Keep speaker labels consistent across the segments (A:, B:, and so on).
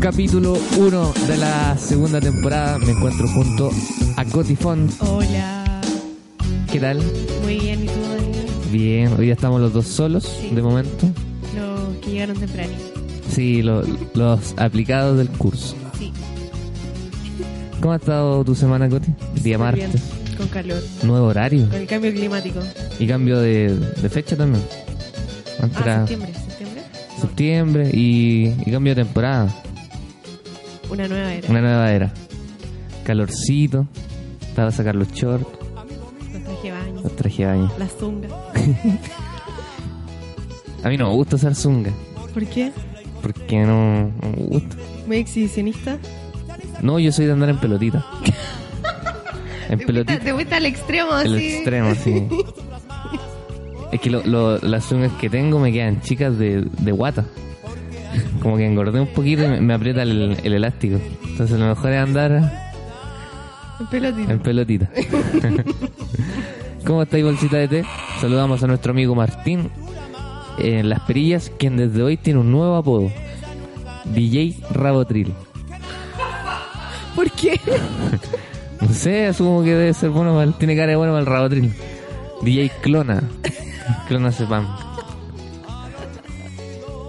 A: capítulo 1 de la segunda temporada. Me encuentro junto a Cotifont.
B: Hola.
A: ¿Qué tal?
B: Muy bien, ¿y tú, Daniel?
A: Bien, hoy ya estamos los dos solos
B: Sí.
A: de momento.
B: Los que llegaron temprano.
A: Sí, lo- los aplicados del curso.
B: Sí.
A: ¿Cómo ha estado tu semana, Coti? Día
B: Muy
A: martes,
B: bien, Con calor.
A: nuevo horario
B: Con el cambio climático.
A: y cambio de, de fecha también. Antes
B: Ah,
A: era
B: septiembre, septiembre. No,
A: septiembre y, y cambio de temporada,
B: una nueva era.
A: una nueva era. Calorcito, para sacar los shorts,
B: Los traje baño.
A: los traje de baño.
B: La zunga.
A: A mí no me gusta usar zunga,
B: ¿Por qué?
A: porque no, no me gusta.
B: Muy exhibicionista.
A: No, yo soy de andar en pelotita. En
B: Te fuiste-
A: pelotita.
B: Te fuiste al extremo,
A: El
B: así.
A: extremo, sí. Es que lo- lo- las zungas que tengo me quedan chicas de, de guata. Como que engordé un poquito y me, me aprieta el, el elástico. Entonces lo mejor es andar
B: Un pelotito.
A: en pelotita. ¿Cómo estáis, bolsita de té? Saludamos a nuestro amigo Martín en Las Perillas, quien desde hoy tiene un nuevo apodo. DJ Rabotril.
B: ¿Por qué?
A: No sé, asumo que debe ser bueno, para el- tiene cara de bueno para el Rabotril. DJ Clona. Clona Cepam.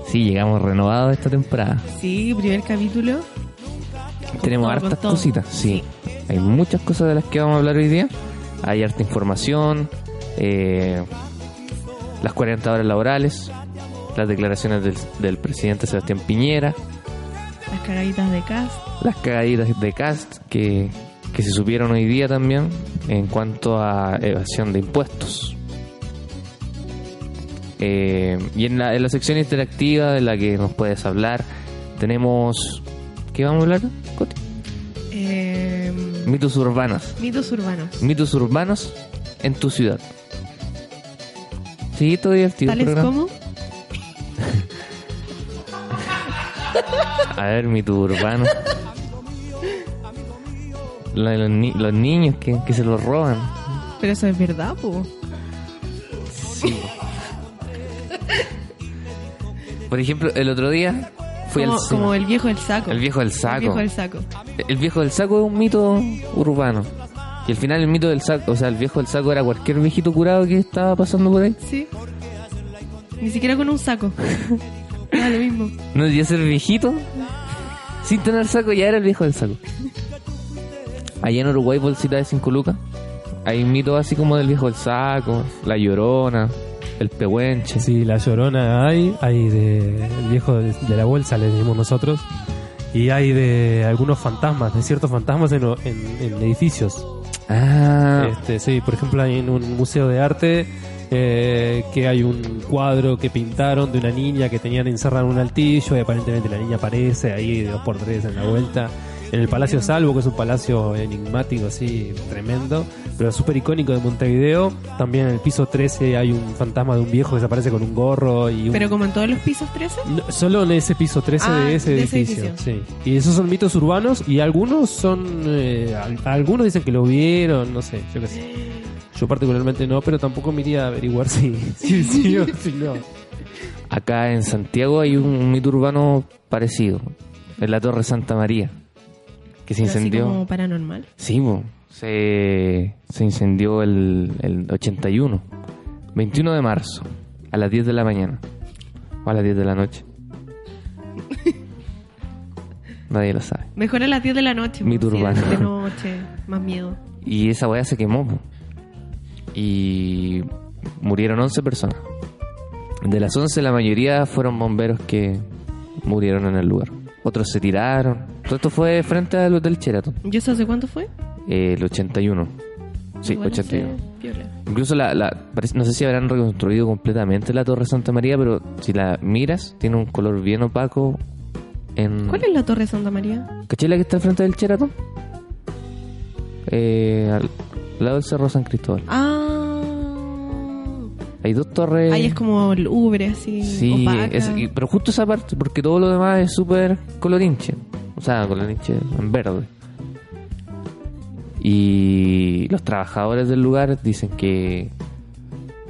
A: Sí, llegamos renovados esta temporada.
B: Sí, primer capítulo.
A: Tenemos
B: todo,
A: hartas
B: con todo.
A: cositas, sí. Hay muchas cosas de las que vamos a hablar hoy día. Hay harta información, eh, las 40 horas laborales, las declaraciones del, del presidente Sebastián Piñera,
B: Las cagaditas de cast.
A: las cagaditas de Cast que, que se supieron hoy día también en cuanto a evasión de impuestos. Eh, y en la, en la sección interactiva de la que nos puedes hablar, tenemos. ¿Qué vamos a hablar, Coti?
B: Eh,
A: Mitos urbanos.
B: mitos urbanos.
A: Mitos urbanos en tu ciudad. Sí, todo divertido. el
B: Tales
A: programa.
B: como.
A: A ver, mito urbano. Lo de los, ni- los niños que, que se los roban.
B: Pero eso es verdad, po.
A: Sí. Por ejemplo, el otro día fui
B: como,
A: al cine.
B: como el viejo del saco.
A: El viejo del saco.
B: El viejo del saco.
A: El viejo del saco es un mito urbano. Y al final el mito del saco, o sea, el viejo del saco era cualquier viejito curado que estaba pasando por ahí.
B: Sí. Ni siquiera con un saco. Era lo mismo.
A: No debía ser viejito. Sin tener saco ya era el viejo del saco. Allá en Uruguay, bolsita de 5 lucas. Hay mitos así como del viejo del saco, la llorona, el pehuenche.
C: Sí, la llorona hay, hay de el viejo de, de la bolsa, le decimos nosotros, y hay de algunos fantasmas, de ciertos fantasmas en, o- en- en edificios.
B: Eh,
A: Ah,
C: Este, sí, por ejemplo, hay en un museo de arte eh, que hay un cuadro que pintaron de una niña que tenían encerrada en un altillo y aparentemente la niña aparece ahí de dos por tres en la vuelta. En el Palacio Salvo, que es un palacio enigmático, así, tremendo, pero súper icónico de Montevideo. También en el piso 13 hay un fantasma de un viejo que se aparece con un gorro y un...
B: Pero como en todos los pisos 13.
C: No, solo en ese piso 13
B: Ah,
C: de ese
B: de ese
C: edificio. Sí. Y esos son mitos urbanos y algunos son... eh, al- algunos dicen que lo vieron, no sé, yo qué sé. Yo particularmente no, pero tampoco me iría a averiguar si si sí o si no.
A: acá en Santiago hay un mito urbano parecido. En la Torre Santa María. Que se
B: pero así
A: incendió.
B: como paranormal.
A: Sí, po. se, se incendió el, el 81, 21 de marzo, a las 10 de la mañana o a las 10 de la noche. Nadie lo sabe.
B: Mejor a las 10 de la noche. po,
A: Mito
B: sí,
A: urbano.
B: De noche. Más miedo.
A: Y esa weá se quemó. po. Y murieron 11 personas. De las 11 la mayoría fueron bomberos que murieron en el lugar. Otros se tiraron. Todo esto fue frente al Hotel Sheraton,
B: ¿Y eso hace cuánto fue?
A: eh, el 81. Sí,
B: Igual hace
A: 81.
B: piola.
A: Incluso la, la- parece- no sé si habrán reconstruido completamente la Torre Santa María, pero si la miras, tiene un color bien opaco en...
B: ¿Cuál es la Torre Santa María?
A: ¿Caché la que está al frente del Sheraton? Eh, al, al lado del Cerro San Cristóbal.
B: Ah.
A: Hay dos torres...
B: Ahí es como el Ubre, así.
A: Eh. Sí,
B: opaca.
A: es- y- pero justo esa parte, porque todo lo demás es súper colorinche. O sea, colorinche en verde. Y los trabajadores del lugar dicen que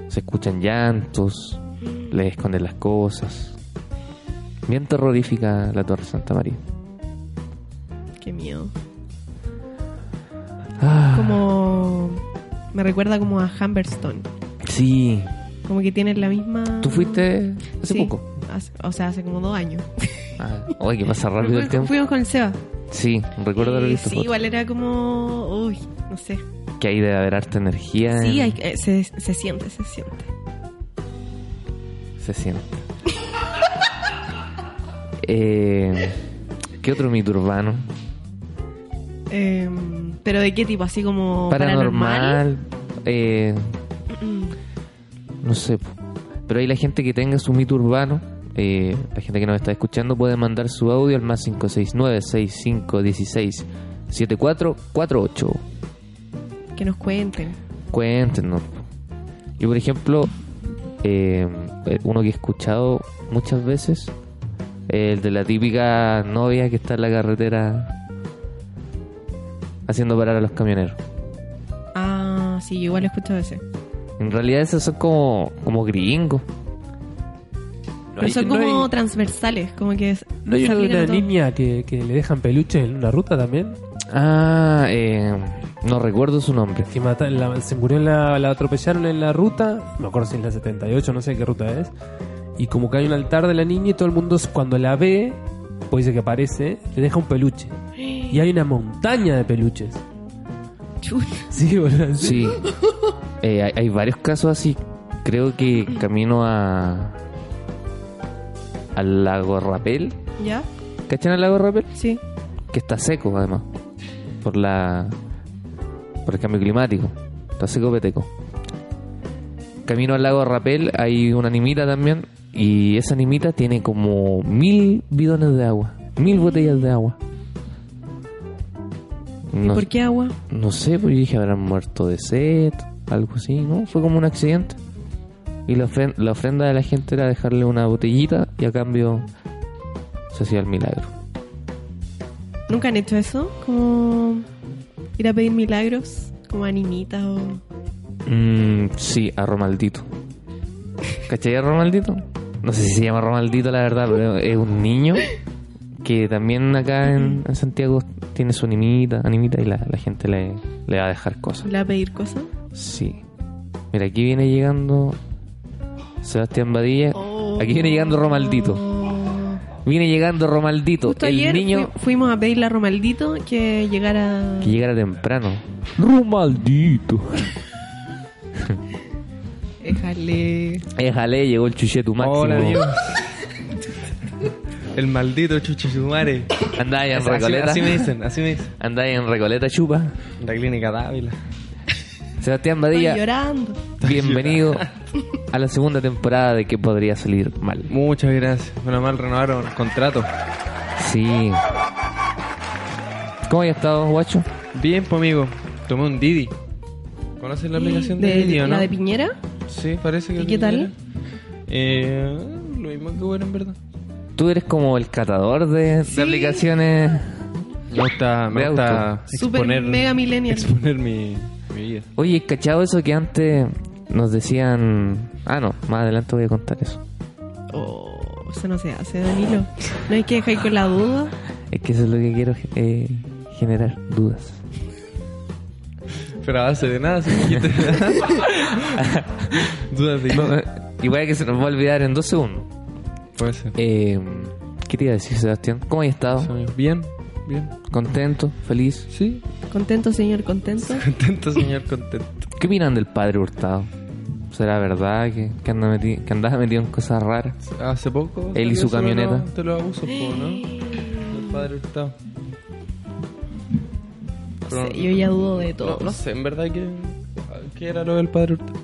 A: se escuchan llantos, les esconden las cosas. Bien terrorífica la Torre Santa María.
B: Qué miedo.
A: Ah,
B: Como. Me recuerda como a Humberstone.
A: Sí.
B: Como que tienen la misma.
A: ¿Tú fuiste hace
B: Sí,
A: poco?
B: hace- o sea, hace como dos años.
A: Ah, oye, que pasa rápido el
B: Fuimos-
A: tiempo.
B: Fuimos con el Seba.
A: Sí, recuerdo haber
B: Y
A: visto
B: Eh, Sí,
A: fotos.
B: igual era como. Uy, no sé.
A: Que ahí debe haber harta energía.
B: Sí,
A: en-
B: hay- eh, se, se siente, se siente.
A: Se siente. Eh, ¿Qué otro mito urbano?
B: Eh, Pero de qué tipo, así como.
A: Paranormal. eh,
B: Mm,
A: no sé. po. Pero ahí la gente que tenga su mito urbano, eh, la gente que nos está escuchando, puede mandar su audio al más 569-6516-7448.
B: Que nos cuenten.
A: Cuéntenos. Yo, por ejemplo, eh, uno que he escuchado muchas veces, el de la típica novia que está en la carretera haciendo parar a los camioneros.
B: Ah, sí, yo igual lo escucho a veces.
A: En realidad esos son como, como gringos.
C: No
B: Pero
C: hay-
B: son
C: no
B: como
C: hay-
B: transversales, como que. es-
C: ¿No hay
B: se aplican
C: una
B: a todo.
C: niña que, que le dejan peluches en una ruta también?
A: Ah, eh, no recuerdo su nombre.
C: Que mata- la- se murió en la, la atropellaron en la ruta, no me acuerdo si es la 78, no sé qué ruta es. Y como que hay un altar de la niña y todo el mundo cuando la ve, pues dice que aparece, le deja un peluche. Y hay una montaña de peluches.
B: Chut.
C: Sí, boludo.
A: Sí. Eh, hay, hay varios casos así. Creo que camino a... Al lago Rapel.
B: ¿Ya?
A: ¿Cachan el lago Rapel?
B: Sí.
A: que está seco además por la por el cambio climático está seco peteco camino al lago Rapel hay una nimita también y esa nimita tiene como mil bidones de agua mil botellas de agua no,
B: ¿Por qué agua?
A: no sé pues yo dije habrán muerto de sed algo así no fue como un accidente y la, ofren- la ofrenda de la gente era dejarle una botellita y a cambio se hacía el milagro
B: ¿Nunca han hecho eso? Como ir a pedir milagros, como animitas o...
A: Mm, sí, a Romaldito. ¿Cachai a Romaldito? No sé si se llama Romaldito, la verdad, pero es un niño que también acá en, en Santiago tiene su animita, animita y la, la gente le, le va a dejar cosas.
B: ¿Le va a pedir cosas?
A: Sí. Mira, aquí viene llegando Sebastián Badilla.
B: Oh.
A: Aquí viene llegando Romaldito.
B: Oh.
A: Viene llegando Romaldito,
B: Justo
A: el
B: ayer
A: niño
B: fui- fuimos a pedirle a Romaldito que llegara...
A: que llegara temprano. Romaldito.
B: Déjale...
A: Éjale, llegó el chuchetu máximo.
D: Hola, Diego. El maldito chuchichumare.
A: Andá ahí en
D: Así,
A: Recoleta.
D: así me dicen, así me dicen.
A: Andá ahí en Recoleta Chupa.
D: La clínica Dávila.
A: Sebastián
B: Estoy
A: Badilla,
B: llorando.
A: bienvenido a la segunda temporada de que podría salir mal.
D: Muchas gracias. Menos mal renovaron el contrato.
A: Sí. ¿Cómo has estado, guacho?
D: Bien, pues, amigo. Tomé un Didi. ¿Conoces la aplicación de,
B: ¿De-
D: Didi o no?
B: ¿La de Piñera?
D: Sí, parece que
B: ¿Y
D: es
B: qué
D: de
B: tal?
D: Piñera. Eh, lo mismo que bueno, en verdad.
A: Tú eres como el catador de, de
B: Sí.
A: aplicaciones.
D: Me gusta, me
A: De
D: gusta
A: auto.
B: Super
D: exponer,
B: mega millennial.
D: exponer mi, mi vida.
A: Oye, ¿cachado eso que antes nos decían... Ah, no, más adelante voy a contar eso.
B: Oh, eso no se hace, Danilo. No hay que dejar con la duda.
A: Es que eso es lo que quiero eh, generar dudas.
D: Pero a base de nada, si me dijiste Dudas de
A: No, eh, y vaya que se nos va a olvidar en dos segundos.
D: Puede ser.
A: Eh, ¿Qué te iba a decir, Sebastián? ¿Cómo has
D: Sí,
A: estado?
D: amigo. Bien, bien.
A: ¿Contento? ¿Feliz?
D: Sí,
B: Contento, señor, contento.
D: contento, señor, contento.
A: ¿Qué opinan del padre Hurtado? ¿Será verdad que, que, anda meti- que andaba metido en cosas raras?
D: Hace poco.
A: Él y su
D: salió sobre
A: camioneta.
D: los- De los abusos, po, ¿no? Del padre Hurtado.
B: No
D: Pero-
B: sé, yo ya dudo de todo.
D: No, no sé, en verdad que. ¿Qué era lo del padre Hurtado?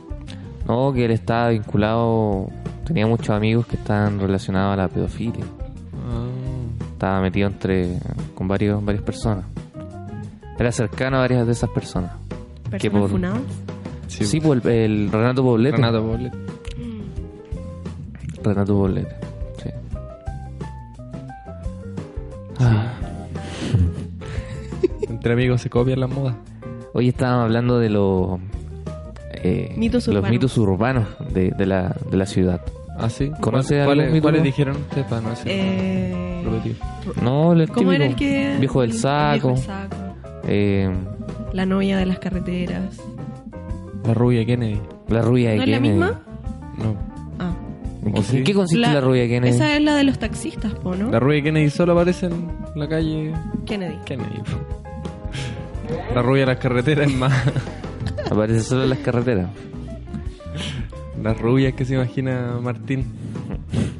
A: No, que él estaba vinculado, tenía muchos amigos que estaban relacionados a la pedofilia.
D: Ah.
A: Estaba metido entre con varios, varias personas. Era cercano a varias de esas personas. Qué
B: ¿Personas
A: por-
B: funadas?
A: Sí, pues, el, el Renato Poblete.
D: Renato Bolet.
A: Renato Poblete, sí. Ah.
D: Entre amigos se copian las modas.
A: Hoy estábamos hablando de los, eh,
B: Mitos
A: los
B: urbanos.
A: mitos urbanos de, de la, de la ciudad.
D: ¿Ah, sí?
A: ¿Conoce
D: ¿Cuál-
A: algún
D: ¿Cuáles,
A: mito
D: cuáles
A: urbano?
D: dijeron ustedes para no hacer
B: Eh,
D: repetir?
A: No, el
B: ¿Cómo era el
A: típico
B: que...?
A: Viejo del
B: el
A: saco.
B: viejo del saco.
A: eh,
B: La novia de las carreteras.
D: La rubia Kennedy.
A: la rubia de
B: ¿No es la
A: Kennedy.
B: misma?
D: No.
B: Ah.
A: ¿En
D: ¿O
A: qué, en
D: sí?
A: qué consiste la, rubia de Kennedy?
B: Esa es la de los taxistas, po, ¿no?
D: La rubia Kennedy solo aparece en la calle
B: Kennedy.
D: Kennedy. La rubia de las carreteras es más.
A: Aparece solo en las carreteras.
D: Las rubias que se imagina Martín.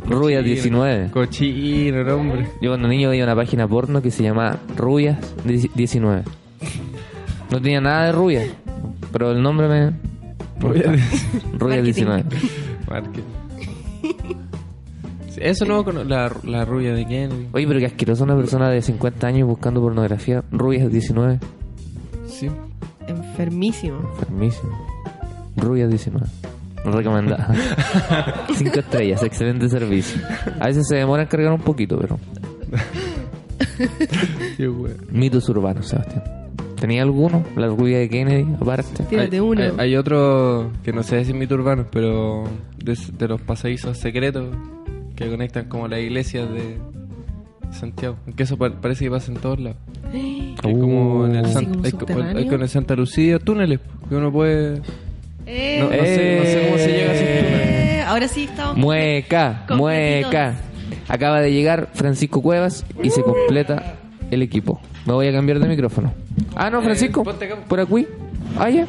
A: Rubia 19.
D: Cochino, el hombre.
A: Yo cuando niño veía una página porno que se llamaba Rubias 19. No tenía nada de rubias, pero el nombre me...
D: Rubia de-
A: Rubias 19.
D: Marque. Sí, Eso no cono- la, la rubia de Kennedy.
A: Oye, pero qué asqueroso una persona de 50 años buscando pornografía. Rubias 19.
D: Sí.
B: Enfermísimo.
A: Enfermísimo. Rubias 19. Recomendada. 5 estrellas, excelente servicio. A veces se demora en cargar un poquito, pero...
D: Qué bueno.
A: Mitos urbanos, Sebastián. ¿Tenía alguno? La rubia de Kennedy, aparte.
B: Tírate
D: hay,
B: uno.
D: Hay, hay otro que no sé si es mito urbano, pero de, de los pasadizos secretos que conectan como las iglesias de Santiago. Que eso pa- parece que pasa en todos lados.
B: Eh,
D: Hay como en el
B: Así
D: San-
B: como
D: hay, co-
B: subterráneo.
D: hay con el Santa Lucía túneles que uno puede.
B: Eh,
D: No, no sé, no sé cómo se llega a esos túneles.
B: eh, Ahora sí estamos.
A: Mueca,
B: Completitos.
A: mueca. Acaba de llegar Francisco Cuevas y se completa el equipo. Me voy a cambiar de micrófono. Ah, no, Francisco.
D: Eh, ponte acá.
A: Por aquí. Ah, ya.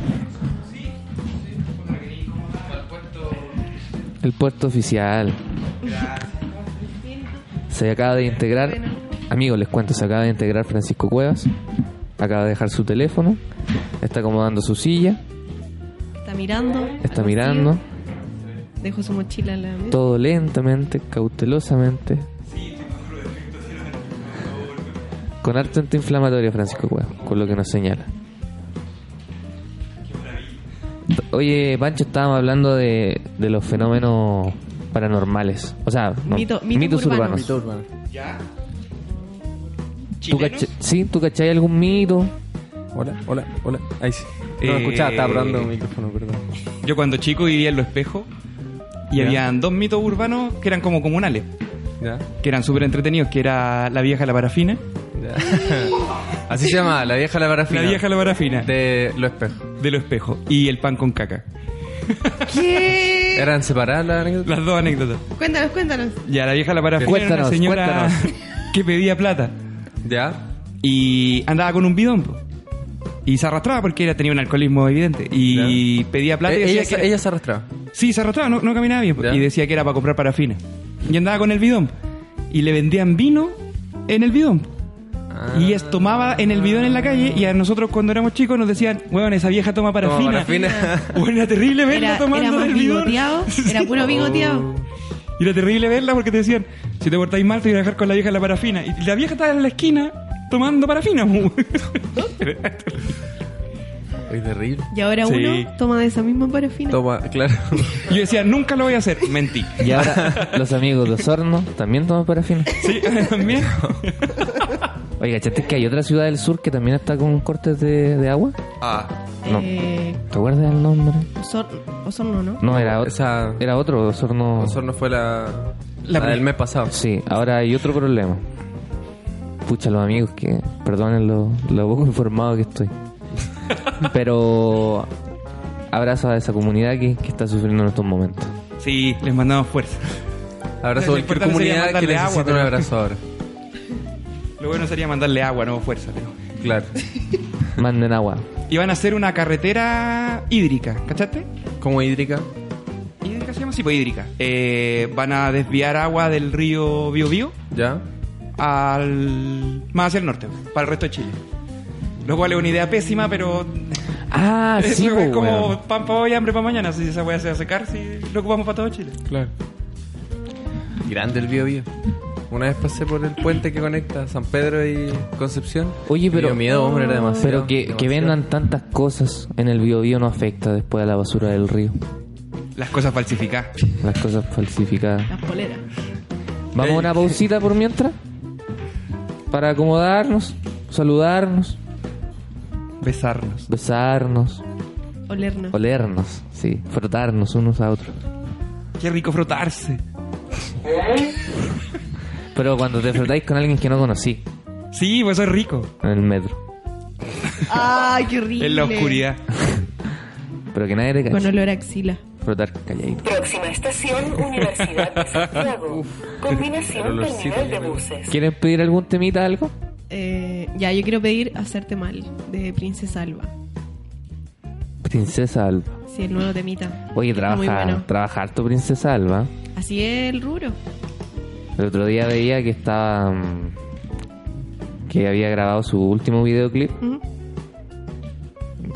A: El puerto oficial. Se acaba de integrar. Amigos, les cuento, se acaba de integrar Francisco Cuevas. Acaba de dejar su teléfono. Está acomodando su silla.
B: Está mirando.
A: Está mirando.
B: Dejó su mochila en la mesa.
A: Todo lentamente, cautelosamente. Con harto antiinflamatorio, Francisco Cueva, con lo que nos señala. Oye, Pancho, estábamos hablando de, de los fenómenos paranormales. O sea, no,
B: Mito- mitos
A: mitos
B: urbanos.
A: urbanos.
D: Mito urbano.
A: ¿Tú cacha- sí, ¿tú cachai algún mito?
D: Hola, hola, hola. Ahí sí. No
E: Eh,
D: escuchaba, estaba probando el micrófono, perdón.
E: Yo cuando chico vivía en Los Espejos y
D: Ya.
E: habían dos mitos urbanos que eran como comunales,
D: Ya,
E: que eran súper entretenidos, que era la vieja la parafina.
D: ya. Así se llama, la vieja la parafina.
E: La vieja la parafina de,
D: de los espejos.
E: Los Espejos y el pan con caca.
B: ¿Qué?
D: ¿Eran separadas las anécdotas?
E: Las dos anécdotas.
B: Cuéntanos, cuéntanos.
E: Ya la vieja la parafina era
A: Cuéntanos,
E: una señora que pedía plata
D: Ya.
E: y andaba con un bidón. po. Y se arrastraba porque era, tenía un alcoholismo evidente. Y pedía plata y
D: Eh,
E: decía
D: ella,
E: que
D: se-
E: era-
D: ella se arrastraba.
E: Sí, se arrastraba, no, no caminaba bien. po.
D: Ya.
E: Y decía que era para comprar parafina. Y andaba con el bidón. Y le vendían vino en el bidón.
D: Ah.
E: Y es tomaba en el bidón en la calle y a nosotros cuando éramos chicos nos decían, weón, esa vieja toma
D: Toma
E: parafina.
D: parafina.
E: Bueno, era terrible verla
B: Era,
E: tomando
B: era más
E: del bidón.
B: bigoteado. Era puro bigoteado.
E: Y era terrible verla porque te decían, si te portáis mal te voy a dejar con la vieja la parafina. Y la vieja estaba en la esquina tomando parafina. mu.
D: Es terrible.
B: Y ahora
E: Sí.
B: uno toma de esa misma parafina.
D: Toma, claro.
E: Yo decía, nunca lo voy a hacer. Mentí.
A: Y ahora los amigos de Osorno también toman parafina.
E: Sí, también.
A: Oye, ¿cachaste que hay otra ciudad del sur que también está con cortes de, de agua?
D: Ah.
A: No.
B: Eh,
A: ¿Te acuerdas el nombre?
B: Osor- Osorno, ¿no?
A: No, era, o-
D: Esa.
A: era otro, Osorno.
D: Eso no fue la. La,
E: La
D: del
E: pri-
D: mes pasado.
A: Sí, ahora hay otro problema. Pucha, los amigos que. Perdonen lo, lo poco informado que estoy. Pero. Abrazo a esa comunidad que, que está sufriendo en estos momentos.
E: Sí, les mandamos fuerza.
D: Abrazo a
E: Lo
D: cualquier
E: importante sería
D: comunidad que
E: mandarle agua,
D: necesita un
E: pero-
D: abrazo ahora.
E: Lo bueno sería mandarle agua, no fuerza. Pero...
D: Claro.
A: Manden agua.
E: Iban a hacer una carretera hídrica, ¿cachaste?
D: Como hídrica.
E: ¿Hídrica se llama? Sí, pues hídrica. Eh, van a desviar agua del río Bio Bio
D: Ya.
E: al, más hacia el norte, para el resto de Chile. Lo cual es una idea pésima, pero
A: Ah,
E: eso
A: sí,
E: es
D: pues,
A: po,
E: como
A: weón.
E: pan para hoy, hambre para mañana. Si esa weá se va a secar, si lo ocupamos para todo Chile.
D: Claro. Grande el Bío Bío. Una vez pasé por el puente que conecta San Pedro y Concepción.
A: Oye,
D: Y me
A: pero-
D: dio miedo, hombre, era demasiado.
A: Pero que, que
D: demasiado.
A: vendan tantas cosas en el biobío no afecta después a la basura del río.
E: Las cosas falsificadas.
A: Las cosas falsificadas.
B: Las poleras.
A: Vamos a una pausita por mientras. Para acomodarnos, saludarnos,
E: Besarnos.
A: besarnos.
B: Olernas.
A: Olernos, sí, frotarnos unos a otros.
E: qué rico frotarse.
A: Pero cuando te frotáis con alguien que no conocí
E: Sí, pues eso es rico.
A: en el metro,
B: Ay, qué horrible.
E: En la oscuridad.
A: pero que nadie te
B: Con
A: cache,
B: olor a axila.
A: frotar calladito.
F: Próxima estación, Universidad de Santiago. Combinación
D: olorcito
F: terminal de
D: que me-
F: buses.
A: ¿Quieren pedir algún temita, algo?
B: Eh, ya, yo quiero pedir Hacerte Mal de Princesa Alba.
A: Princesa Alba.
B: Sí, el nuevo temita.
A: Oye,
B: Está Muy
A: trabaja,
B: bueno.
A: trabaja harto Princesa Alba.
B: Así es el rubro.
A: El otro día veía que estaba. mm, que había grabado su último videoclip.
B: Ujú.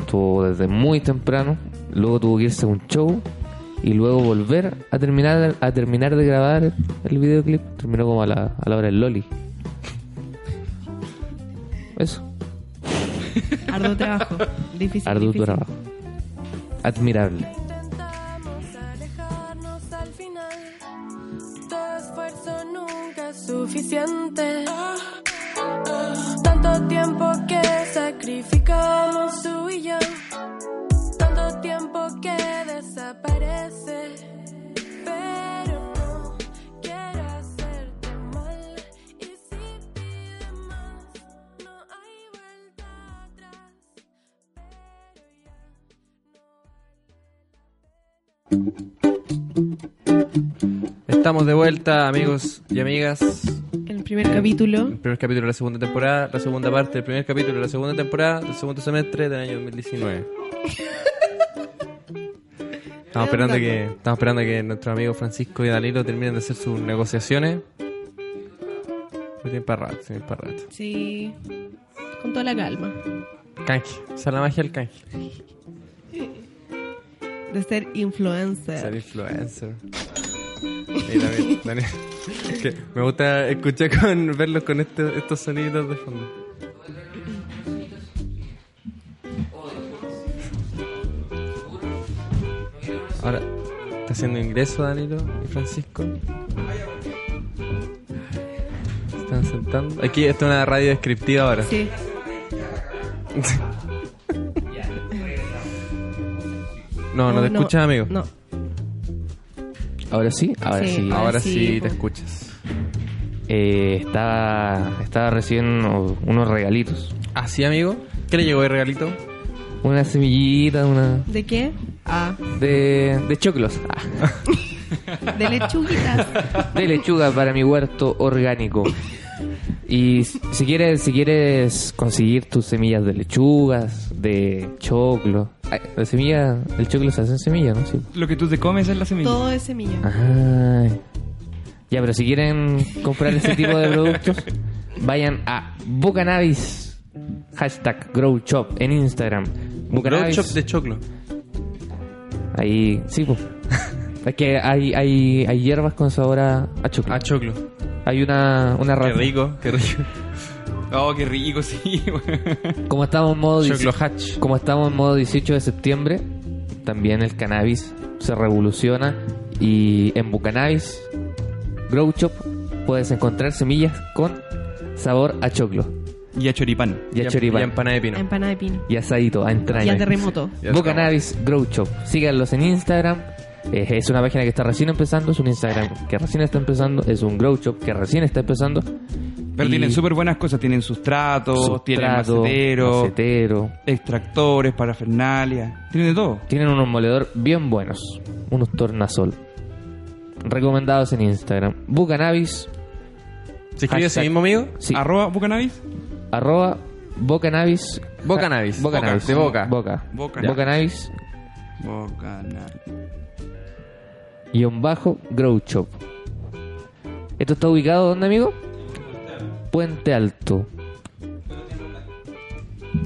A: Estuvo desde muy temprano. Luego tuvo que irse a un show. Y luego volver a terminar, a terminar de grabar el videoclip. Terminó como a la, a la hora del Loli. Eso,
B: Arduo trabajo. Difícil.
A: arduo
B: difícil.
A: trabajo. Admirable.
G: intentamos alejarnos al final. Todo esfuerzo nunca es suficiente. Tanto tiempo que sacrificamos tú y yo. Tanto tiempo que desaparece. Pero no quiero hacerte mal. Y si pide más, no hay vuelta atrás. Pero ya.
D: Estamos de vuelta, amigos y amigas.
B: El primer capítulo.
D: El primer capítulo de la segunda temporada, la segunda parte del primer capítulo de la segunda temporada del segundo semestre del año 2019. Estamos esperando, que, estamos esperando que nuestros amigos Francisco y Danilo terminen de hacer sus negociaciones. Pero tienen para rato, tienen para rato.
B: Sí. Con toda la calma.
D: Canje, esa es la magia del canje.
B: De ser
D: Ser
B: influencer.
D: influencer. Y también, Daniel, que me gusta escuchar con, verlos con este- estos sonidos de fondo. Ahora, ¿está haciendo ingreso Danilo y Francisco? Están sentando. Aquí está una radio descriptiva ahora.
B: Sí.
D: No, no te escuchas, amigo.
B: No.
A: Ahora sí, ahora
B: Sí.
A: sí.
D: Ahora
B: Sí,
D: Ah, sí
B: po.
D: te escuchas.
A: Eh, estaba, estaba recibiendo unos- unos regalitos.
D: ¿Ah, sí, amigo? ¿Qué le llegó de regalito?
A: Una semillita, una.
B: ¿De qué? Ah.
A: de, de choclos. Ah,
B: De lechuguitas.
A: de lechuga para mi huerto orgánico. Y si quieres, si quieres conseguir tus semillas de lechugas, de choclo. Ay, La semilla, el choclo se hace en semilla, ¿no? Sí.
E: Lo que tú te comes es la semilla.
B: Todo es semilla.
A: Ay. Ya, pero si quieren comprar ese tipo de productos, vayan a Bucanavis. Hashtag GrowShop en Instagram. Bucanavis.
D: Roadshop de choclo.
A: Ahí, sí, pues. Es que hay, hay, hay hierbas con sabor a, a choclo.
D: Ah, choclo.
A: Hay una, una
D: Qué
A: raza.
D: rico, qué rico.
E: Oh, qué rico, sí.
A: Como estamos en modo
D: Choclo
A: 18
D: Hatch.
A: como estamos en modo 18 de septiembre, también el cannabis se revoluciona y en Bucannabis Grow Shop puedes encontrar semillas con sabor a choclo
E: y a choripán.
A: y a
D: Y Em-
A: choripán
D: empanada de pino.
B: Empanada de pino.
A: y asadito, a
B: Y
A: entraña.
B: a terremoto.
D: Ya
A: Bucannabis Grow Shop. Síganlos en Instagram. Eh, Es una página que está recién empezando, es un Instagram que recién está empezando, es un Grow Shop que recién está empezando.
E: Pero
A: Y
E: tienen súper buenas cosas. Tienen sustratos, tienen
A: sustrato,
E: maceteros,
A: macetero.
E: extractores, parafernalia. Tienen de todo.
A: Tienen unos moledor bien buenos, unos tornasol. Recomendados en Instagram. Bucanavis,
D: ¿Se escribe así
A: Hashtag.
D: mismo, amigo?
A: sí,
E: Arroba Bucanabis.
A: arroba Bocanavis.
D: Bocanavis.
A: Bocanavis.
D: Boca, de boca.
A: Boca.
E: Boca.
A: Bocanavis,
E: Bucanabis.
A: guión bajo, Grow Shop. ¿Esto está ubicado dónde, amigo? Puente Alto.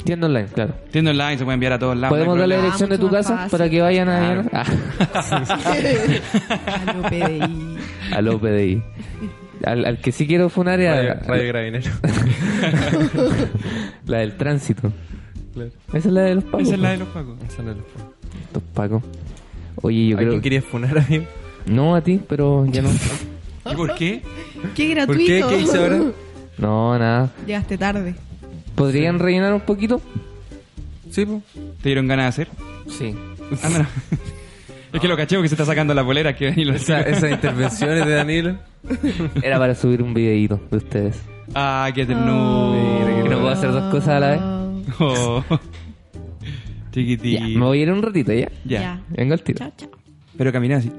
A: Tienda online, claro.
E: Tienda online se puede enviar a todos lados.
A: ¿Podemos darle la
B: Ah,
A: dirección de
B: mucho
A: tu
B: más
A: casa
B: fácil.
A: para que vayan a...
B: A lo PDI.
A: Ah, al OPDI. Al, al que sí quiero funar es
D: Radio,
A: a-
D: Radio Gravinero.
A: La del tránsito. Esa es la de los pacos.
E: Esa es la de los pacos.
A: Los pacos. Oye, yo
D: ¿A quién
A: creo...
D: querías funar, amigo?
A: No a ti, pero ya no.
E: ¿Y por qué?
B: Qué
D: ¿Por
B: gratuito.
D: qué? ¿Qué hice ahora?
A: No, nada.
B: Llegaste tarde.
A: ¿Podrían rellenar un poquito?
D: Sí, po.
E: ¿Te dieron ganas de hacer?
A: Sí.
E: Ah, mira. Es que lo cacheo que se está sacando la polera que Danilo
D: Esa- esas intervenciones de Danilo.
A: Era para subir un videíto de ustedes.
E: Ah, qué ternura.
A: Que no puedo hacer dos cosas a la vez.
E: Oh.
A: Ya,
E: Chiquitín.
A: me voy a ir un ratito ya.
E: Ya.
B: Ya.
A: Vengo al tiro.
B: Chao, chao.
E: Pero caminé así.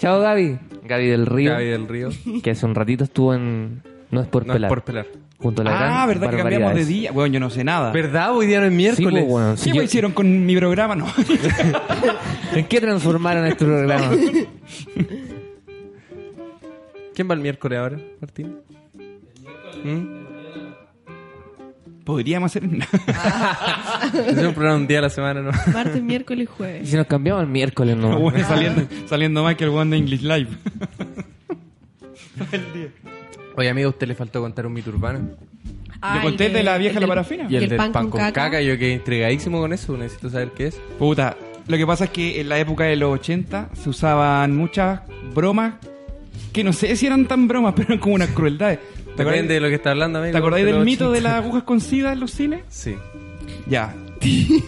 A: Chao, Gaby. Gaby del Río,
D: Gaby del Río.
A: que hace un ratito estuvo en No es por
D: No es
A: pelar.
D: por pelar.
A: Junto a la
E: Ah,
A: gran
E: ¿verdad que cambiamos de
A: Barbaridades.
E: día? Bueno, yo no sé nada.
D: ¿Verdad? Hoy día no es
A: Sí,
D: miércoles.
A: pues, bueno, si
E: ¿Qué
A: yo-
E: me hicieron con mi programa? No.
A: ¿En qué transformaron este programa?
D: ¿Quién va el miércoles ahora, Martín? ¿Mm?
E: Podríamos hacer.
D: Es un programa un día a la semana, ¿no?
B: Martes, miércoles, jueves.
A: si nos cambiamos el miércoles, no.
E: Bueno, saliendo, saliendo más que el One de English Live.
D: Oye, amigo, a usted le faltó contar un mito urbano.
B: Ah,
E: ¿Le
B: el
E: conté de la
B: el
E: vieja la
B: del-
E: parafina?
D: Y el, del pan, con, caca? yo quedé intrigadísimo con eso. Necesito saber qué es.
E: Puta, lo que pasa es que en la época de los 80 se usaban muchas bromas que no sé si eran tan bromas, pero eran como unas crueldades. ¿Te acordáis,
D: Depende de lo que está hablando, amigo.
E: te acordáis del
D: Pero-
E: mito de las agujas con sida en los cines?
D: Sí.
E: Ya. ¿Qué?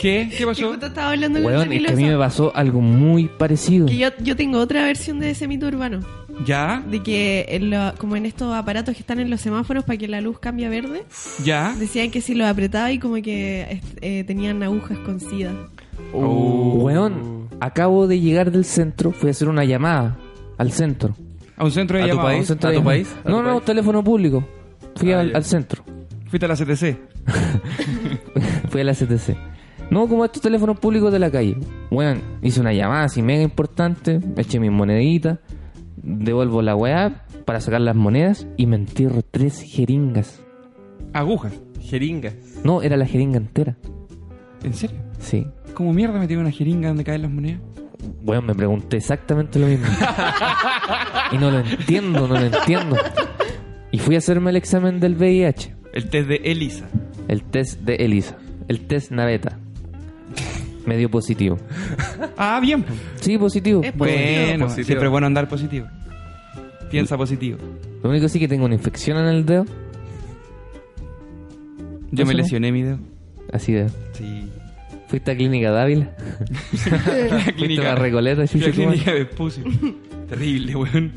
E: ¿Qué
B: Que
E: pasó?
B: justo estaba hablando con
A: Weón,
B: el
A: es que a mí
B: Danilo
A: me
B: eso.
A: pasó algo muy parecido.
B: Que yo, yo tengo otra versión de ese mito urbano.
E: ¿Ya?
B: De que en lo- como en estos aparatos que están en los semáforos para que la luz cambie a verde,
E: ¿Ya?
B: decían que si lo apretaba y como que eh, tenían agujas con sida.
D: Oh. Mm.
A: Weón, acabo de llegar del centro, fui a hacer una llamada al centro.
E: ¿A un centro de
D: ¿A tu
E: llamados?
A: A un
D: país?
A: centro
D: ¿A
A: de
D: tu
A: llamada.
D: país? ¿A
A: No,
D: tu
A: no,
D: país?
A: teléfono público. Fui
D: Ah,
A: al,
D: ya.
A: al centro,
E: Fuiste a la CTC.
A: fui a la CTC. No, como estos teléfonos públicos de la calle. Weón, hice una llamada así mega importante, eché mis moneditas, devuelvo la weá para sacar las monedas y me entierro tres jeringas.
E: Agujas.
D: Jeringa.
A: No, era la jeringa entera.
E: ¿En serio?
A: Sí.
E: ¿Cómo mierda me tiene una jeringa donde caen las monedas?
A: Bueno, me pregunté exactamente lo mismo. y no lo entiendo, no lo entiendo. Y fui a hacerme el examen del VIH,
E: El test de Elisa.
A: el test de Elisa, el test Naveta. Me dio positivo.
E: Ah, bien. pues.
A: Sí, positivo.
B: Es
E: Bueno,
D: Positivo.
E: siempre es bueno andar positivo. Piensa positivo.
A: Lo único sí que tengo una infección en el dedo.
E: Yo
A: ¿Eso
E: me
A: no?
E: lesioné mi dedo.
A: Así de.
E: Sí.
A: Fuiste a Clínica Dávila.
E: La
A: Fuiste a Recoleta,
E: Fui a
A: chucha, tu madre.
E: clínica de Vespucio. Terrible, weón.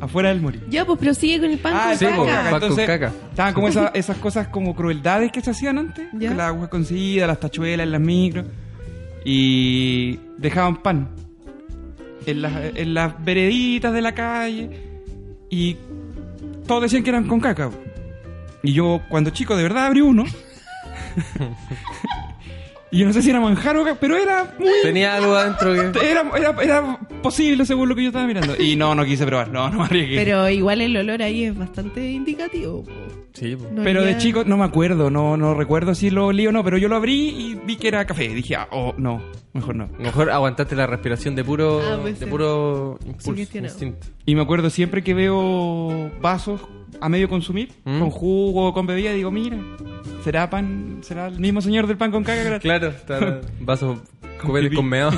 E: Afuera del morir.
B: Ya, pues prosigue con el pan con
D: Ah, sí,
B: caca.
D: po, pan con
E: Entonces,
D: caca.
E: Estaban como esas, esas cosas como crueldades que se hacían antes.
B: Ya.
E: Con las agujas con sida, las tachuelas en las micros. Y dejaban pan. En las, en las vereditas de la calle. Y todos decían que eran con caca. Y yo, cuando chico, de verdad abrí uno. y yo no sé si era manjar o caca, pero era muy
D: Tenía algo adentro que.
E: era, era, era posible según lo que yo estaba mirando. Y no, no quise probar. No, no me arriesgué. Pero,
B: Pero igual el olor ahí es bastante indicativo. po.
D: Sí, po.
B: No
E: de
B: olía-
E: chico no me acuerdo. No, no recuerdo si lo olí o no. Pero yo lo abrí y vi que era café. Dije, ah, oh, no. Mejor no.
D: Mejor aguantaste la respiración de puro,
B: Ah, pues
D: de
B: sí.
D: puro impulso,
B: Sugestionado.
D: instinto.
E: Y me acuerdo siempre que veo vasos a medio consumir,
D: Mm.
E: con jugo o con bebida, digo, mira, será pan, será el mismo señor del pan con caca. que era-".
D: Claro, está vaso cubete
E: pipí.
D: con meado.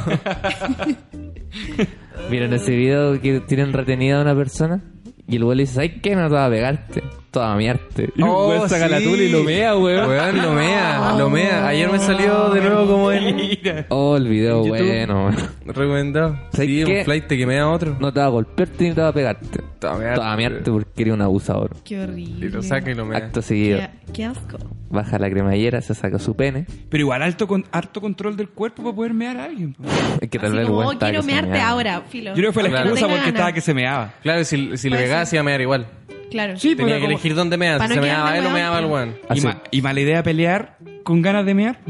A: ¿Vieron ese video que tienen retenida a una persona? Y el weón le dice, ¿sabes qué? No te va a pegarte, te va a mearte. Y el
D: Oh,
A: weón saca la
D: sí.
A: tula y lo mea, weón.
D: Weón, lo
B: Ah.
D: mea, lo mea. Ayer me salió de nuevo como el
E: Mira.
A: Oh, el video
D: YouTube.
A: bueno.
D: recomendado.
A: ¿Sabes
D: Sí,
A: qué?
D: un flight que mea a otro.
A: No te va a golpearte ni te va a pegarte. Te
D: va a mearte.
A: va a mearte porque eres un abusador.
B: Qué horrible.
D: Y lo saca y lo mea.
A: Acto seguido.
B: Qué, qué asco.
A: Baja la cremallera, se saca su pene.
E: Pero igual alto con, harto control del cuerpo para poder mear a alguien. po.
A: Es que tal
B: Así
A: vez el
B: como,
A: weón
B: "Oh,
A: estaba
B: quiero
A: que se
B: mearte
A: meaba.
B: ahora, filo.
E: Yo creo que fue la
D: Claro.
E: excusa
B: No tenga
E: porque
B: ganas.
E: estaba que se meaba.
D: Claro, si, si le
B: Puede
D: pegaba
B: ser.
D: se iba a mear igual.
B: Claro.
E: Sí, pues,
D: Tenía
E: era
D: que
E: como-
D: elegir dónde mea.
B: Para
D: Si
B: no
D: se meaba
B: quedarme
D: él o
B: weón.
D: meaba el weón.
E: Y,
A: Así.
E: ma- y mala idea pelear con ganas de mear.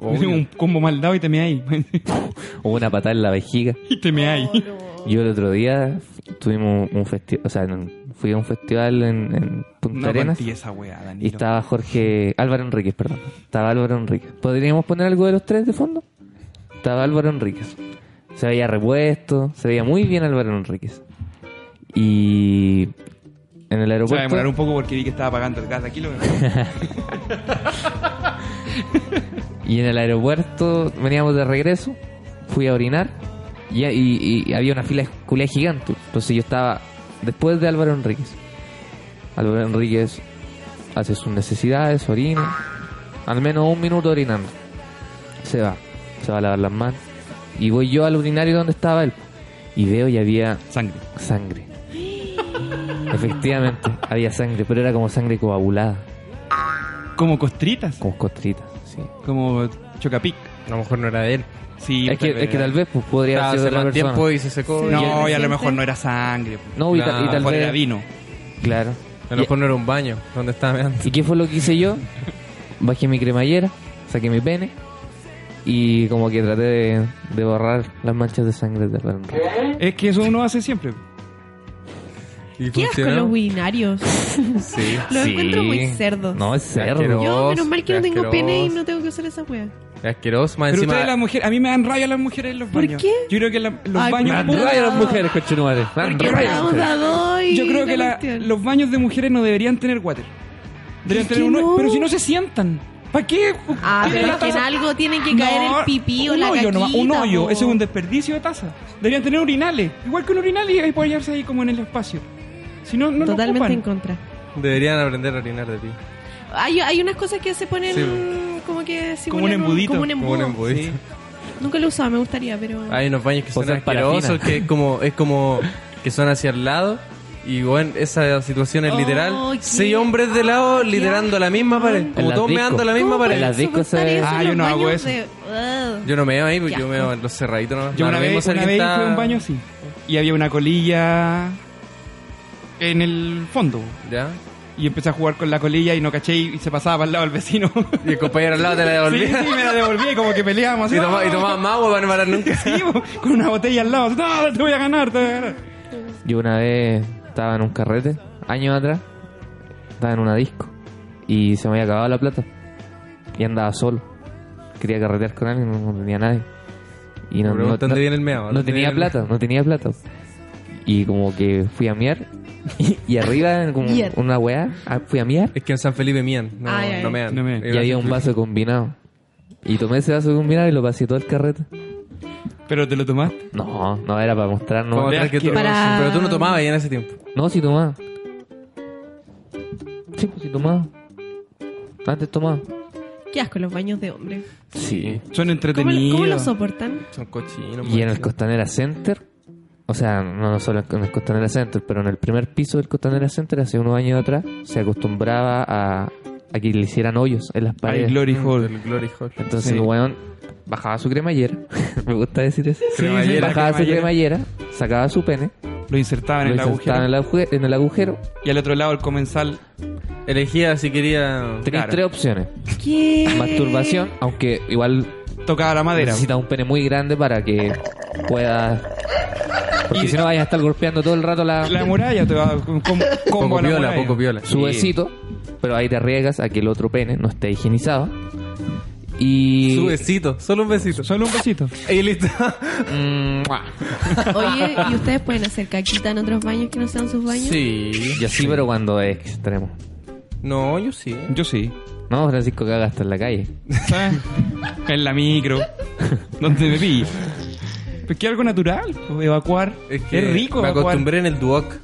D: Obvio.
E: Es un combo mal dado y te meáis.
A: O una patada en la vejiga.
E: y te meáis.
A: Yo el otro día tuvimos un festival, o sea, en- fui a un festival en, en Punta
E: No
A: Arenas.
E: partí esa weá, Danilo.
A: Y estaba Jorge Álvaro Enríquez, perdón. Estaba Álvaro Enríquez. ¿Podríamos poner algo de los tres de fondo? Estaba Álvaro Enríquez. Se veía repuesto, se veía muy bien Álvaro Enríquez. Y en el
E: Se va a
A: aeropuerto
E: demorar un poco porque vi que estaba pagando el gas. Aquí lo
A: y en el aeropuerto veníamos de regreso, fui a orinar y, y- y había una fila de culé gigante. Entonces yo estaba después de Álvaro Enríquez. Álvaro Enríquez hace sus necesidades, orina, al menos un minuto orinando. Se va. se va a lavar las manos. Y voy yo al urinario donde estaba él. Y veo y había
E: Sangre.
A: sangre. Efectivamente, había sangre, pero era como sangre coagulada,
E: Como costritas.
A: como costrita. sí.
E: Como chocapic.
D: A lo mejor no era de él.
E: Sí,
A: Es, que, es que tal vez pues, podría
D: Estaba
A: haber
D: hace
A: sido de otra
D: más
A: persona.
D: tiempo y se secó.
B: Sí.
D: y a
E: No, y a lo
B: ¿Siente?
E: mejor no era sangre. po.
A: No, y, tal- y tal
E: A lo mejor
A: vez-
E: era vino.
A: Claro.
D: lo mejor no era un baño donde estaba meando.
A: ¿Y qué fue lo que hice yo? Bajé mi cremallera, saqué mi pene y como que traté de, de borrar las manchas de sangre de la
E: Es que eso uno hace siempre.
D: ¿Y
B: ¿Qué asco
D: funcionó?
B: los urinarios?
D: Sí.
B: Los encuentro muy cerdos.
A: No, es cerdo.
B: Yo,
D: asqueroso,
B: menos mal que no tengo
D: asqueroso.
B: pene y no tengo que usar esa wea.
D: Es asqueroso. Más
E: Pero
D: encima...
E: ustedes las mujeres, a mí me dan rabia las mujeres en los
B: ¿Por
E: baños.
B: qué?
E: Yo creo que la- los
B: Ay,
E: baños
B: me dan
E: públicos-
B: rabia las mujeres,
A: cochenumares.
B: Porque estamos a dos y
E: Yo creo que la-
B: cuestión.
E: los baños de mujeres no deberían tener water. Deberían
B: ¿Por
E: tener
B: qué
E: uno,
B: no?
E: pero si no se sientan. ¿Para qué?
B: Ah, pero es que en algo tienen que caer
E: No,
B: el pipí o
E: un
B: la
E: hoyo, nomás,
B: caquita,
E: un hoyo,
B: po.
E: ese es un desperdicio de taza. Deberían tener urinales, igual que un urinal y ahí puede hallarse ahí como en el espacio. Si no, no lo
B: Totalmente en
E: ocupan.
B: contra.
D: Deberían aprender a orinar de ti.
B: Hay, hay unas cosas que se ponen como que
E: Como un
B: simulan
E: embudito,
B: como un
D: Como un
B: embudo.
D: embudista.
B: Nunca lo he usado, me gustaría, pero
D: Hay unos baños que son
A: sea,
D: asquerosos,
A: parafina.
D: que es como, es como que son hacia el lado. Y bueno, esa situación es
B: Oh,
D: literal.
B: qué-
D: Seis hombres de lado literando la misma pared.
B: En
D: Como
A: las
D: todos
A: discos.
D: meando la misma
B: ¿Cómo
D: pared.
A: En las
B: pueden
A: discos se-
B: soportar eso
E: Ah,
B: en
E: yo
B: los
E: no hago
B: baños
E: eso.
B: de- Ugh.
D: Yo no me veo ahí, porque
B: Qué
D: yo me veo en los cerraditos. nomás.
E: Yo
D: Da
E: una
D: lo mismo
E: vez,
D: si
E: una
D: alguien
E: vez
D: está-
E: fui a un baño así y había una colilla en el fondo.
D: ¿Ya?
E: Y empecé a jugar con la colilla y no caché y se pasaba para el lado del vecino.
D: Y el compañero al lado te la
E: Sí,
D: devolvía.
E: sí, me la devolví como que peleábamos. así,
D: Y tomaba y
E: ¡ah!
D: tomaba más agua para no parar nunca.
E: Sí, po, con una botella al lado. así, No, te voy a ganar, te voy a ganar.
A: Yo una vez estaba en un carrete, años atrás, estaba en una disco y se me había acabado la plata. Y andaba solo. Quería carretear con alguien, no no tenía nadie. Y no,
D: Me
A: no-
D: preguntan dónde viene el meao,
A: no
D: dónde viene
A: tenía
D: el-
A: plata, no tenía plata. Y como que fui a miar y, y arriba, en como
B: Miar.
A: una weá, ah, fui a miar
D: Es que en San Felipe mían, no,
B: Ay, ay.
D: no mean.
E: No mean.
A: y había un vaso combinado. Y tomé ese vaso combinado y lo pasé todo el carrete.
E: Pero te lo tomaste.
A: No, no era para mostrar,
D: Como
A: no.
D: atrás que tú-
B: Para-
D: Pero tú no tomabas ya en ese tiempo.
A: No, si tomaba. Sí, pues si tomaba. Antes tomaba.
B: Qué asco los baños de hombre.
A: Sí.
E: Son
B: ¿Cómo,
E: entretenidos.
B: cómo lo soportan?
D: Son cochinos.
A: Y en el
D: macho.
A: Costanera Center, o sea, no no solo en el Costanera Center, pero en el primer piso del Costanera Center, hace unos años atrás, se acostumbraba a, a que le hicieran hoyos en las
E: Ay,
A: paredes.
E: Glory Hall.
D: Mm, El Glory Hall.
A: Entonces
E: Sí.
A: el weón bajaba su cremallera, me gusta decir eso.
D: Cremallera,
A: bajaba su cremallera, sacaba su pene,
E: Lo insertaban
A: lo
E: Ah, en la
A: insertaba
E: agujero.
A: en el, aguje- en el agujero.
E: Y al otro lado el comensal.
D: Elegía si quería.
A: Tenías
E: Claro.
A: tres opciones.
B: ¿Qué?
A: Masturbación, aunque igual
E: Tocaba la madera.
A: necesitas un pene muy grande para que puedas... Porque si no vayas a estar golpeando todo el rato
E: La muralla te va con combo
D: Poco
E: a la
D: viola,
E: muralla.
D: poco viola.
A: su besito, pero ahí te arriesgas a que el otro pene no esté higienizado. Y.
D: Su besito, solo un besito.
E: Solo un besito.
D: Y listo.
A: Mm, ¡mua!
B: Oye, ¿y ustedes pueden hacer caquita en otros baños que no sean sus baños?
D: Sí.
A: Yo sí, pero cuando es extremo.
D: No, yo sí.
E: Yo sí.
A: No, Francisco caga hasta en la calle.
E: ¿Sabes? en la micro. Donde me pille. Pues que algo natural. pues, Evacuar. Es, rico
D: Me
E: evacuar.
D: acostumbré en el Duoc.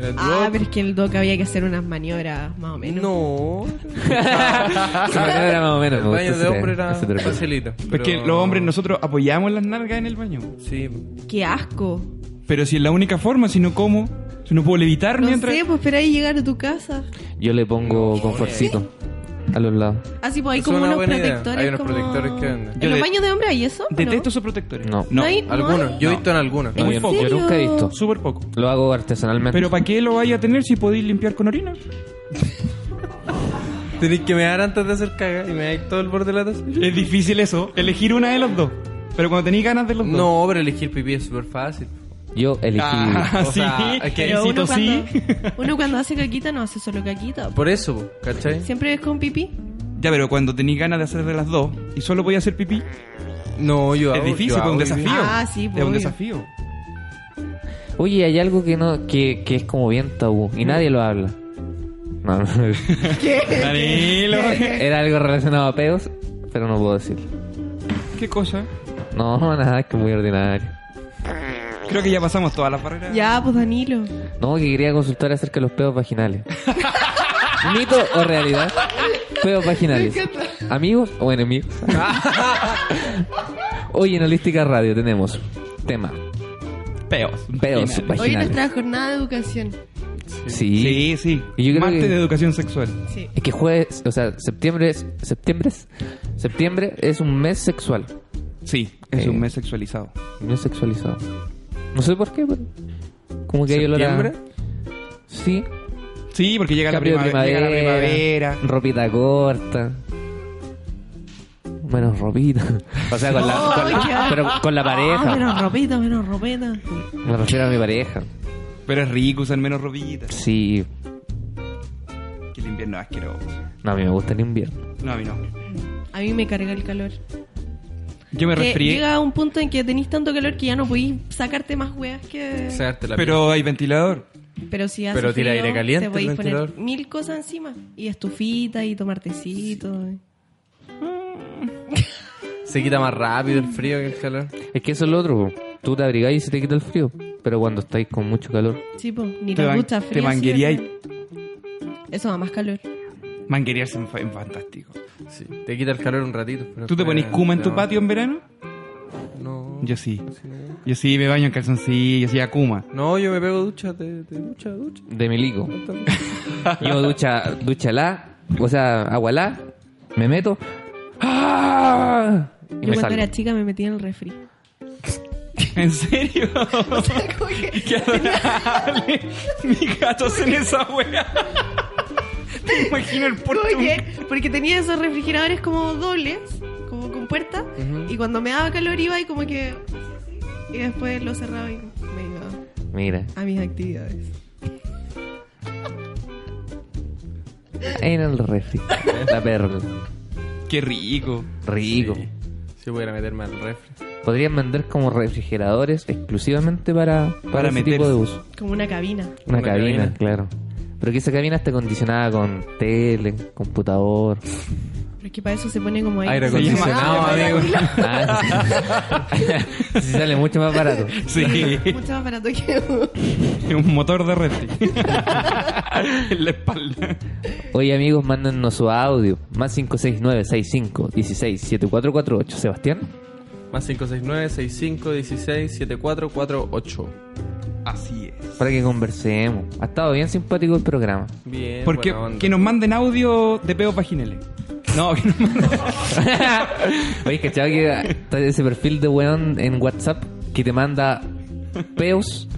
D: En el
B: Ah,
D: Duoc.
B: pero es que en el doc había que hacer unas maniobras más o menos.
D: No.
A: Su manera era más o menos.
D: El
A: me
D: baño
A: gusta
D: de
A: ese-
D: hombre era
A: ese término.
D: facilito.
E: Es
D: pero-
E: Pues que los hombres nosotros apoyamos las nalgas en el baño.
D: Sí.
B: Qué asco.
E: Pero si es la única forma, si no como, si no puedo levitar
B: No
E: mientras.
B: sé, pues espera ahí llegar a tu casa.
A: Yo le pongo
D: eh.
A: confortcito a los lados.
B: Así pues hay
D: Es
B: como
D: una
B: unos
D: buena idea.
B: protectores.
D: Hay unos
B: como-
D: protectores que venden.
B: ¿En
E: Yo
B: los
E: de-
B: baños de hombre hay eso? o no?
E: Detesto esos protectores.
A: No.
E: No.
B: hay- no
D: Algunos.
B: hay.
D: Yo he visto en algunos.
E: Muy
A: yo,
E: poco.
A: yo nunca he visto.
E: Súper poco.
A: Lo hago artesanalmente.
E: Pero ¿para qué lo vaya a tener si podéis limpiar con orina?
D: Tenéis que mear antes de hacer caga y meáis todo el borde de la taza.
E: Es difícil eso, elegir una de los dos. Pero cuando tenéis ganas de los dos.
D: No, pero elegir pipí es súper fácil.
A: Yo elegí.
E: Ah,
D: O sea,
E: sí.
D: es que
B: Pero uno,
E: Necesito sí.
B: cuando, uno cuando hace caquita no hace solo caquita.
D: Por eso, po, ¿cachai?
B: Siempre es con pipí.
E: Ya, pero cuando tenéis ganas de hacer de las dos y solo podía hacer pipí,
D: No, yo
E: es
D: hago-
E: difícil,
D: yo
E: es un
D: hago
E: desafío.
D: pipí.
B: Ah, sí,
E: Es un
B: obvio.
E: desafío.
A: Oye, hay algo que no que, que es como bien tabú y nadie lo habla. No, no.
E: Danilo.
A: Era algo relacionado a pedos, pero no puedo decirlo.
E: ¿Qué cosa?
A: No, nada, es que muy ordinario.
E: Creo que ya pasamos todas las barreras.
B: Ya, pues Danilo.
A: No, que quería consultar acerca de los pedos vaginales. ¿Mito o realidad? Juegos vaginales. ¿Amigos o enemigos? Hoy en Holística Radio tenemos tema.
E: Peos.
A: Peos
E: Finales.
A: vaginales.
B: Hoy nuestra jornada de educación.
A: Sí.
E: Sí, sí.
A: Y yo creo
E: Máster
A: que-
E: de educación sexual.
B: Sí.
A: Es que jueves, o sea, septiembre es. ¿Septiembre es? Septiembre es un mes sexual.
E: Sí, es
A: Eh.
E: un mes sexualizado.
A: Un mes sexualizado. No sé por qué, pero. Como que hay olor a.
E: ¿Septiembre?
A: Sí.
E: Sí, porque llega la
A: Cambio de
E: primavera. Llega la primavera.
A: Ropita corta. Menos ropita. O sea, con la, con la-
B: Ay, qué-
A: pero con la
B: Oh, Ah,
A: pareja.
B: menos ropita, menos ropita.
A: Me refiero a mi pareja.
E: Pero es rico usar menos ropita.
A: Sí.
E: Que el invierno es asqueroso.
A: No, a mí me gusta el invierno.
E: No, a mí no.
B: A mí me carga el calor.
E: Yo me
B: Que
E: resfrié.
B: llega a un punto en que tenéis tanto calor que ya no podéis sacarte más weas que.
D: Sacarte la piel.
E: Pero hay ventilador.
B: Pero si hace
D: Pero tira
B: frío,
D: aire caliente
B: te podéis
D: el
B: poner
D: ventilador.
B: mil cosas encima. Y estufita y tomartecito.
D: Se quita más rápido el frío que el calor.
A: Es que eso es lo otro. po. Tú te abrigáis y se te quita el frío. Pero cuando estáis con mucho calor.
B: Sí, po, ni
E: Te
B: te
E: van-
B: gusta
E: te
B: frío. sí,
E: mangueríais.
B: ¿verdad? Eso da más calor.
E: Manguerearse es fan- fantástico.
D: Sí. Te quita el calor un ratito. pero
E: ¿Tú te
D: después-
E: pones kuma en tu
D: no,
E: patio en verano?
D: No.
E: Yo sí. Yo sí me baño en calzoncillo, yo sí a kuma.
D: No, yo me pego ducha, te, te ducha, ducha.
A: De milico. Yo ducha, ducha la. O sea, agua la. Me meto. ¡Ah! Y
B: Yo
A: me
B: cuando
A: salgo.
B: era chica me metía en el refri.
E: ¿En serio? ¡Qué adorable! Mi gato en esa wea. Te imagino el puerto.
B: Oye, porque tenía esos refrigeradores como dobles, como con puerta, y cuando me daba calor iba y como que... Y después lo cerraba y me iba
A: Mira.
B: a mis actividades.
A: En el refri. La perla.
E: ¡Qué rico!
A: Rico.
D: Si voy a ir a meterme al refri.
A: Podrían vender como refrigeradores exclusivamente para, para,
E: Para
A: ese
E: meterse.
A: tipo de uso.
B: Como una cabina.
A: Una,
D: Una
A: cabina,
D: cabina.
A: claro. Pero que esa cabina está condicionada con tele, computador.
B: Pero es que para eso se pone como aire.
D: Aire
E: Se llama-
D: acondicionado, amigo.
A: Ah, sí. Sí, sale mucho más barato.
E: Sí,
B: Mucho más barato que...
E: un motor de refri. en la espalda.
A: Oye, amigos, mándennos su audio. Más 569-65-16-7448. Sebastián.
D: Más 569 65 16 7448
E: Así es.
A: Para que conversemos. Ha estado bien simpático el programa.
D: Bien.
E: Porque
D: buena onda.
E: que nos manden audio de peos vaginales. No, que nos manden.
A: Oye, cachado que está ese perfil de weón en WhatsApp que te manda peos.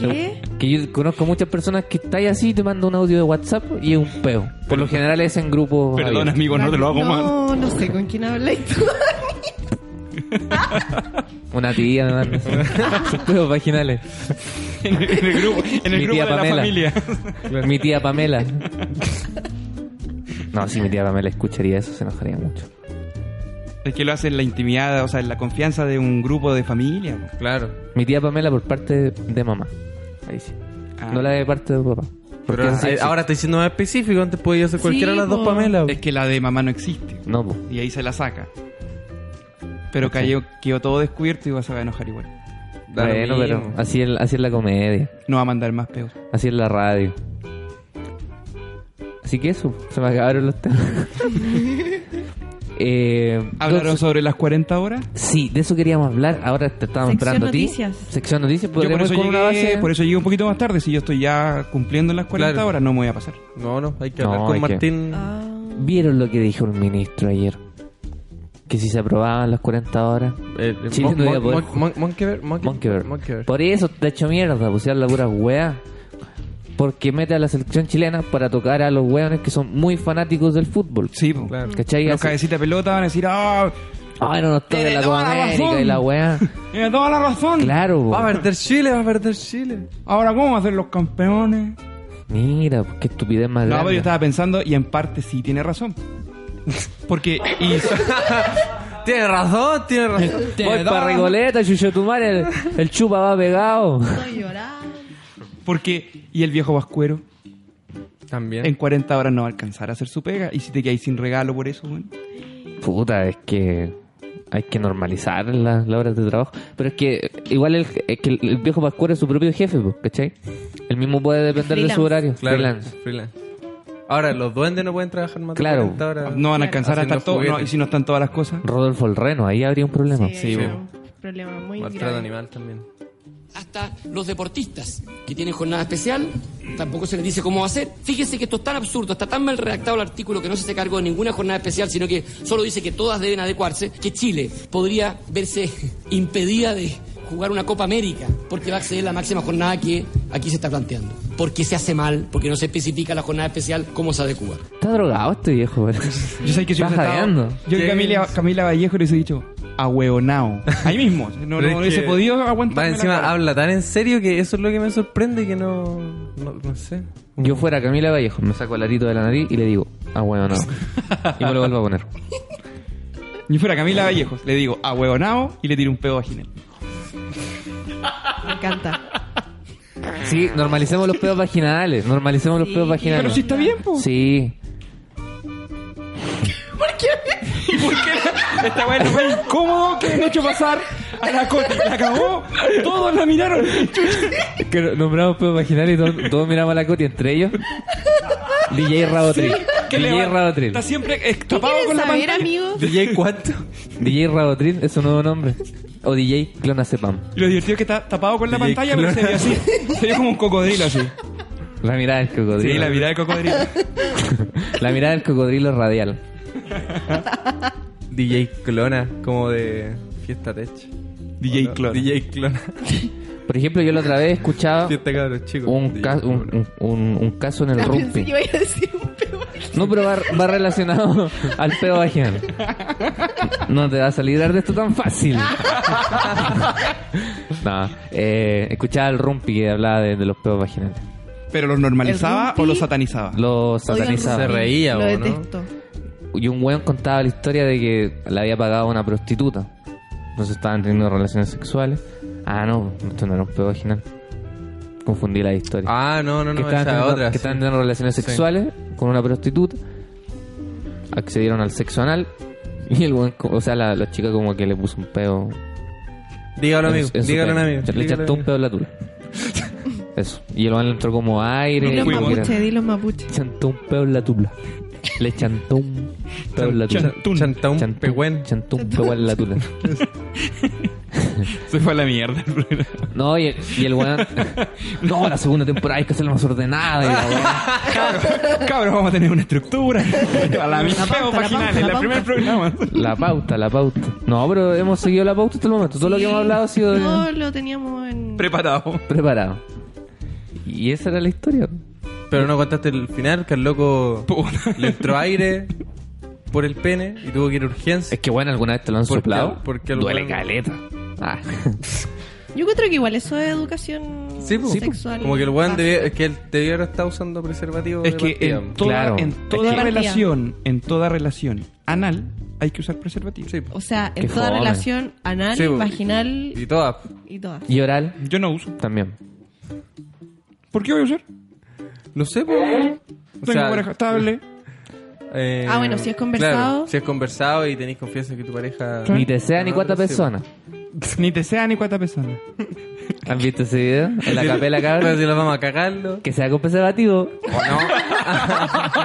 B: ¿Qué?
A: Que yo conozco muchas personas que estáis así y te manda un audio de WhatsApp y es un peo. Por lo general es en grupos.
E: Perdón,
A: abiertos.
E: amigo, no te lo hago mal.
B: No, no sé con quién habláis tú.
A: Una tía me manda. Sus peos vaginales.
E: En el, en el grupo, en el
A: Mi
E: grupo
A: tía
E: de la
A: Pamela.
E: familia.
A: Mi tía Pamela. No, si mi tía Pamela escucharía eso, se enojaría mucho.
E: Es que lo hace en la intimidad, o sea, en la confianza de un grupo de familia.
D: Claro.
A: Mi tía Pamela por parte de mamá. Ahí sí.
E: Ah.
A: No la de parte de papá. Porque
D: Pero
A: así-
D: ahora- ahora estoy siendo más específico. Antes podía ser cualquiera de las
B: po.
D: dos Pamela.
E: Es que la de mamá no existe.
A: No, po.
E: Y ahí se la saca. Pero cayó, quedó todo descubierto y vas a enojar igual.
D: Da lo
A: Bueno, pero
D: mismo.
A: así es, así es la comedia.
E: No va a mandar más peos.
A: Así es la radio. Así que eso, se me acabaron los temas. eh,
E: ¿Hablaron
A: entonces-
E: sobre las 40 horas?
A: sí, de eso queríamos hablar. Ahora te estábamos
B: Sección
A: esperando a ti.
B: noticias.
A: Sección noticias.
E: Yo por
A: Podríamos
E: eso,
A: ir con
E: llegué,
A: una base.
E: por eso llegué un poquito más tarde. Si yo estoy ya cumpliendo las 40
D: Claro.
E: horas, no me voy a pasar.
D: No, no, hay que
A: No,
D: hablar con
A: hay que-
D: Martín.
B: Ah,
A: ¿Vieron lo que dijo el ministro ayer? Que si se aprobaban las 40 horas,
D: Eh, eh,
A: Chile
D: Mon-
A: no iba a
D: Mon-
A: poder.
D: Mon- Mon- Monkeberg, Monke-
A: Monkeberg.
D: Monkeberg.
A: Por eso te ha hecho mierda, pusear la pura weá. Porque mete a la selección chilena para tocar a los weones que son muy fanáticos del fútbol.
E: Sí, po.
D: Claro.
A: ¿Cachai?
E: Los
A: Hace-
E: cabecitas pelota van a decir, ¡ah!
A: Ay, no nos toca
E: Tiene
A: la
E: toda
A: Copa
E: la
A: América
E: razón.
A: y la weá.
E: ¡Tiene toda la razón!
A: Claro, po.
D: Va a perder Chile, va a perder Chile.
E: Ahora, ¿cómo van a ser los campeones?
A: Mira, pues, qué estupidez más
E: No, pero yo
A: grande.
E: estaba pensando, y en parte sí tiene razón. Porque. y-
D: Tiene razón, tiene razón.
A: Voy para Regoleta, Chuchotumar, el, el chupa va pegado.
B: estoy llorando.
E: porque. Y el viejo vascuero.
D: También.
E: En 40 horas no va a alcanzar a hacer su pega. Y si te quedáis sin regalo por eso, bueno.
A: Puta, es que hay que normalizar la- las horas de trabajo. Pero es que igual el, es que el, el viejo Pascuero es su propio jefe, po, ¿cachai? El mismo puede depender de su
B: Freelance.
A: horario.
D: Claro,
A: freelance.
D: freelance. Ahora, los duendes no pueden trabajar más
A: Claro.
D: de 40 horas.
E: No van a alcanzar
D: Haciendo
E: hasta todo. no,
D: juguetes.
E: y si no están todas las cosas.
A: Rodolfo el Reno, ahí habría un problema.
B: Sí, hay
D: sí,
B: un problema muy
D: Maltrato
B: grave.
D: animal también.
H: hasta los deportistas que tienen jornada especial, tampoco se les dice cómo hacer. Fíjense que esto es tan absurdo, está tan mal redactado el artículo que no se hace cargo de ninguna jornada especial, sino que solo dice que todas deben adecuarse, que Chile podría verse impedida de jugar una Copa América, porque va a acceder la máxima jornada que aquí se está planteando. Porque se hace mal, porque no se especifica la jornada especial cómo se adecua.
A: Está drogado este viejo, pero-
E: Yo sé que soy
A: Está jadeando.
E: Yo
D: ¿Qué?
E: y Camila, Camila Vallejo les he dicho, ahueonao. Ahí mismo. No,
D: Pero
E: no,
D: es
E: no
D: que
E: hubiese podido aguantar.
D: Va encima, habla tan en serio que eso es lo que me sorprende que no. No, no sé.
A: Yo fuera Camila Vallejo, me saco el arito de la nariz y le digo, ah, bueno, no. Y me lo vuelvo a poner.
E: Ni fuera Camila Vallejo, le digo ahueonao y le tiro un pedo a Ginel.
B: Me encanta.
A: Sí, normalicemos los pedos vaginales, normalicemos los
B: Sí,
A: pedos vaginales.
E: Pero si está bien, po.
A: Sí.
E: Esta weá fue incómodo que han hecho pasar a la Coti. La cagó, todos la miraron.
A: Que nombramos pedos vaginales y todos, todos miramos a la Coti, entre ellos. DJ Rabotril.
E: ¿Qué le
A: DJ
E: va-
A: Rabotril.
E: Está siempre escapado
B: ¿Quieres
E: con la
B: saber,
E: pantalla.
B: amigo?
A: DJ cuánto? DJ Rabotril es su nuevo nombre. O DJ Clonazepam.
E: Y lo divertido es que está tapado con la
D: DJ
E: pantalla, pero se vio así. Se vio como un cocodrilo así.
A: La mirada del cocodrilo.
E: Sí, la mirada de cocodrilo.
A: La mirada del cocodrilo radial.
D: DJ Clona, como de Fiesta Tech.
E: DJ
D: ¿O no?
E: Clona.
D: DJ Clona.
A: Por ejemplo, yo la otra vez escuchaba
D: Fiesta cabros chicos.
A: Ah. un,
D: DJ
A: ca- un,
D: Clona.
A: un- un- un caso en el
B: La
A: rugby.
B: Ah, pensé que iba a decir un peor.
A: No, pero va, va relacionado al pedo vaginal. No te vas a librar de esto tan fácil. No, eh, escuchaba al Rumpi que hablaba de, de los pedos vaginales.
E: ¿Pero los normalizaba
B: El
E: o los
B: rumpi.
E: satanizaba?
A: Los
B: Odio
A: satanizaba.
B: al rugby,
D: Se reía,
B: Lo
D: vos, ¿no?
B: detesto.
A: Y un weón contaba la historia de que la había pagado una prostituta. Entonces estaban teniendo relaciones sexuales. Ah, no, esto no era un pedo vaginal. Confundí la historia.
D: Ah, no, no,
A: que
D: no,
A: estaban,
D: esa
A: teniendo,
D: otra.
A: que
D: sí.
A: estaban teniendo relaciones
D: Sí.
A: sexuales con una prostituta. Accedieron al sexo anal. Y el weón, co- o sea, la, la chica como que le puso un pedo.
D: Dígalo, amigo.
A: en su
D: Dígalo,
A: pene.
D: amigo.
A: Le
D: dígalo,
A: echaste un
D: amigo.
A: pedo en la tula. Eso. Y el weón le entró como aire.
B: Dilo
A: como que
B: mapuche,
A: era-
B: dilo mapuche.
A: Le chantó un pedo en la tula. Le chantó un pedo en la tula.
E: Chantún.
D: Chanta un
A: Chantó-
D: pehuen.
A: Chantó un pedo en la tula.
E: Se fue a la mierda. el programa.
A: No, y el, y el weón. No, la segunda temporada hay que hacerla más ordenada. Y la weá.
E: Cabros, vamos a tener una estructura. A la mierda.
B: pauta,
E: Pego
B: la
E: vaginal,
B: pauta,
E: en
B: la
E: el primer
B: pauta.
E: programa.
A: La pauta, la pauta. No, pero hemos seguido la pauta hasta el momento. Todo lo que hemos hablado ha sido de-
B: No, lo teníamos en...
E: Preparado.
A: preparado. Y esa era la historia.
D: Pero no contaste el final, que al loco
E: Puta.
D: le entró aire por el pene y tuvo que ir a urgencia.
A: Es que bueno, alguna vez te lo han
D: ¿Por qué?
A: soplado.
D: ¿Por qué lo
A: Duele
D: ponen?
A: caleta. Ah.
B: Yo creo que igual eso es educación
D: Sí, po.
B: sexual.
D: Como que el weón
B: básica.
D: debía, es que él debió haber estado usando preservativo.
E: Es
D: de
E: que
D: partida.
E: en toda,
A: Claro.
E: en toda
B: Es que-
E: relación, en toda relación anal, hay que usar preservativo.
D: Sí.
B: O sea, en
A: Qué
B: toda
A: fome.
B: relación anal,
D: Sí, po.
B: vaginal
D: Y todas.
B: y todas.
A: Y oral
E: Yo no uso.
A: también.
E: ¿Por qué voy a usar?
D: No sé, pues.
E: Tengo pareja estable.
D: eh,
B: Ah, bueno, si es conversado.
D: claro, si es conversado y tenéis confianza en que tu pareja.
A: Ni te sea ni cuántas
D: Ah, Sí.
A: personas.
E: Ni te sea ni cuántas personas.
A: ¿Han visto ese video? En la capela
D: Claro,
A: cabrón.
D: si los vamos a cagarlo.
A: Que sea con preservativo.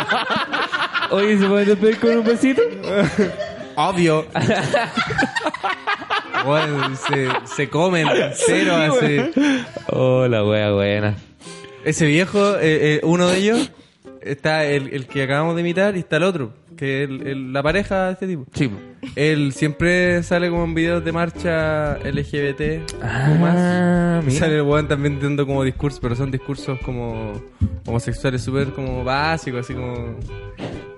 A: Oye, ¿se puede despedir con un besito?
D: Obvio. Bueno, se, se comen cero así.
A: Hola, wea, buena.
D: Ese viejo, eh, eh, uno de ellos, está el, el que acabamos de imitar y está el otro, que es el- el- la pareja de este tipo.
A: Chivo.
D: Él siempre sale como en videos de marcha LGBT.
A: Ah, mira.
D: Sale el weón también dando como discursos, pero son discursos como homosexuales súper como básicos, así como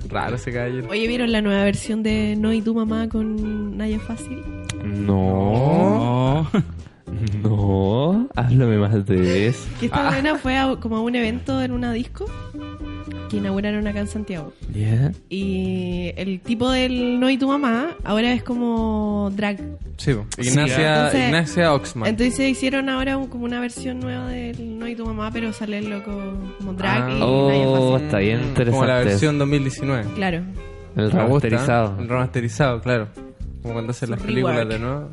D: raro ese calle.
B: Oye, ¿vieron la nueva versión de No y tu mamá con Naya Fácil?
A: No.
E: Oh.
A: No. Háblame más de eso.
B: Que esta
E: Ah.
B: buena fue a- como a un evento en una disco que inauguraron acá en Santiago.
A: Yeah.
B: Y el tipo del No y tu mamá ahora es como drag.
D: Sí, po. Ignacia,
B: ¿eh? Entonces-
D: Ignacia Oxman.
B: Entonces hicieron ahora un- como una versión nueva del No y tu mamá, pero sale el loco como drag
D: Ah.
B: y Naya
A: Oh,
B: Fácil.
A: está bien interesante.
D: como la versión 2019.
B: Claro.
A: El
D: Me gusta,
A: remasterizado.
D: ¿eh? El remasterizado, claro. Como cuando hacen las
B: Rework.
D: películas de nuevo.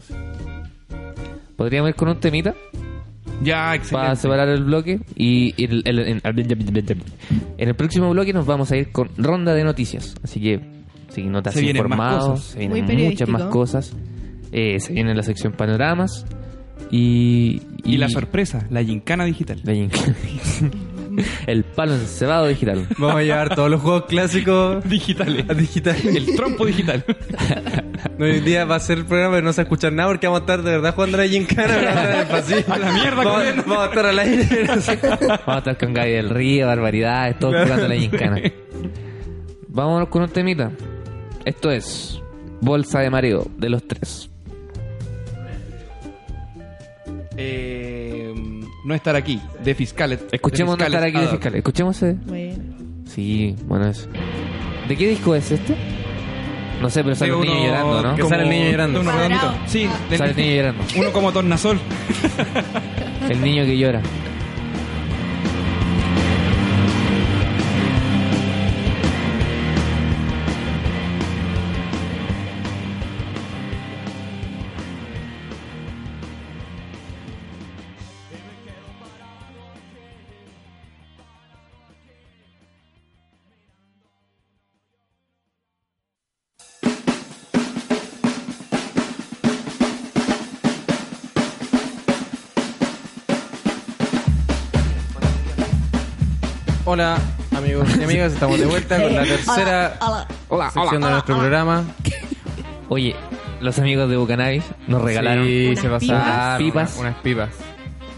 A: Podríamos ir con un temita
E: Ya,
A: para
E: excelente.
A: separar el bloque. Y el- el- en- en el próximo bloque nos vamos a ir con ronda de noticias. Así que, si no te has
E: Se vienen más
A: informado,
E: cosas.
A: se
B: Muy
A: vienen muchas
B: periodístico.
A: más cosas. Eh, se viene la sección panoramas. Y,
E: Y la sorpresa, la gincana digital.
A: la yinca. el palo encebado digital.
D: Vamos a llevar todos los juegos clásicos
E: Digitales.
D: a digital.
E: El trompo digital.
D: Hoy en día va a ser el programa y no se va a escuchar nada porque vamos a estar de verdad jugando a la gincana. Vamos a estar en el pasillo.
E: A la mierda
D: vamos,
E: corriendo.
D: vamos a estar al aire. no sé.
A: Vamos a estar con Gaby del Río, barbaridades, todo jugando a la gincana. Vámonos con un temita. Esto es Bolsa de Mareo de los tres.
E: Eh, no estar aquí, de fiscales.
A: Escuchemos
E: de
A: una cara aquí de fiscal. Escuchemos ese.
B: Bueno.
A: Sí, bueno, es. ¿De qué disco es este? No sé, pero sale un niño llorando, ¿no?
D: que sale el niño llorando.
E: Uno redondito.
B: Cuadrado.
E: Sí,
D: Ah.
E: del-
A: Sale el niño llorando.
E: uno como tornasol.
A: El niño que llora.
D: Hola, amigos y amigas. Estamos de vuelta con la tercera sección de nuestro programa.
A: Oye, los amigos de Bucanabis nos regalaron
D: Sí,
B: Unas
D: se pasaron.
A: pipas.
D: Unas, unas pipas.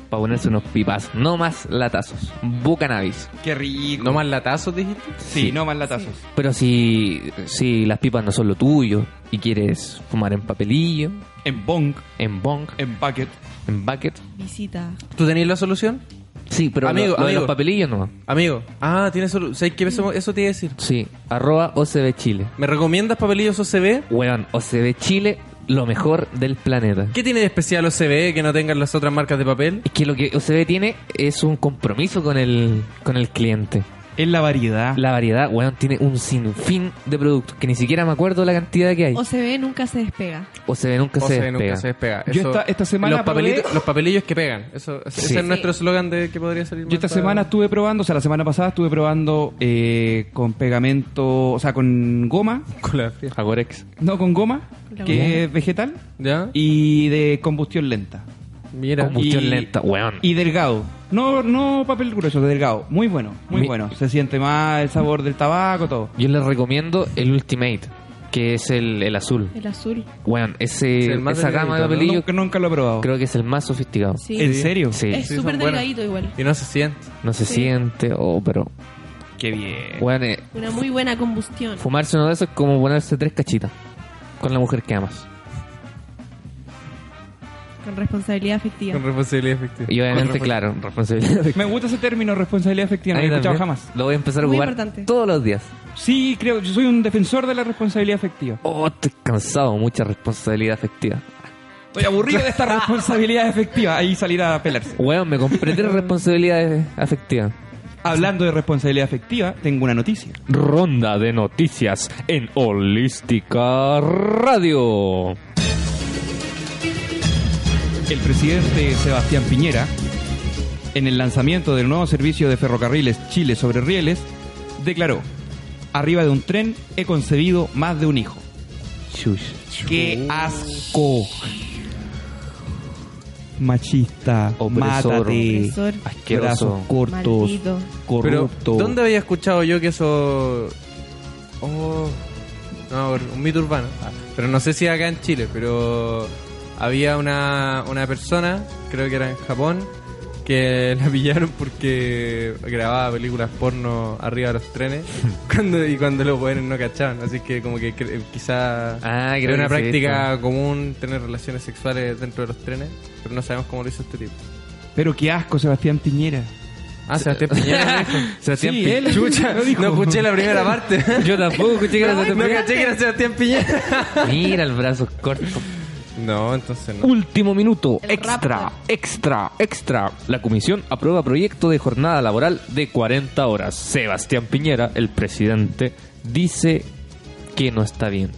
A: para ponerse unos pipas. No más latazos. Bucanabis.
E: Qué rico.
D: No más latazos, dijiste.
E: sí, no más latazos.
A: Pero si, si las pipas no son lo tuyo y quieres fumar en papelillo,
E: En bong,
A: en bong,
E: en bucket.
A: en bucket.
B: Visita.
D: ¿Tú tenés la solución?
A: Sí, pero
D: Amigo,
A: lo- lo de
D: amigo.
A: los papelillos no.
D: Amigo. Ah, tienes solución. ¿Sabes qué? Eso, eso te iba a decir.
A: Sí, arroba OCB Chile.
D: ¿Me recomiendas papelillos OCB?
A: Weón, OCB Chile, lo mejor del planeta.
D: ¿Qué tiene de especial OCB que no tengan las otras marcas de papel?
A: Es que lo que OCB tiene es un compromiso con el, con el cliente.
E: Es la
D: Ah.
E: variedad.
A: La variedad, weón, tiene un sinfín de productos que ni siquiera me acuerdo la cantidad que hay.
B: O se ve, nunca se despega.
A: OCB nunca se
D: OCB
A: despega.
D: nunca se despega.
E: Yo esta- esta semana
D: los, papelitos-
E: probé-
D: los papelillos que pegan. Eso, ese
A: Sí.
D: es nuestro eslogan de que podría salir.
E: Yo esta semana estuve probando, o sea, la semana pasada estuve probando eh, con pegamento, o sea, con goma,
D: con la
A: Agorex.
E: no con goma,
B: Con la
E: que
B: goma.
E: es vegetal,
D: ¿Ya?
E: y de combustión lenta.
D: mira.
A: Combustión
E: Y-
A: lenta, weón.
E: Y delgado. No, no papel grueso, delgado. Muy bueno, muy
A: Mi-
E: bueno. Se siente más el sabor del tabaco, todo.
A: Yo les recomiendo el Ultimate, que es el, el azul.
B: El azul.
A: Weón, ese,
D: Es el más
A: esa
D: delgadito,
A: gama de
D: ¿no?
A: papelillos
E: Nunca, nunca lo he probado.
A: creo que es el más sofisticado.
B: Sí.
E: ¿En serio?
A: Sí,
B: Es
D: Sí,
B: súper
D: son buenas.
B: delgadito igual.
D: Y no se siente.
A: no se
B: Sí.
A: siente, oh, pero...
E: Qué bien.
A: Weón, eh,
B: Una muy buena combustión.
A: fumarse uno de esos es como ponerse tres cachitas con la mujer que amas.
B: Con responsabilidad afectiva.
D: Con responsabilidad efectiva.
A: Y obviamente,
D: Con respons-
A: claro, responsabilidad.
E: Me gusta ese término, responsabilidad efectiva. No
A: Ahí
E: lo he escuchado
A: también.
E: jamás.
A: Lo voy a empezar a
B: Muy
A: ocupar
B: importante.
A: todos los días.
E: Sí, creo. Yo soy un defensor de la responsabilidad efectiva.
A: Oh, estoy cansado, mucha responsabilidad afectiva.
E: Estoy aburrido de esta responsabilidad efectiva. Ahí salir a pelarse.
A: Weón, me compré tres responsabilidades afectivas.
E: Hablando de responsabilidad efectiva, tengo una noticia.
A: Ronda de noticias en Holística Radio.
E: El presidente Sebastián Piñera, en el lanzamiento del nuevo servicio de ferrocarriles Chile sobre rieles, declaró: Arriba de un tren he concebido más de un hijo. ¡Qué asco! Machista,
A: Opresor.
E: mátate,
B: Opresor.
A: Asqueroso.
E: brazos cortos,
B: Maldito.
E: corrupto.
D: Pero, ¿dónde había escuchado yo que eso.? Oh. No, un mito urbano. Ah, Pero no sé si acá en Chile, pero. Había una, una persona, creo que era en Japón, que la pillaron porque grababa películas porno arriba de los trenes cuando, y cuando los jóvenes no cachaban. Así que, como que cre- quizá.
A: Ah, creo
D: era una
A: que sí,
D: práctica común tener relaciones sexuales dentro de los trenes, pero no sabemos cómo lo hizo este tipo.
E: Pero qué asco, Sebastián Piñera.
D: Ah, Sebastián Piñera. lo dijo. Sebastián
E: Sí,
D: Pi-
E: él
D: Chucha,
E: lo dijo.
D: no escuché la primera parte.
A: Yo tampoco escuché que era
D: No,
A: Sebastián
D: caché que era Sebastián Piñera.
A: Piñera. Mira el brazo corto.
D: No, entonces no.
A: Último minuto.
B: El
A: extra,
B: raptor.
A: extra, extra. La comisión aprueba proyecto de jornada laboral de 40 horas. Sebastián Piñera, el presidente, dice que no está bien.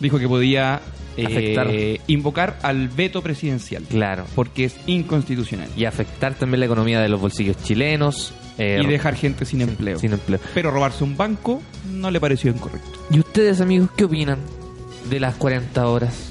E: Dijo que podía
A: Afectar.
E: eh, invocar al veto presidencial.
A: Claro.
E: Porque es inconstitucional.
A: Y afectar también la economía de los bolsillos chilenos. eh,
E: y dejar gente sin empleo.
A: sin em- empleo.
E: Pero robarse un banco no le pareció incorrecto.
A: ¿Y ustedes, amigos, qué opinan de las 40 horas?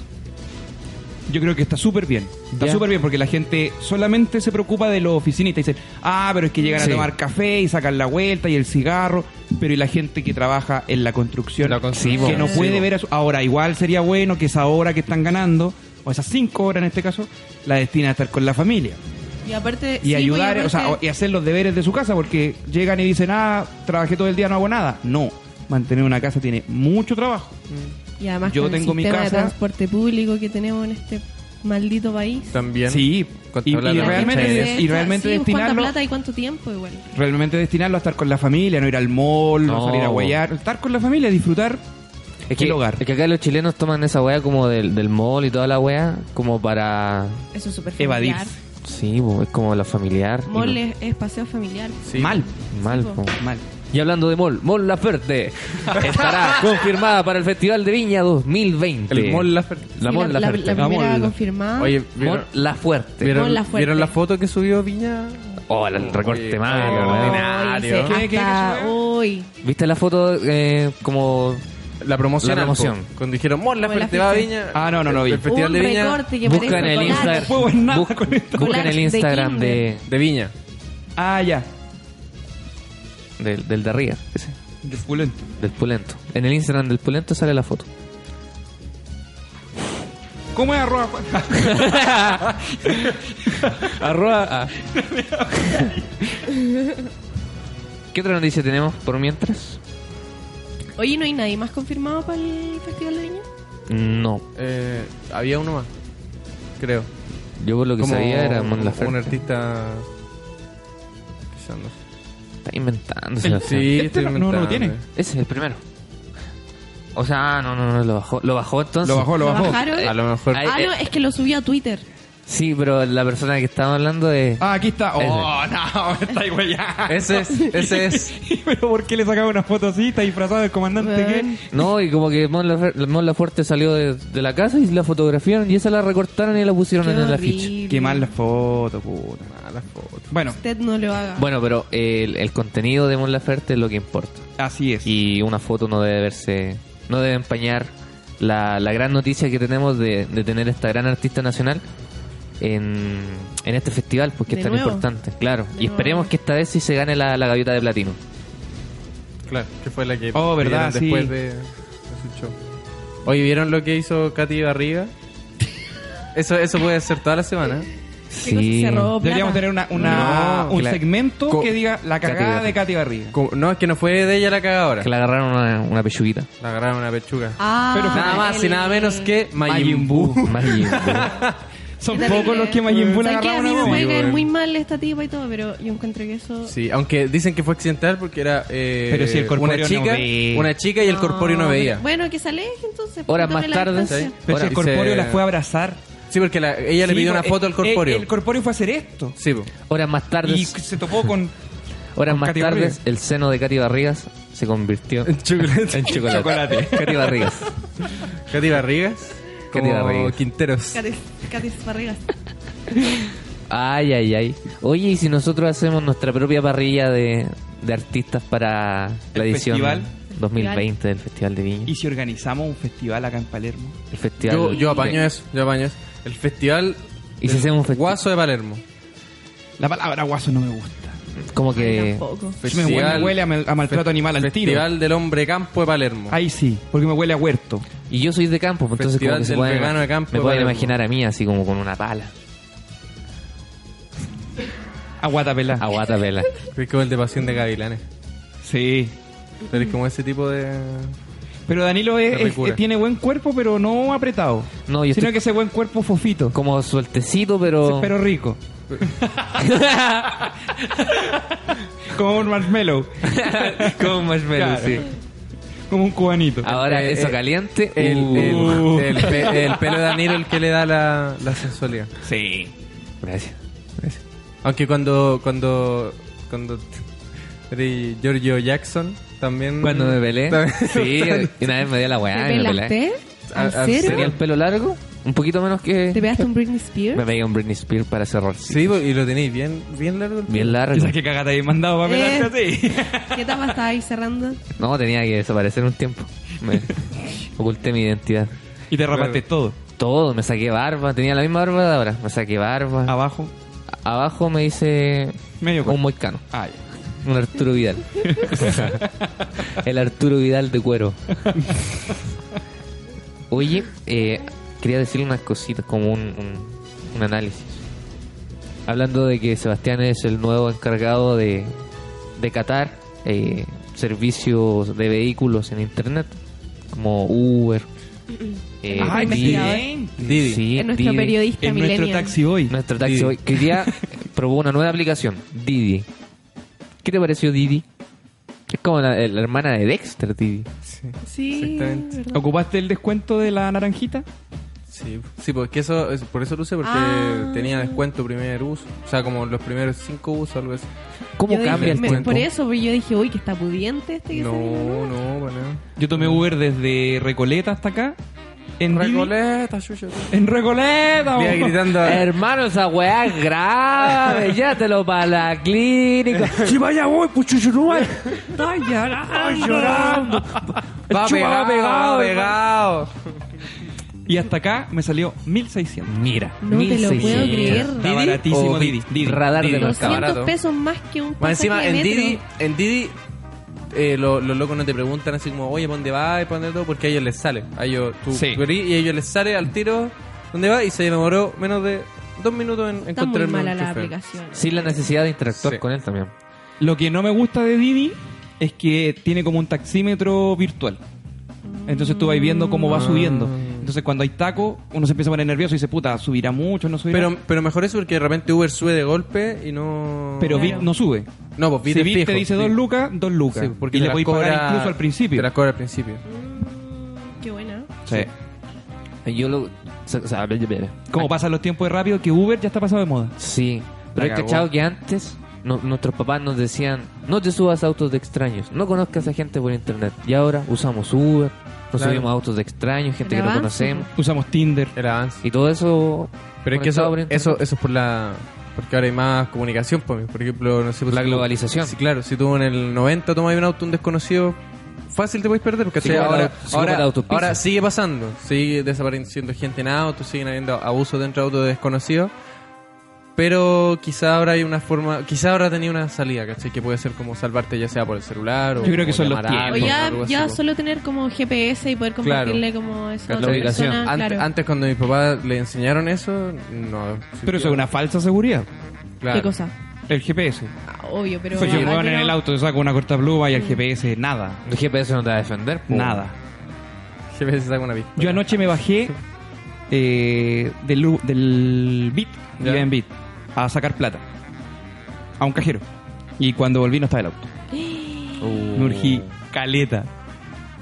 E: Yo creo que está súper bien. Está
A: Ya.
E: súper bien porque la gente solamente se preocupa de los oficinistas. Dicen, ah, pero es que llegan
A: Sí.
E: a tomar café y sacan la vuelta y el cigarro. Pero y la gente que trabaja en la construcción,
D: La construcción.
E: que no
D: Sí,
E: puede
D: po.
E: ver a su- Ahora, igual sería bueno que esa hora que están ganando, o esas cinco horas en este caso, la destina a estar con la familia.
B: Y aparte.
E: Y
B: sí,
E: ayudar,
B: pues,
E: o sea, o-
B: aparte-
E: y hacer los deberes de su casa porque llegan y dicen, ah, trabajé todo el día, no hago nada. No, mantener una casa tiene mucho trabajo.
B: y además,
E: yo
B: con
E: tengo
B: el
E: mi
B: sistema de
E: casa-
B: transporte público que tenemos en este maldito país.
D: También.
E: Sí,
D: Con
E: y, y
D: tabla de
E: realmente,
D: Mercedes.
E: y realmente
B: sí, pues, ¿Cuánta
E: destinarlo...
B: plata y cuánto tiempo igual?
E: realmente destinarlo a estar con la familia, no ir al mall, no,
A: No.
E: salir a huellar, estar con la familia, disfrutar
A: Es que,
E: el hogar.
A: es que acá los chilenos toman esa weá como del, del mall y toda la weá como para...
B: Eso es súper familiar.
E: Evadirse.
A: Sí, po, es como la familiar. y
B: Mall es, es paseo familiar.
D: Sí.
E: Mal,
A: Mal,
B: sí, po.
A: po.
E: mal.
A: Y hablando de mall, Mall Laferte estará confirmada para el Festival de Viña 2020.
D: El Mall La
A: La
B: Sí,
A: Mall
B: la,
A: Laferte.
B: la primera
E: Vamos, la-
B: confirmada.
D: Oye,
A: Mall
D: ¿vieron,
A: La Fuerte.
D: vieron-
B: Con la fuerte.
D: vieron la foto que subió Viña?
A: Oh, el recorte
D: Oye,
A: más.
D: qué
A: weón.
B: Hoy,
D: ordinario.
B: se-
E: Ah, ¿Qué- qué- qué
B: hasta
E: se ve?
B: hoy.
A: ¿Viste la foto eh, como...
D: La promoción.
A: La
D: al po.
A: promoción.
D: Cuando dijeron, Mol, la
B: Como la
D: Ferte va a
B: fiesta.
D: Viña.
E: Ah, no, no lo vi.
D: El Festival
B: Un
D: de Viña.
B: recorte que
A: Busca en
B: parece
A: el
B: chocolate.
A: Instagram.
E: puedo ver nada
A: busca-
E: con esto.
A: busca en el
B: Collage de
A: Instagram de,
D: De Viña.
E: Ah, ya.
A: del, del de arriba, ese,
E: Despulento.
A: del Pulento. En el Instagram del Pulento sale la foto.
E: ¿Cómo es arroba? Juan?
A: Arroba. ¿Qué otra noticia tenemos por mientras?
B: Oye, ¿no hay nadie más confirmado para el Festival de Viña?
A: No.
D: Eh, había uno más. Creo.
A: Yo por lo que
D: Como
A: sabía era Mon Laferte.
D: Un artista. Quizás no. Ah,
A: Está inventándose. la
D: Sí,
A: Fer.
E: Este
D: estoy
E: no- no lo
D: inventando.
E: tiene.
A: Ese es el primero. O sea, ah, no, no, no, lo bajó. Lo bajó entonces.
E: Lo bajó, lo bajó.
B: bajaron?
D: A lo mejor.
A: Ay,
B: Ah,
E: eh,
B: no, es que lo subí a Twitter.
A: Sí, pero la persona que estaba hablando de...
E: Ah, aquí está. Oh, no, me está igual
A: Ese es, ese es.
E: Pero ¿por qué le sacaba una foto así? Está disfrazado del comandante
B: Weón.
E: que...
A: No, y como que Mon, Lafer- Mon Laferte salió de, de la casa y la fotografiaron y esa la recortaron y la pusieron en el afiche.
B: horrible.
E: Qué mal la foto, puta, mal la foto. Bueno,
B: Usted no lo haga.
A: Bueno, pero el, el contenido de Mon Laferte es lo que importa.
E: así es.
A: Y una foto no debe verse, no debe empañar la, la gran noticia que tenemos de, de tener esta gran artista nacional en, en este festival, porque
B: De
A: es tan
B: nuevo.
A: importante, claro.
B: De
A: Y esperemos
B: nuevo.
A: que esta vez sí se gane la, la gaviota de platino.
D: Claro, que fue la que
E: Oh,
D: pidieron
E: verdad, sí.
D: después de, de su show. Oye, ¿vieron lo que hizo Katy Barriga? Eso, eso puede ser toda la semana.
B: ¿Qué cosa? Se robó plata.
E: Deberíamos tener una, una-
D: No,
E: un
D: que la-
E: segmento
D: co-
E: que diga la
A: Katy
E: cagada
A: Barriga.
E: de Katy Barriga.
D: Como- No, es que no fue de ella la cagadora.
A: Que le agarraron una, una pechuguita.
D: La agarraron una pechuga.
B: Ah,
E: Pero
D: nada más y
B: el-
D: nada menos que
E: Majin
D: Majin
E: Buu.
D: Buu.
A: Más bien, güey.
E: Son
B: Qué
E: pocos
B: terrible.
E: los que Majin Buu le
B: ¿Sabes qué? A
E: agarraron
B: mí
E: a
B: me
E: bomba.
B: puede
D: Sí,
B: caer
D: weón.
B: muy mal esta tipa y todo, pero yo encuentro que eso...
D: Sí, aunque dicen que fue accidental porque era eh,
E: Pero si el corpóreo
D: una
E: no
D: chica,
E: ve.
D: una chica y el corpóreo no veía.
B: Bueno, que se aleje entonces.
A: Horas
B: tome
A: más
B: la
A: tarde,
B: distancia.
D: ¿sí?
E: Ah, Pero si
D: Ahora,
E: el corpóreo
D: se-
E: la fue a abrazar.
D: Sí, porque la- ella le
E: Sí,
D: pidió
E: po,
D: una foto al
E: eh,
D: corpóreo.
E: El, corpóreo fue a hacer esto.
D: Sí, pues. po.
A: Horas más tarde,
E: Y se topó con
A: horas
E: con
A: más
E: Katy
A: tarde,
E: Barriga.
A: el seno de Katy Barrigas se convirtió en
D: chocolate.
A: chocolate. Katy Barrigas.
D: Katy Barrigas.
A: Katy
D: Como
A: Barrigas.
D: Quinteros.
B: Cate- Cates Barrigas.
A: Ay, ay, ay. Oye, ¿y si nosotros hacemos nuestra propia parrilla de, de artistas para la
E: El
A: edición
E: festival.
A: 2020 del Festival de Viña?
E: Y si organizamos un festival acá en Palermo.
A: El festival
D: Yo, yo apaño
A: de-
D: eso, yo apaño eso. El festival.
A: ¿Y si
D: del
A: hacemos un festi-
D: Guaso de Palermo.
E: La palabra guaso no me gusta.
A: Como que...
B: Tampoco.
E: Pues Me huele- me huele a mal- a maltrato animal al tiro.
D: Festival del Hombre Campo de Palermo.
E: Ahí sí, porque me huele a huerto.
A: Y yo soy de campo, pues, entonces como
D: Festival
A: que se
D: del
A: pueden,
D: vegano de campo
A: me pueden
D: Palermo.
A: imaginar a mí así como con una pala.
E: A Guatapelá.
A: Aguata pela.
D: Es como el de Pasión de Gavilanes.
E: Sí.
D: Pero es como ese tipo de.
E: Pero Danilo es-
D: Se
E: es-
D: recura.
E: tiene buen cuerpo, pero no apretado.
A: No, yo
E: Sino
A: estoy
E: que ese buen cuerpo fofito.
A: como sueltecito, pero...
E: Pero rico. Como un marshmallow.
A: como más
E: Claro. Como un cubanito.
A: Ahora,
D: Eh,
A: eso
D: eh,
A: caliente.
D: El,
A: uh.
D: el, el pe- el pelo de Danilo el que le da la, la sensualidad.
E: Sí.
A: Gracias.
D: Aunque cuando. Cuando. Cuando. eres Giorgio Jackson también.
A: Cuando me pelé.
D: también-
A: Sí, y una vez me dio la
B: ¿Te
A: weá y me pelé.
B: pelaste?
D: a-
B: ¿En
D: a-
B: serio?
A: Tenía el pelo largo, un poquito menos
B: ¿Te
A: que...
B: pegaste un Britney
A: Me
B: Spears?
A: pegué un Britney Spears para cerrar.
D: Sí, bo- y lo tenéis bien, bien largo. el
A: Bien largo.
E: Quizás que cagata ahí mandado para
B: Eh.
E: pelarte así.
B: ¿Qué etapa estaba ahí cerrando?
A: No, tenía que desaparecer un tiempo. Me oculté mi identidad.
E: Y te rapaste todo.
A: Todo, me saqué barba, tenía la misma barba de ahora. Me saqué barba.
E: Abajo.
A: A- Abajo me hice
E: Medio
A: un
E: cuerpo.
A: moicano,
E: Ah, ya.
A: un Arturo Vidal. El Arturo Vidal de cuero. Oye, eh, quería decirle unas cositas, como un, un- un análisis. Hablando de que Sebastián es el nuevo encargado de, de Qatar, eh, servicios de vehículos en Internet, como Uber. eh,
E: Ay,
A: Didi.
E: bien.
D: Didi.
A: Sí,
B: Es nuestro
A: Didi.
B: periodista
E: En nuestro
B: millennial.
E: taxi hoy.
A: Nuestro taxi
D: Didi.
A: hoy, que hoy día probó una nueva aplicación, Didi. ¿Qué te pareció Didi? Es como la, la hermana de Dexter, Didi.
D: Sí.
B: Sí,
D: Exactamente.
B: ¿verdad?
E: ¿Ocupaste el descuento de la naranjita?
D: Sí, sí, porque eso, es- por eso lo usé, porque
B: Ah.
D: tenía descuento primer uso. O sea, como los primeros cinco usos, algo así.
A: ¿Cómo
B: Yo dije-
A: cambia el
B: me-
A: tiempo?
B: Por eso, porque yo dije, uy, que está pudiente este que se vino,
D: No, no, para nada.
E: Yo tomé Uber desde Recoleta hasta acá. En Didi-
D: Recoleta, chucha.
E: En Recoleta.
D: Mira,
E: vos.
D: gritando.
A: Hermano, esa weá es grave, llévatelo para la clínica.
E: Si vaya voy, pues chuchuruay. Está llorando.
D: Va pegado, pegado, pegado.
E: Y hasta acá me salió 1600.
A: Mira,
B: No te lo puedo
A: 1600.
B: creer.
E: Está baratísimo
D: o
E: Didi. Didi.
A: radar de
E: Didi.
A: mercado.
B: 200
D: barato.
B: pesos más que un
D: Más
B: pasaje
D: encima,
B: de
D: en
B: metro.
D: Didi, en Didi eh, lo- los locos no te preguntan así como, oye, ¿pa' ¿dónde vas? ¿Pa' dónde todo? Porque a ellos les sale. A ellos, tú
E: Sí.
D: corrí y a ellos les sale al tiro dónde va y se demoró menos de dos minutos en
B: Está
D: encontrar
B: muy mala la aplicación.
A: Sin la necesidad de interactuar
D: Sí.
A: con él también.
E: Lo que no me gusta de Didi es que tiene como un taxímetro virtual. Entonces tú vas viendo cómo
D: Ah.
E: va subiendo. Entonces cuando hay taco, uno se empieza a poner nervioso y dice, puta, subirá mucho, no subirá.
D: Pero, pero mejor eso porque de repente Uber sube de golpe y no.
E: pero Bit no sube.
D: No, pues Bit
E: si
D: es
E: Bit te
D: fijo,
E: dice
D: sí.
E: dos lucas, dos lucas.
D: Sí, porque
E: y
D: te
E: le
D: las
E: podéis pagar
D: cobra-
E: incluso al principio.
D: Te las cobra al principio.
B: Qué buena.
E: Sí.
A: Yo lo. o sea, o sea,
E: Como pasan los tiempos de rápido que Uber ya está pasado de moda.
A: Sí, pero he
D: cagó.
A: cachado que antes no- nuestros papás nos decían, no te subas a autos de extraños, no conozcas a gente por internet. Y ahora usamos Uber, nos
D: Claro.
A: subimos a autos de extraños, gente
B: El
A: que no
B: avance,
A: conocemos.
E: Usamos Tinder.
D: El avance.
A: Y todo eso...
D: Pero es que
A: conectado
D: eso,
A: por internet.
D: eso, eso es por la. Porque ahora hay más comunicación, po, amigo. por ejemplo, no sé. pues,
A: La
D: si tú-
A: globalización.
D: Sí, claro, si tú en el 90 tomas un auto, un desconocido, fácil te puedes perder, porque
A: Sí,
D: o sea,
A: como
D: ahora,
A: la- sí, como la
D: ahora,
A: autopista.
D: ahora sigue pasando, sigue desapareciendo gente en autos, siguen habiendo abusos dentro de autos de desconocidos. Pero quizá ahora hay una forma, quizá ahora tenía una salida, ¿cachai? Que puede ser como salvarte ya sea por el celular o
E: Yo creo que
D: como
E: son los
D: llamar a
B: O
D: alguien,
B: ya,
D: algo así, pues.
B: ya
D: po.
B: solo tener como GPS y poder
D: Claro.
B: compartirle como eso a
A: La
B: otra
A: ubicación.
B: persona.
D: Ante-
B: claro.
D: Antes cuando mi papá le enseñaron eso, no.
E: Pero eso es una falsa seguridad.
D: Claro.
B: ¿Qué cosa?
E: El GPS.
B: Ah, obvio, pero...
E: Pues yo
B: al
E: weón, en
B: menos-
E: el auto, saco una corta pluma y el GPS, nada.
A: El GPS no te va a defender. po.
E: Nada.
D: GPS saca una pistola.
E: Yo anoche me bajé eh, del, U- del Bit,
D: Ya.
E: iba en Bit, a sacar plata. A un cajero. Y cuando volví no estaba el auto. Me urgí caleta.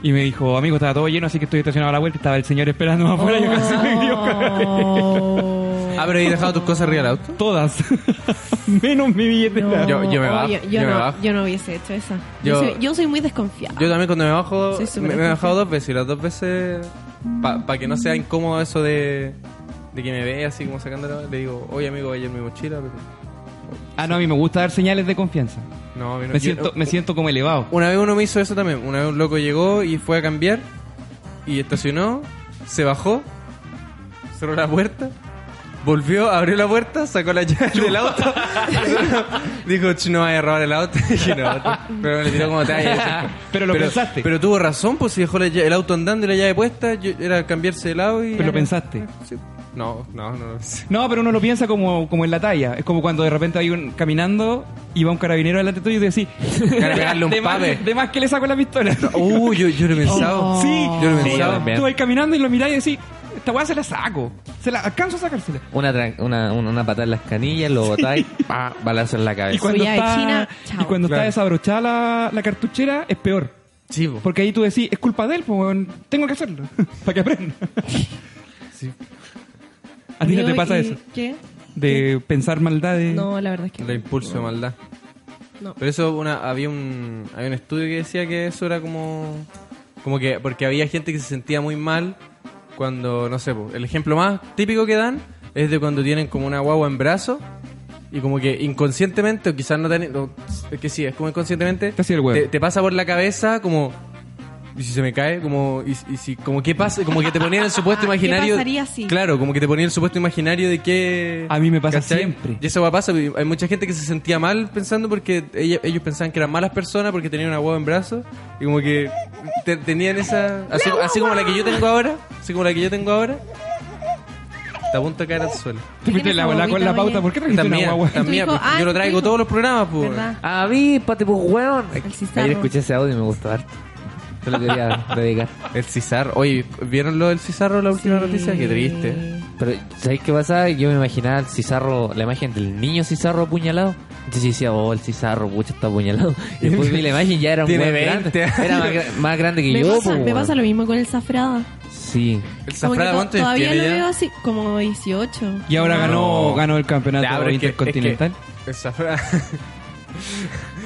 E: Y me dijo, amigo, estaba todo lleno, así que estoy estacionado a la vuelta. Estaba el señor esperando afuera. Yo casi me dio caleta.
B: Oh.
D: Ah, pero he dejado tus cosas arriba del auto.
E: Todas. Menos mi billetera.
B: No,
D: Yo- yo me
B: oh,
D: bajo,
B: Yo, yo
D: yo me
B: no,
D: bajo.
B: yo no hubiese hecho esa. Yo,
D: Yo-
B: soy, yo soy muy desconfiada.
D: Yo también cuando me bajo,
B: Soy súper
D: me, me he
B: desconfiada.
D: bajado dos veces y las dos veces, para que no sea incómodo eso de, de que me vea así como sacándola, le digo, oye amigo, ayer mi mochila. pero-
E: Ah, no, a mí me gusta dar señales de confianza.
D: No, a mí no-
E: Me
D: yo-
E: siento, me siento como elevado.
D: Una vez uno me hizo eso también, una vez un loco llegó y fue a cambiar y estacionó, se bajó, cerró la puerta. Volvió, abrió la puerta, sacó la llave del auto. dijo, "Ch, no vaya a robar el auto. Dije, no, pero me le tiró como talla.
E: Pero lo pensaste.
D: Pero tuvo razón, pues si dejó la lla- el auto andando y la llave puesta, yo- era cambiarse de lado y.
E: Pero lo pensaste.
D: Sí. No, no, no. sí.
E: No, pero uno lo piensa como, como en la talla. Es como cuando de repente hay un caminando y va un carabinero delante tuyo y te decís,
D: Cara, pegarle un
E: de, más,
D: pape.
E: de más que le saco la pistola.
D: Uh, yo, yo lo he pensado.
B: Oh.
E: Sí,
D: yo lo he
E: sí,
D: pensado.
A: también.
E: Tú vas caminando y lo mirás y decís, esta weá se la saco. Se la alcanzo a sacársela.
A: Una, tra- una, una, una patada en las canillas, lo botáis, pa, balazo en la
E: Y
A: cabeza.
E: cuando
B: Soy ya de
E: está,
B: China, chao.
E: y cuando
D: Claro.
E: está desabrochada la, la cartuchera es peor.
D: Sí, po.
E: Porque ahí tú decís, es culpa de él, pues, weón, tengo que hacerlo. para que aprenda. ¿A ti no
B: Yo-
E: te pasa
B: y-
E: eso?
B: ¿Qué?
E: De pensar maldades.
B: No, la verdad es que
D: El
B: no.
D: impulso de maldad.
B: No.
D: Pero eso una, había un había un estudio que decía que eso era como como que porque había gente que se sentía muy mal cuando, no sé, po, el ejemplo más típico que dan es de cuando tienen como una guagua en brazo y como que inconscientemente, o quizás no tan... o- es que sí, es como inconscientemente,
E: Te hacía el huevo.
D: te, te pasa por la cabeza como... Y si se me cae, como, y, y si, como que pasa, como que te ponían el supuesto
B: Ah, ¿Qué
D: imaginario.
B: pasaría si?
D: Claro, como que te ponían el supuesto imaginario de que.
E: A mí me pasa siempre.
D: Y eso va pasa, y hay mucha gente que se sentía mal pensando porque ella- ellos pensaban que eran malas personas porque tenían una hueá en brazos y como que te- tenían esa así, así como la que yo tengo ahora, así como la que yo tengo ahora. Te apunto a caer al suelo.
E: Te metí la bola con la pauta. ¿Por qué trajiste una
D: También,
E: guagua?
D: también,
B: Tu hijo, ah,
D: pues, yo lo
B: tu
D: traigo
B: hijo.
D: todos los programas, pues.
B: ¿Verdad?
A: Avípate, pues, weón.
B: El cizarro.
A: Ayer escuché ese audio y me gustó harto. Te lo quería dedicar.
D: El Cizarro. Oye, ¿vieron lo del Cizarro la última noticia? Qué triste.
A: Pero, ¿sabéis qué pasa? Yo me imaginaba el Cizarro, la imagen del niño Cizarro apuñalado. Entonces yo decía, oh, el Cizarro, pucha, está apuñalado. Y después vi la imagen y ya era un
D: Tiene
A: weón
D: 20
A: grande.
D: años.
A: Era más, gra- más grande que
B: Me,
A: yo,
B: pasa,
A: pues,
B: me
A: weón.
B: pasa lo mismo con el Zafrada.
A: Sí.
D: El
B: Como que
D: Zafrada,
B: to-
D: ¿cuánto
B: todavía lo
D: tiene
B: veo
D: ya?
B: así, como 18.
E: Y ahora ganó, ganó el campeonato
D: Ya, pero es que- es que-
E: intercontinental.
D: El Zafrada.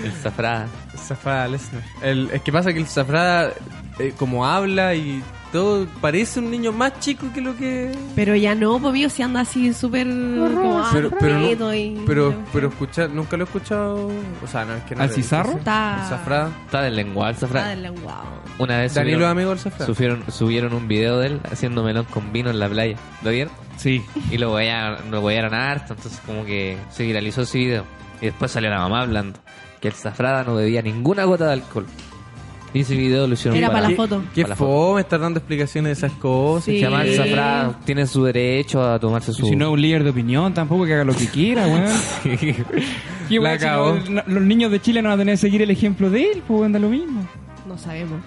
A: El Zafrada.
D: Zafrada Lesnar. El, es que pasa que el Zafrada, eh, como habla y todo, parece un niño más chico que lo que.
B: Pero ya no, Pobio, si anda así súper como ah,
D: Pero, pero, no-
B: pedo y-
D: pero, pero escuchar, nunca lo he escuchado. O sea, no es que no.
E: ¿Al
D: lo he visto.
E: Cizarro?
D: El
B: está
D: Zafrada.
A: Está del lenguaje, el
B: está
A: Zafrada.
B: Ah, del lenguado.
A: Una vez
D: Danilo es
A: subieron,
D: amigo del Zafrada.
A: subieron, subieron un video de él haciendo melón con vino en la playa. ¿Lo vieron?
E: Sí.
A: Y lo huellaron, lo huellaron harto, entonces como que se viralizó ese video. Y después salió la mamá hablando que el Zafrada no bebía ninguna gota de alcohol. Y ese video lo hicieron
B: Era para la
D: ¿Qué-
B: foto.
D: Qué
A: Para la foto.
D: fome estar dando explicaciones de esas cosas.
B: Sí.
A: Se llama el Zafrada, tiene su derecho a tomarse su...
E: Y Si no es un líder de opinión, tampoco que haga lo que quiera, weón. Y,
D: La
E: weón, si
D: cagó.
E: no- no- los niños de Chile no van a tener que seguir el ejemplo de él, pues anda lo mismo.
B: No sabemos.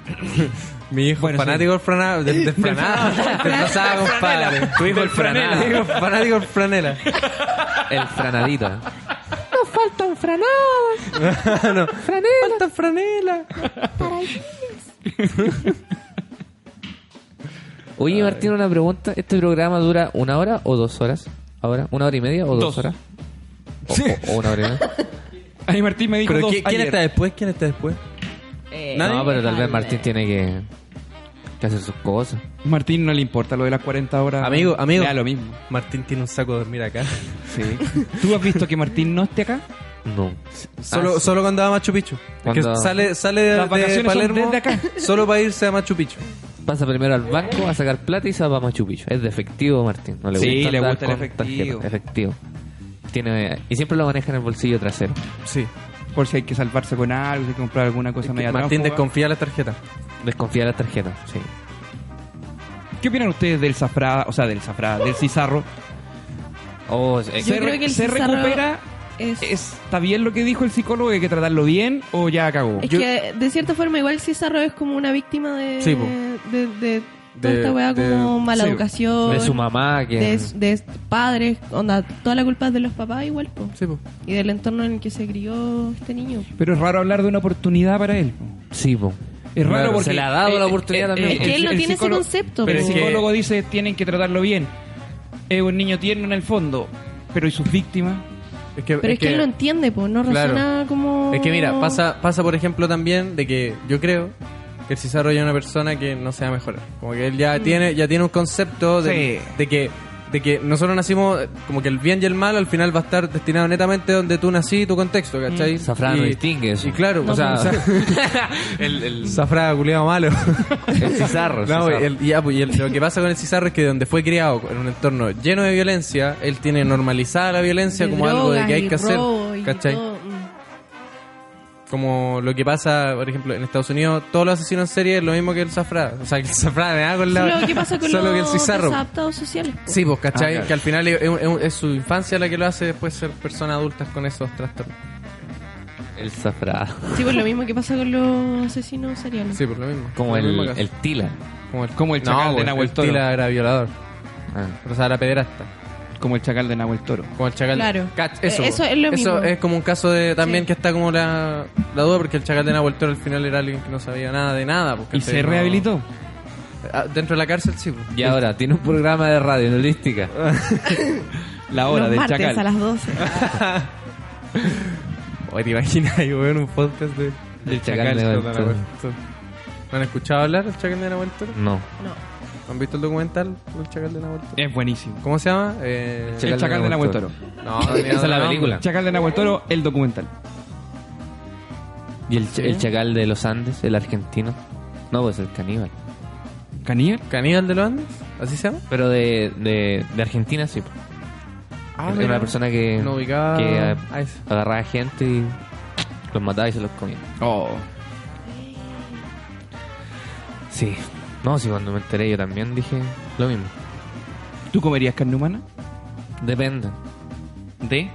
D: Mi hijo
E: Bueno,
D: fanático del franado. Del, del franado. Del pasado, compadre. Tu hijo el franado. Mi hijo fanático del franela.
A: El franadito.
D: Falta franela.
A: Oye, Martín, una pregunta. ¿Este programa dura una hora o dos horas? ¿Ahora? ¿Una hora y media o dos,
E: Dos.
A: horas? O, o- o una hora y media.
E: Ani Martín me dijo
D: Pero
E: dos
D: ¿quién, quién
E: ayer.
D: está después? ¿Quién está después?
B: Eh,
D: ¿Nadie?
A: No, pero tal vez Martín tiene que, que hacer sus cosas.
E: Martín no le importa lo de las 40 horas.
D: Amigo, amigo.
E: Ya lo mismo.
D: Martín tiene un saco de dormir acá.
E: Sí. ¿Tú has visto que Martín no esté acá?
A: No.
D: Solo,
A: Ah,
D: solo cuando va a Machu Picchu.
A: Cuando-
D: Que sale, sale de,
E: Las vacaciones
D: de
E: son
D: Palermo
E: desde acá.
D: solo para irse a Machu Picchu.
A: Pasa primero al banco a sacar plata y se va a Machu Picchu. Es de efectivo, Martín. No le
E: Sí,
A: gusta
E: le
A: andar
E: gusta el
A: con
E: efectivo.
A: efectivo. Tiene, y siempre lo maneja en el bolsillo trasero.
D: Sí.
E: Por si hay que salvarse con algo, si hay que comprar alguna cosa media
D: Martín
E: tránsfuga.
D: desconfía de las tarjetas.
A: Desconfía de la tarjeta. Sí.
E: ¿Qué opinan ustedes del Zafrada? O sea, del Zafrada, del Cizarro.
A: Oh, eh,
B: Yo
E: ¿Se,
B: creo
E: re-
B: que el
E: se
B: Cizarro
E: recupera?
B: Es,
E: ¿Está bien lo que dijo el psicólogo? ¿Hay que tratarlo bien o ya cagó?
B: es que de cierta forma igual Cizarro es como una víctima de
D: Sí, po.
B: de, de toda
D: De-
B: esta weá
D: de-
B: como mala
D: sí.
B: educación.
A: de su mamá que
B: de, de padres, onda, toda la culpa es de los papás igual, po.
D: Sí, po.
B: Y del entorno en el que se crió este niño.
E: Pero es raro hablar de una oportunidad para él. po.
A: sí, po.
E: Es raro
A: Claro,
E: porque eh,
A: se le ha dado la oportunidad también.
B: Es que él no tiene ese
E: psicólogo-
B: concepto,
E: Pero el
B: po.
E: psicólogo dice tienen que tratarlo bien. Es un niño tierno en el fondo, pero ¿y sus víctimas?
D: Es que,
B: Pero es, que, él no entiende, pues, no
D: Claro.
B: razona como...
D: es que mira, pasa, pasa por ejemplo también de que yo creo que el Cizarro ya es una persona que no se va a mejorar. Como que él
B: Mm.
D: ya tiene, ya tiene un concepto de,
E: Sí.
D: de que de que nosotros nacimos, eh, como que el bien y el mal al final va a estar destinado netamente donde tú nací y tu contexto, ¿cachai?
E: Mm.
A: Zafrada
D: y,
A: no distingue eso.
D: Y claro, o sea,
A: el, el,
D: Zafrada culiado malo.
A: el cizarro.
D: No,
A: cizarro.
D: güey, el- ya, pues, y el- lo que pasa con el Cizarro es que donde fue criado, en un entorno lleno de violencia, él tiene normalizada la violencia
B: de
D: como algo de
B: drogas
D: que hay
B: y
D: que hacer.
B: robo y
D: ¿Cachai?
B: todo, mm.
D: Como lo que pasa, por ejemplo, en Estados Unidos, todos los asesinos en serie es lo mismo que el Zafrada. O sea, que el Zafrada me da con la.
B: Solo que pasa con
D: solo que el
B: los
D: Cizarro.
B: desadaptados sociales, po.
D: Sí, pues, ¿cachai?
A: Ah, claro.
D: Que al final es, es- es su infancia la que lo hace después ser personas adultas con esos trastornos.
A: El zafrado.
B: Sí, pues lo mismo que pasa con los asesinos seriales.
D: Sí, por lo mismo.
A: Como
D: Por
A: el,
D: mismo caso.
A: el tila.
D: como el,
E: como el chacal de
D: güey,
E: Nahuel Toro.
D: pues, El Tila era violador.
A: Ah.
D: O sea, era pederasta.
E: Como el chacal de Nahuel Toro.
D: Como el chacal.
B: Claro.
D: Cach-
B: Eh,
D: eso,
B: eso es lo mismo.
D: es como un caso de también
B: Sí.
D: que está como la, la duda porque el chacal de Nahuel Toro al final era alguien que no sabía nada de nada. pues,
E: ¿Y
D: ¿cachai?
E: se
D: No-
E: rehabilitó?
D: Ah, Dentro de la cárcel sí. pues.
A: Y ahora, tiene un programa de radio en holística.
E: La
B: Los
E: hora del
B: martes a
E: chacal.
B: las 12.
D: Oye, te imaginas, yo veo en un podcast de...
A: El
D: Chacal
A: chacal de
D: de
A: Nahuel
D: Nahuel
A: Toro.
D: Toro. ¿No han escuchado hablar del chacal de Nahuel Toro?
A: No.
B: No.
D: ¿Han visto el documental del Chacal de Nahuel Toro?
E: Es buenísimo.
D: ¿Cómo se llama? Eh,
A: Eh. Chacal
E: el Chacal de Nahuel Toro.
D: No, no tiene
A: Esa es la
D: nombre.
A: película.
E: Chacal de Nahuel Toro, el documental.
A: Y el, ch- el chacal de los Andes, el argentino. No, pues el caníbal.
E: ¿Caníbal?
D: ¿Caníbal de los Andes? ¿Así se llama?
A: Pero de, de, de Argentina sí. po.
D: Ah,
A: Era
D: mira.
A: una persona que,
D: No ubicaba
A: que ah,
D: a ese.
A: agarraba gente y los mataba y se los comía.
E: Oh.
A: Sí. No, sí, cuando me enteré yo también dije lo mismo.
E: ¿Tú comerías carne humana?
A: Depende.
E: ¿De?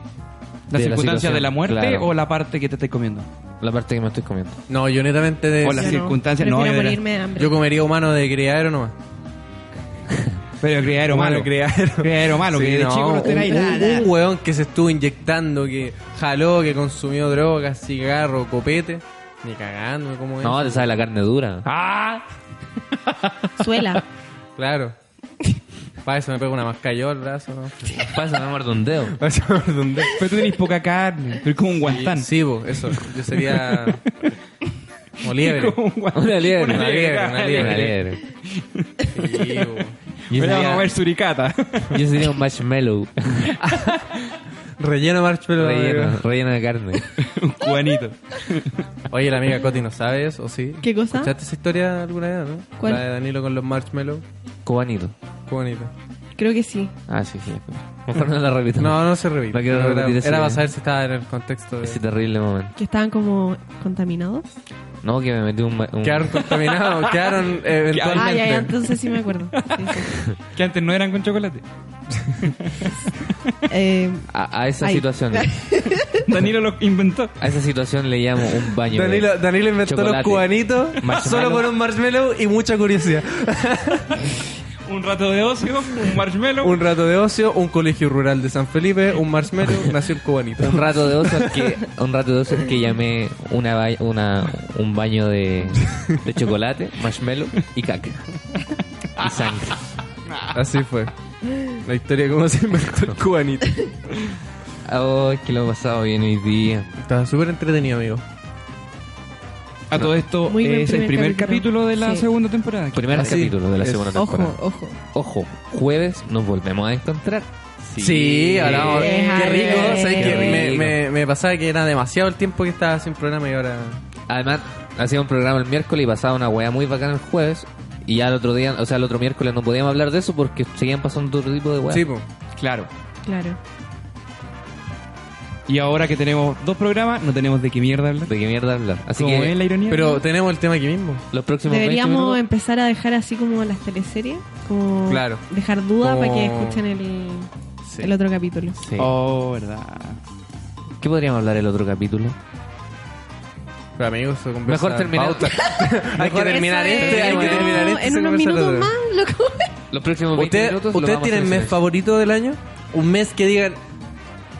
E: ¿La
A: De la
E: circunstancia
A: situación,
E: de la muerte
A: claro.
E: o la parte que te estés comiendo?
A: La parte que me estoy comiendo.
D: No, yo netamente de...
E: O las
B: Yo no,
E: circunstancias. No,
B: prefiero
E: de veras.
B: morirme de hambre.
D: Yo comería humano de criadero nomás.
E: Pero criadero malo.
D: Humano criadero.
E: Criadero malo,
D: Sí,
E: que de
D: no,
E: chico no estén ahí.
D: un,
E: nada,
D: un-
E: nada.
D: un weón que se estuvo inyectando, que jaló, que consumió drogas, cigarro, copete. Ni cagando, como es.
A: No, te sabe la carne dura.
E: ¡Ah!
B: Suela.
D: Claro. Para eso me pego una mascayó al brazo, ¿no?
A: Pasa, me muerdo un dedo.
D: Para eso me muerdo un dedo.
E: Pero tú tenés poca carne. Tú eres como un guantán.
D: Sí, bo, eso. Yo sería... Como liebre.
E: Como un guantán.
A: Una liebre.
D: Una liebre, una liebre.
A: Una liebre.
D: Sí, bo.
A: Yo
E: Pero vamos a
A: sería,
E: ver suricata.
A: yo sería un marshmallow.
D: Relleno marshmallow.
A: relleno, relleno de carne.
E: un cubanito.
D: Oye, la amiga Coti no sabe eso, ¿o sí?
B: ¿Qué cosa?
D: ¿Escuchaste esa historia alguna vez, no?
B: ¿Cuál?
D: La de Danilo con los marshmallows.
A: Cubanito.
D: Qué bonito.
B: Creo que sí.
A: Ah, sí, sí. Mejor no la repito.
D: No, no se repite.
A: No quiero
D: Pero
A: repetir
D: era,
A: ese-
D: era para saber si estaba en el contexto de...
A: Ese terrible momento.
B: Que estaban como contaminados.
A: No, que me metí un... ma- un-
D: Quedaron contaminados, quedaron eh,
B: Ah, ya, ya,
D: eventualmente.
B: entonces sí me acuerdo. Sí, sí.
E: Que antes no eran con chocolate.
B: Eh,
A: a, a esa
B: Ay.
A: situación.
E: Danilo lo inventó.
A: A esa situación le llamo un baño. de-
D: Danilo, Danilo inventó
A: Chocolate.
D: los cubanitos
A: Marshmallow.
D: solo por un marshmallow y mucha curiosidad.
E: Un rato de ocio, un marshmallow.
D: un rato de ocio, un colegio rural de San Felipe, un marshmallow, nació el cubanito.
A: Un rato de osos que un rato de osos que llamé una ba- una un baño de, de chocolate, marshmallow y caca. Y sangre.
D: Así fue. La historia de cómo se inventó el cubanito. Ah.
A: Oh, es que lo he pasado bien hoy día.
D: Estaba súper entretenido, amigo.
E: A todo esto eh,
B: Muy buen
E: es el primer capítulo, de la
B: Sí.
E: segunda temporada.
A: Primer
D: Así
A: capítulo de la
D: Ah, es.
A: segunda temporada.
B: ojo, ojo.
A: Ojo, jueves nos volvemos a encontrar.
D: Sí, ahora vamos. Qué rico, ¿sabes qué? Me, me, me pasaba que era demasiado el tiempo que estaba sin programa y ahora.
A: Además, hacía un programa el miércoles y pasaba una weá muy bacana el jueves. Y ya el otro día, o sea, el otro miércoles no podíamos hablar de eso porque seguían pasando otro tipo de weá.
D: Sí, po.
E: Claro.
B: Claro.
E: Y ahora que tenemos dos programas, no tenemos de qué mierda hablar.
A: De qué mierda hablar. Así
E: ¿Cómo
A: que
E: es la ironía?
D: Pero tenemos el tema aquí mismo.
A: los próximos 20
B: Deberíamos
A: minutos-
B: empezar a dejar así como las teleseries, como
D: Claro.
B: dejar dudas para que
D: Como-
B: escuchen el,
D: Sí.
B: el otro capítulo.
A: Sí.
E: Oh, verdad.
A: ¿Qué podríamos hablar el otro capítulo?
D: Pero amigos, eso conversa
A: Mejor terminar.
D: pauta. hay que terminar
B: Eso
D: este,
B: es,
D: hay que
B: no,
D: terminar este.
B: En
D: se
B: unos
D: conversa el
B: minutos
D: otro.
B: más, loco.
A: Los próximos 20
D: ¿Usted-
A: minutos.
D: ¿Ustedes
A: lo vamos a
D: tienen
A: hacer
D: mes
A: en
D: favorito del año? Un mes que digan,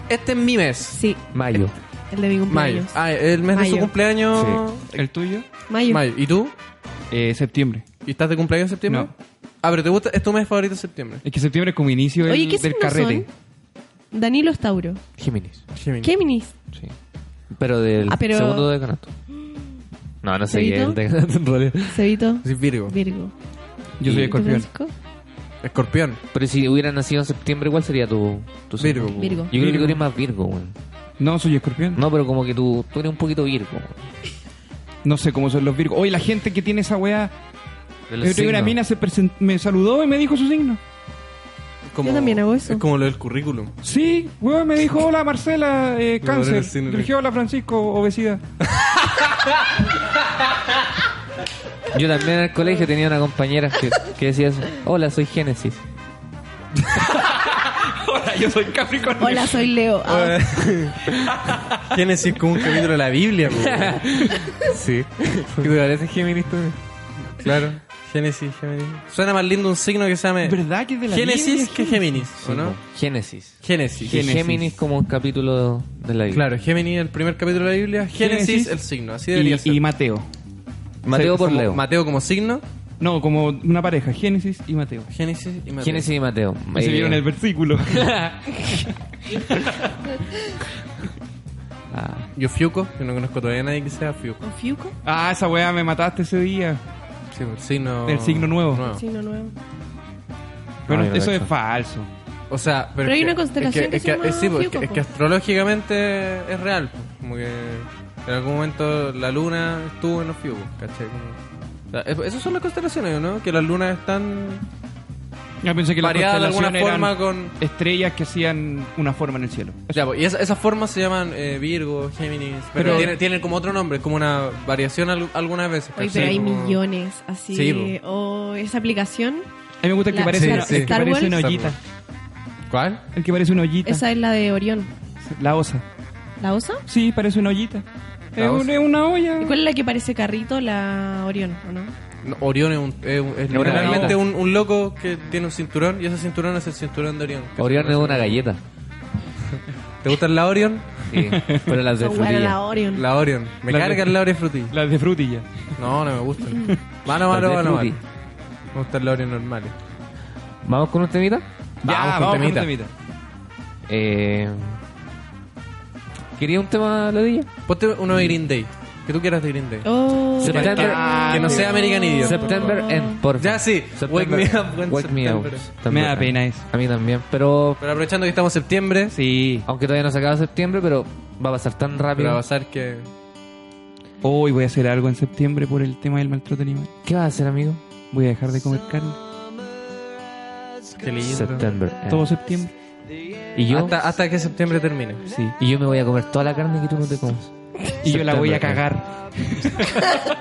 D: este es mi mes.
B: Sí,
A: Mayo.
B: el de mi
D: Mayo.
B: cumpleaños.
D: Ah, el mes de su
B: Mayo.
D: cumpleaños.
E: ¿El tuyo?
B: Mayo.
D: Mayo. ¿Y tú?
E: Eh, septiembre.
D: ¿Y estás de cumpleaños en septiembre?
E: No.
D: Ah, pero te gusta, es tu mes favorito en septiembre.
E: Es que septiembre es como inicio del,
B: Oye, ¿qué
E: del
B: signos
E: carrete.
B: son? Danilo es Tauro.
A: Géminis.
D: Gemini.
B: Géminis.
A: Sí. Pero del
B: Ah, pero-
A: segundo decanato. No, no sé qué es el
B: ¿Seguito?
A: decanato en realidad.
B: Cebito.
D: Sí, Virgo.
B: Virgo.
E: Yo soy
A: ¿Y
E: escorpión.
B: Francisco?
D: Escorpión.
A: Pero si hubiera nacido en septiembre, ¿cuál sería tu, tu signo?
D: Virgo. po.
B: Virgo.
A: Yo creo que
E: Virgo.
A: tú eres más Virgo, weón.
E: No, soy escorpión. No.
A: No, pero como que tú, tú eres un poquito Virgo. weón.
E: sé cómo son los virgos. Oye, la gente que tiene esa weá.
A: De los
E: Yo tengo una
A: signos.
E: mina se presen- me saludó y me dijo su signo.
D: Como-
B: Yo también hago eso.
D: Es como lo del currículum.
E: Sí, weón, me dijo, hola Marcela, eh,
D: Lo adoro el
E: cáncer.
D: signo.
E: Le dije, hola Francisco, obesidad.
A: Yo también en el colegio tenía una compañera que, que decía eso. Hola, soy Génesis.
E: hola, yo soy Capricornio.
B: Hola, soy Leo. Ah,
D: Génesis es como un capítulo de la Biblia, po. Sí. ¿Qué te parece Géminis tú? Claro. Génesis, Géminis. Suena más lindo un signo que se llame
E: ¿Verdad que es de la
D: Génesis
E: Biblia?
D: que Géminis, ¿o no?
A: Génesis.
D: Génesis.
A: Y Géminis como un capítulo de la Biblia.
D: Claro, Géminis el primer capítulo de la Biblia, Génesis,
E: Génesis.
D: el signo, así debería
E: Y,
D: ser.
E: y Mateo.
A: Mateo
D: Sí,
A: por
D: como-
A: Leo.
D: Mateo como signo,
E: No, como una pareja, Génesis y Mateo.
D: Génesis y Mateo.
A: Génesis y Mateo.
E: Y Se
A: Eh,
E: vieron el versículo.
A: ah,
D: Yo Fiuco, yo no conozco todavía a nadie que sea Fiuco.
B: ¿o Fiuco?
E: ah, esa weá me mataste ese día.
D: Sí, el signo.
E: El signo nuevo.
B: Sí, no, no.
E: Pero
D: Ah,
A: Ay, no cacho.
E: eso es falso.
D: O sea,
B: Pero
D: pero, es
B: hay
D: que-
B: una constelación
D: es
B: que
D: es
B: se llama
D: es- sí, pues,
B: Fiuco,
D: es
B: po.
D: que astrológicamente es real. pues. Como que en algún momento la luna estuvo en los Fiuco, ¿cachai? Como- o sea, es- esas son las constelaciones, ¿no? Que las lunas están
E: Yo pensé que las
D: variadas de alguna
E: constelaciones
D: forma
E: eran
D: con...
E: estrellas que hacían una forma en el cielo.
D: Ya, pues, y esa- esas formas se llaman eh, Virgo, Géminis, pero,
E: Pero-
D: tienen, tienen como otro nombre, como una variación al- algunas veces.
B: Oye,
D: ¿cachai?
B: pero hay
D: Como-
B: millones así.
D: Sí, po.
B: o esa aplicación,
E: A mí me gusta el que
B: La-
E: parece,
D: Sí,
E: una,
D: sí.
E: el que
B: Star
E: parece
B: Wars.
E: una
D: Star
E: ollita.
D: Wars. ¿Cuál?
E: El que parece una ollita.
B: esa es la de Orión.
E: La osa.
B: ¿La osa?
E: Sí, parece una ollita.
D: La
E: Es,
D: osa.
E: un- es una olla.
B: ¿Y cuál es la que parece carrito? La Orión, ¿o no?
D: No, Orión es, un, es, un- es
A: una
D: literalmente
A: galleta.
D: un, un loco que tiene un cinturón y ese cinturón es el cinturón de Orión.
A: Eh, Orión es una galleta.
D: ¿Te gustan la Orion?
A: Sí. Pero las de
B: O bueno, la
A: frutilla.
B: Orion.
D: La Orion. Me
E: La-
D: cargan la Orion frutilla.
E: Las de frutilla.
D: No, no me gustan. Mano,
A: Las
D: mano,
A: de
D: mano, mano.
A: fruti.
D: Me gustan la Orion normales.
A: Vamos con un temita.
E: Ya, vamos con temita.
A: Eh, ¿Quería un tema, Ladilla?
D: Ponte uno de Green Day. Que tú quieras de Green Day.
B: Oh,
A: Se
D: Que- que-
A: September-
D: que no sea American Idiot.
A: September End, por favor.
D: Ya sí. Wake me up when
A: Wake me up.
D: September.
A: September
E: Me da
A: End.
E: pena eso.
A: A mí también, pero
D: Pero aprovechando que estamos en septiembre,
E: Sí.
A: aunque todavía no se acaba septiembre, pero va a pasar tan
D: pero va
A: rápido.
D: a ser que.
E: Hoy voy a hacer algo en septiembre por el tema del maltrato animal.
A: ¿Qué vas a hacer, amigo?
E: Voy a dejar de comer carne
D: Qué lindo.
A: September. End.
E: todo septiembre.
A: Y yo
D: Hasta, hasta que septiembre termine.
E: Sí.
A: y yo me voy a comer toda la carne que tú no te comes.
E: Y yo la voy a
A: Septiembre.
E: cagar.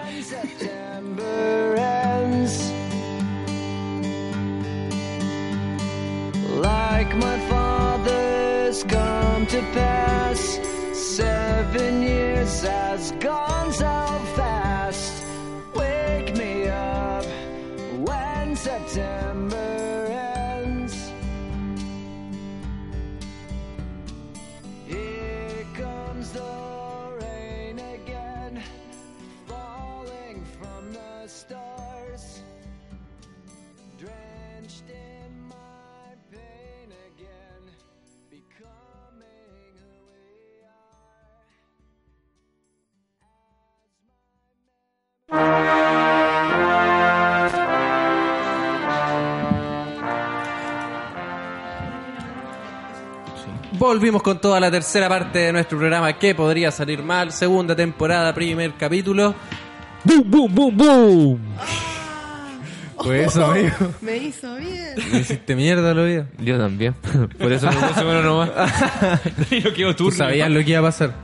I: Like my father's come to pass, seven years has gone so fast. Wake me up when September ends. Here comes the rain again, falling from the stars drenched in my pain again, becoming who we are.
D: Volvimos con toda la tercera parte de nuestro programa que podría salir mal, segunda temporada, primer capítulo.
A: ¡Boom, boom, boom, boom!
D: Pues eso, amigo.
B: Me hizo bien.
D: Me hiciste mierda lo vida.
A: Yo también. Por eso me puse bueno nomás.
E: yo quiero
D: Tú sabías lo que iba a pasar.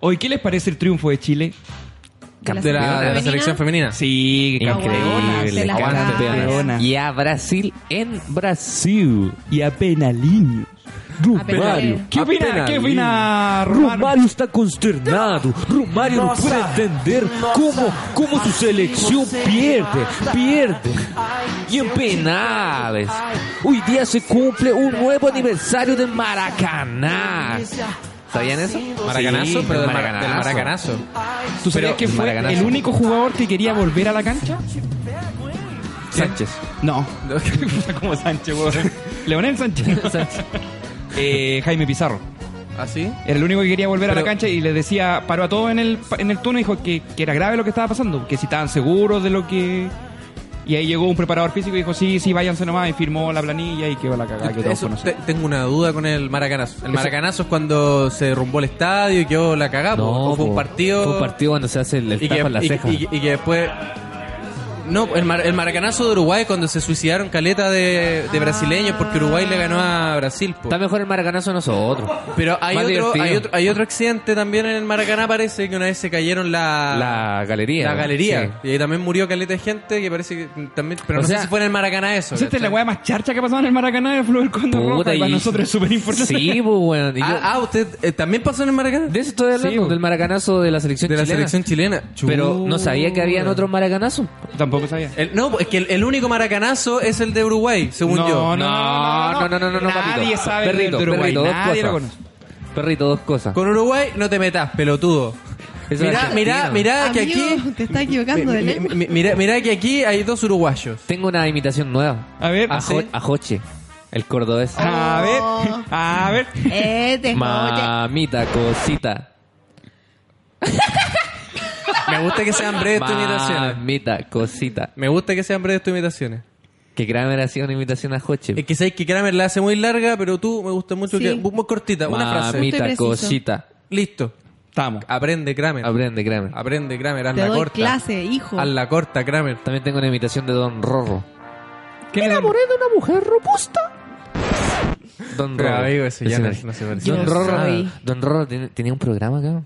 E: Hoy, ¿qué les parece el triunfo de Chile?
B: ¿De la
D: De la, de la selección femenina.
E: Sí,
B: Increíble,
A: Increíble.
B: la
A: Aguante.
E: campeona.
A: Y a Brasil en Brasil.
E: Y a Penaliño.
B: Romario.
E: ¿Qué opina?
D: Penaliño.
E: ¿Qué opina Román?
J: Romário está consternado. Romário não pode entender como, como sua seleção perde, perde.
A: Y en penales. Hoy día se cumple un nuevo aniversario de Maracaná. ¿Sabían eso?
D: Maracanazo,
A: Sí,
D: pero del, mar-
A: Maracanazo.
D: del maracanazo.
E: ¿Tú sabías que fue
A: Maracanazo.
E: el único jugador que quería volver a la cancha?
A: Sánchez.
E: No. Como Sánchez, weón. Leonel Sánchez. Eh, Jaime Pizarro.
D: ¿Así?
E: Era el único que quería volver a la
D: Pero-
E: cancha y les decía, paró a todos en el, en el turno y dijo que, que era grave lo que estaba pasando, que si estaban seguros de lo que... Y ahí llegó un preparador físico y dijo, sí, sí, váyanse nomás, y firmó la planilla y quedó la cagada Ah, que todos
D: Eso,
E: conocen.
D: te- tengo una duda con el maracanazo. El maracanazo es cuando se derrumbó el estadio y quedó la cagada. po. O fue un
A: po.
D: partido.
A: Ah, Fue un partido cuando se hace el, el
D: y
A: tapa
D: que,
A: en la
D: y-
A: ceja.
D: y- y que después. No, el, mar- el maracanazo de Uruguay cuando se suicidaron caleta de, de brasileños porque Uruguay le ganó a Brasil. po.
A: Está mejor el maracanazo de nosotros.
D: Pero hay
A: Más
D: otro,
A: divertido.
D: hay otro hay otro accidente también en el Maracaná parece que una vez se cayeron la
A: La galería.
D: la
A: Sí.
D: galería y ahí también murió caleta de gente que parece que también pero
A: O
D: no
A: sea-
D: sé si fue en el Maracaná eso.
E: Esta es la
D: ¿cachai?
E: weá más charcha que ha pasado en el Maracaná de Flor Condor Roja,
A: Puta,
E: y para
A: y-
E: nosotros es súper importante.
A: Sí, pues, weón. Y yo-
D: Ah, ah, usted eh, también pasó en el Maracaná
A: de eso estoy hablando,
E: pues.
A: del maracanazo de la selección
D: de la
A: chilena.
D: selección chilena.
A: Pero no sabía que habían otros maracanazos.
E: Tampoco sabía.
D: El- no, es que el, el único maracanazo es el de Uruguay, según
A: No,
D: yo.
A: no, no, no, no,
E: Nadie
A: papito.
E: sabe
A: Perrito,
E: de Uruguay,
A: perrito, dos
E: nadie lo
A: cosas.
E: conoce.
A: Perrito, dos cosas.
D: Con Uruguay no te metas, pelotudo.
A: Eso es
D: mirá,
A: argentino.
D: mirá, mirá Ah, que
B: Amigo,
D: aquí
B: te estás equivocando de
D: mi-
B: lengua.
D: mi- mi- mirá, mirá que aquí hay dos uruguayos.
A: Tengo una imitación nueva.
E: A ver,
A: a,
E: ¿sí?
A: Jo- a Joche, el cordobés.
E: A ver, a ver.
B: Eh, te joye.
A: Mamita, cosita.
D: Me gusta que sean breves tus imitaciones.
A: Mamita, cosita.
D: Me gusta que sean breves tus imitaciones.
A: Que Kramer hacía una imitación a Hoche.
D: Es que sabes que Kramer la hace muy larga, pero tú me gusta mucho
B: Sí.
D: que. Muy cortita, una frase.
A: Mamita,
B: preciso.
A: cosita.
D: Listo. Estamos. Aprende Kramer.
A: Aprende, Kramer.
D: Aprende Kramer, haz
B: Te
D: la
B: doy
D: corta.
B: clase, hijo.
D: Haz la corta, Kramer.
A: También tengo una imitación de Don Rorro.
D: ¿Quién es el-
A: de una mujer robusta. Don
D: Pero,
A: Rorro.
D: amigo, ese ya
A: Ese
D: no-
A: me-
D: no se parece.
A: Don
B: Yo
A: Rorro,
B: soy-
A: Don Rorro tiene- tenía un programa acá.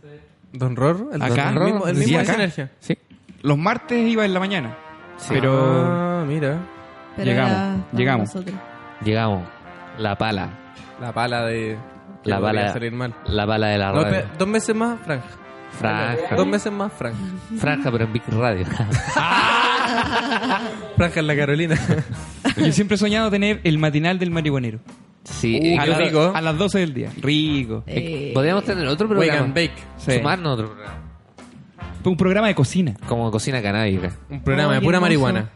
D: ¿Don Rorro? ¿El
E: Acá,
D: Don Rorro? ¿El
E: sí,
D: mismo de
E: acá.
D: Sinergia?
A: Sí.
E: Los martes iba en la mañana. Pero
D: Pero. Ah, mira.
B: Pero
E: llegamos,
B: ahora vamos
E: llegamos.
B: nosotros.
A: Llegamos. La pala.
D: La pala de. que
A: La
D: podría
A: pala.
D: salir mal.
A: La pala de la
D: No,
A: radio.
D: espera, dos meses más, franja.
A: Franja.
D: Dos meses más, franja.
A: Franja, pero en Big Radio.
D: Franja en la Carolina.
E: yo siempre he soñado tener el matinal del marihuanero.
A: sí.
D: Uh,
A: eh,
E: a,
D: qué
E: las-
D: rico.
E: a las 12 del día. Rico.
A: eh, Podríamos tener otro
D: Wake
A: programa.
D: and Bake.
E: Sí.
A: Sumarnos otro programa.
E: Un programa de cocina.
A: Como cocina canábica.
D: Un programa
B: Oh,
D: de
B: qué
D: pura
B: hermoso.
D: marihuana.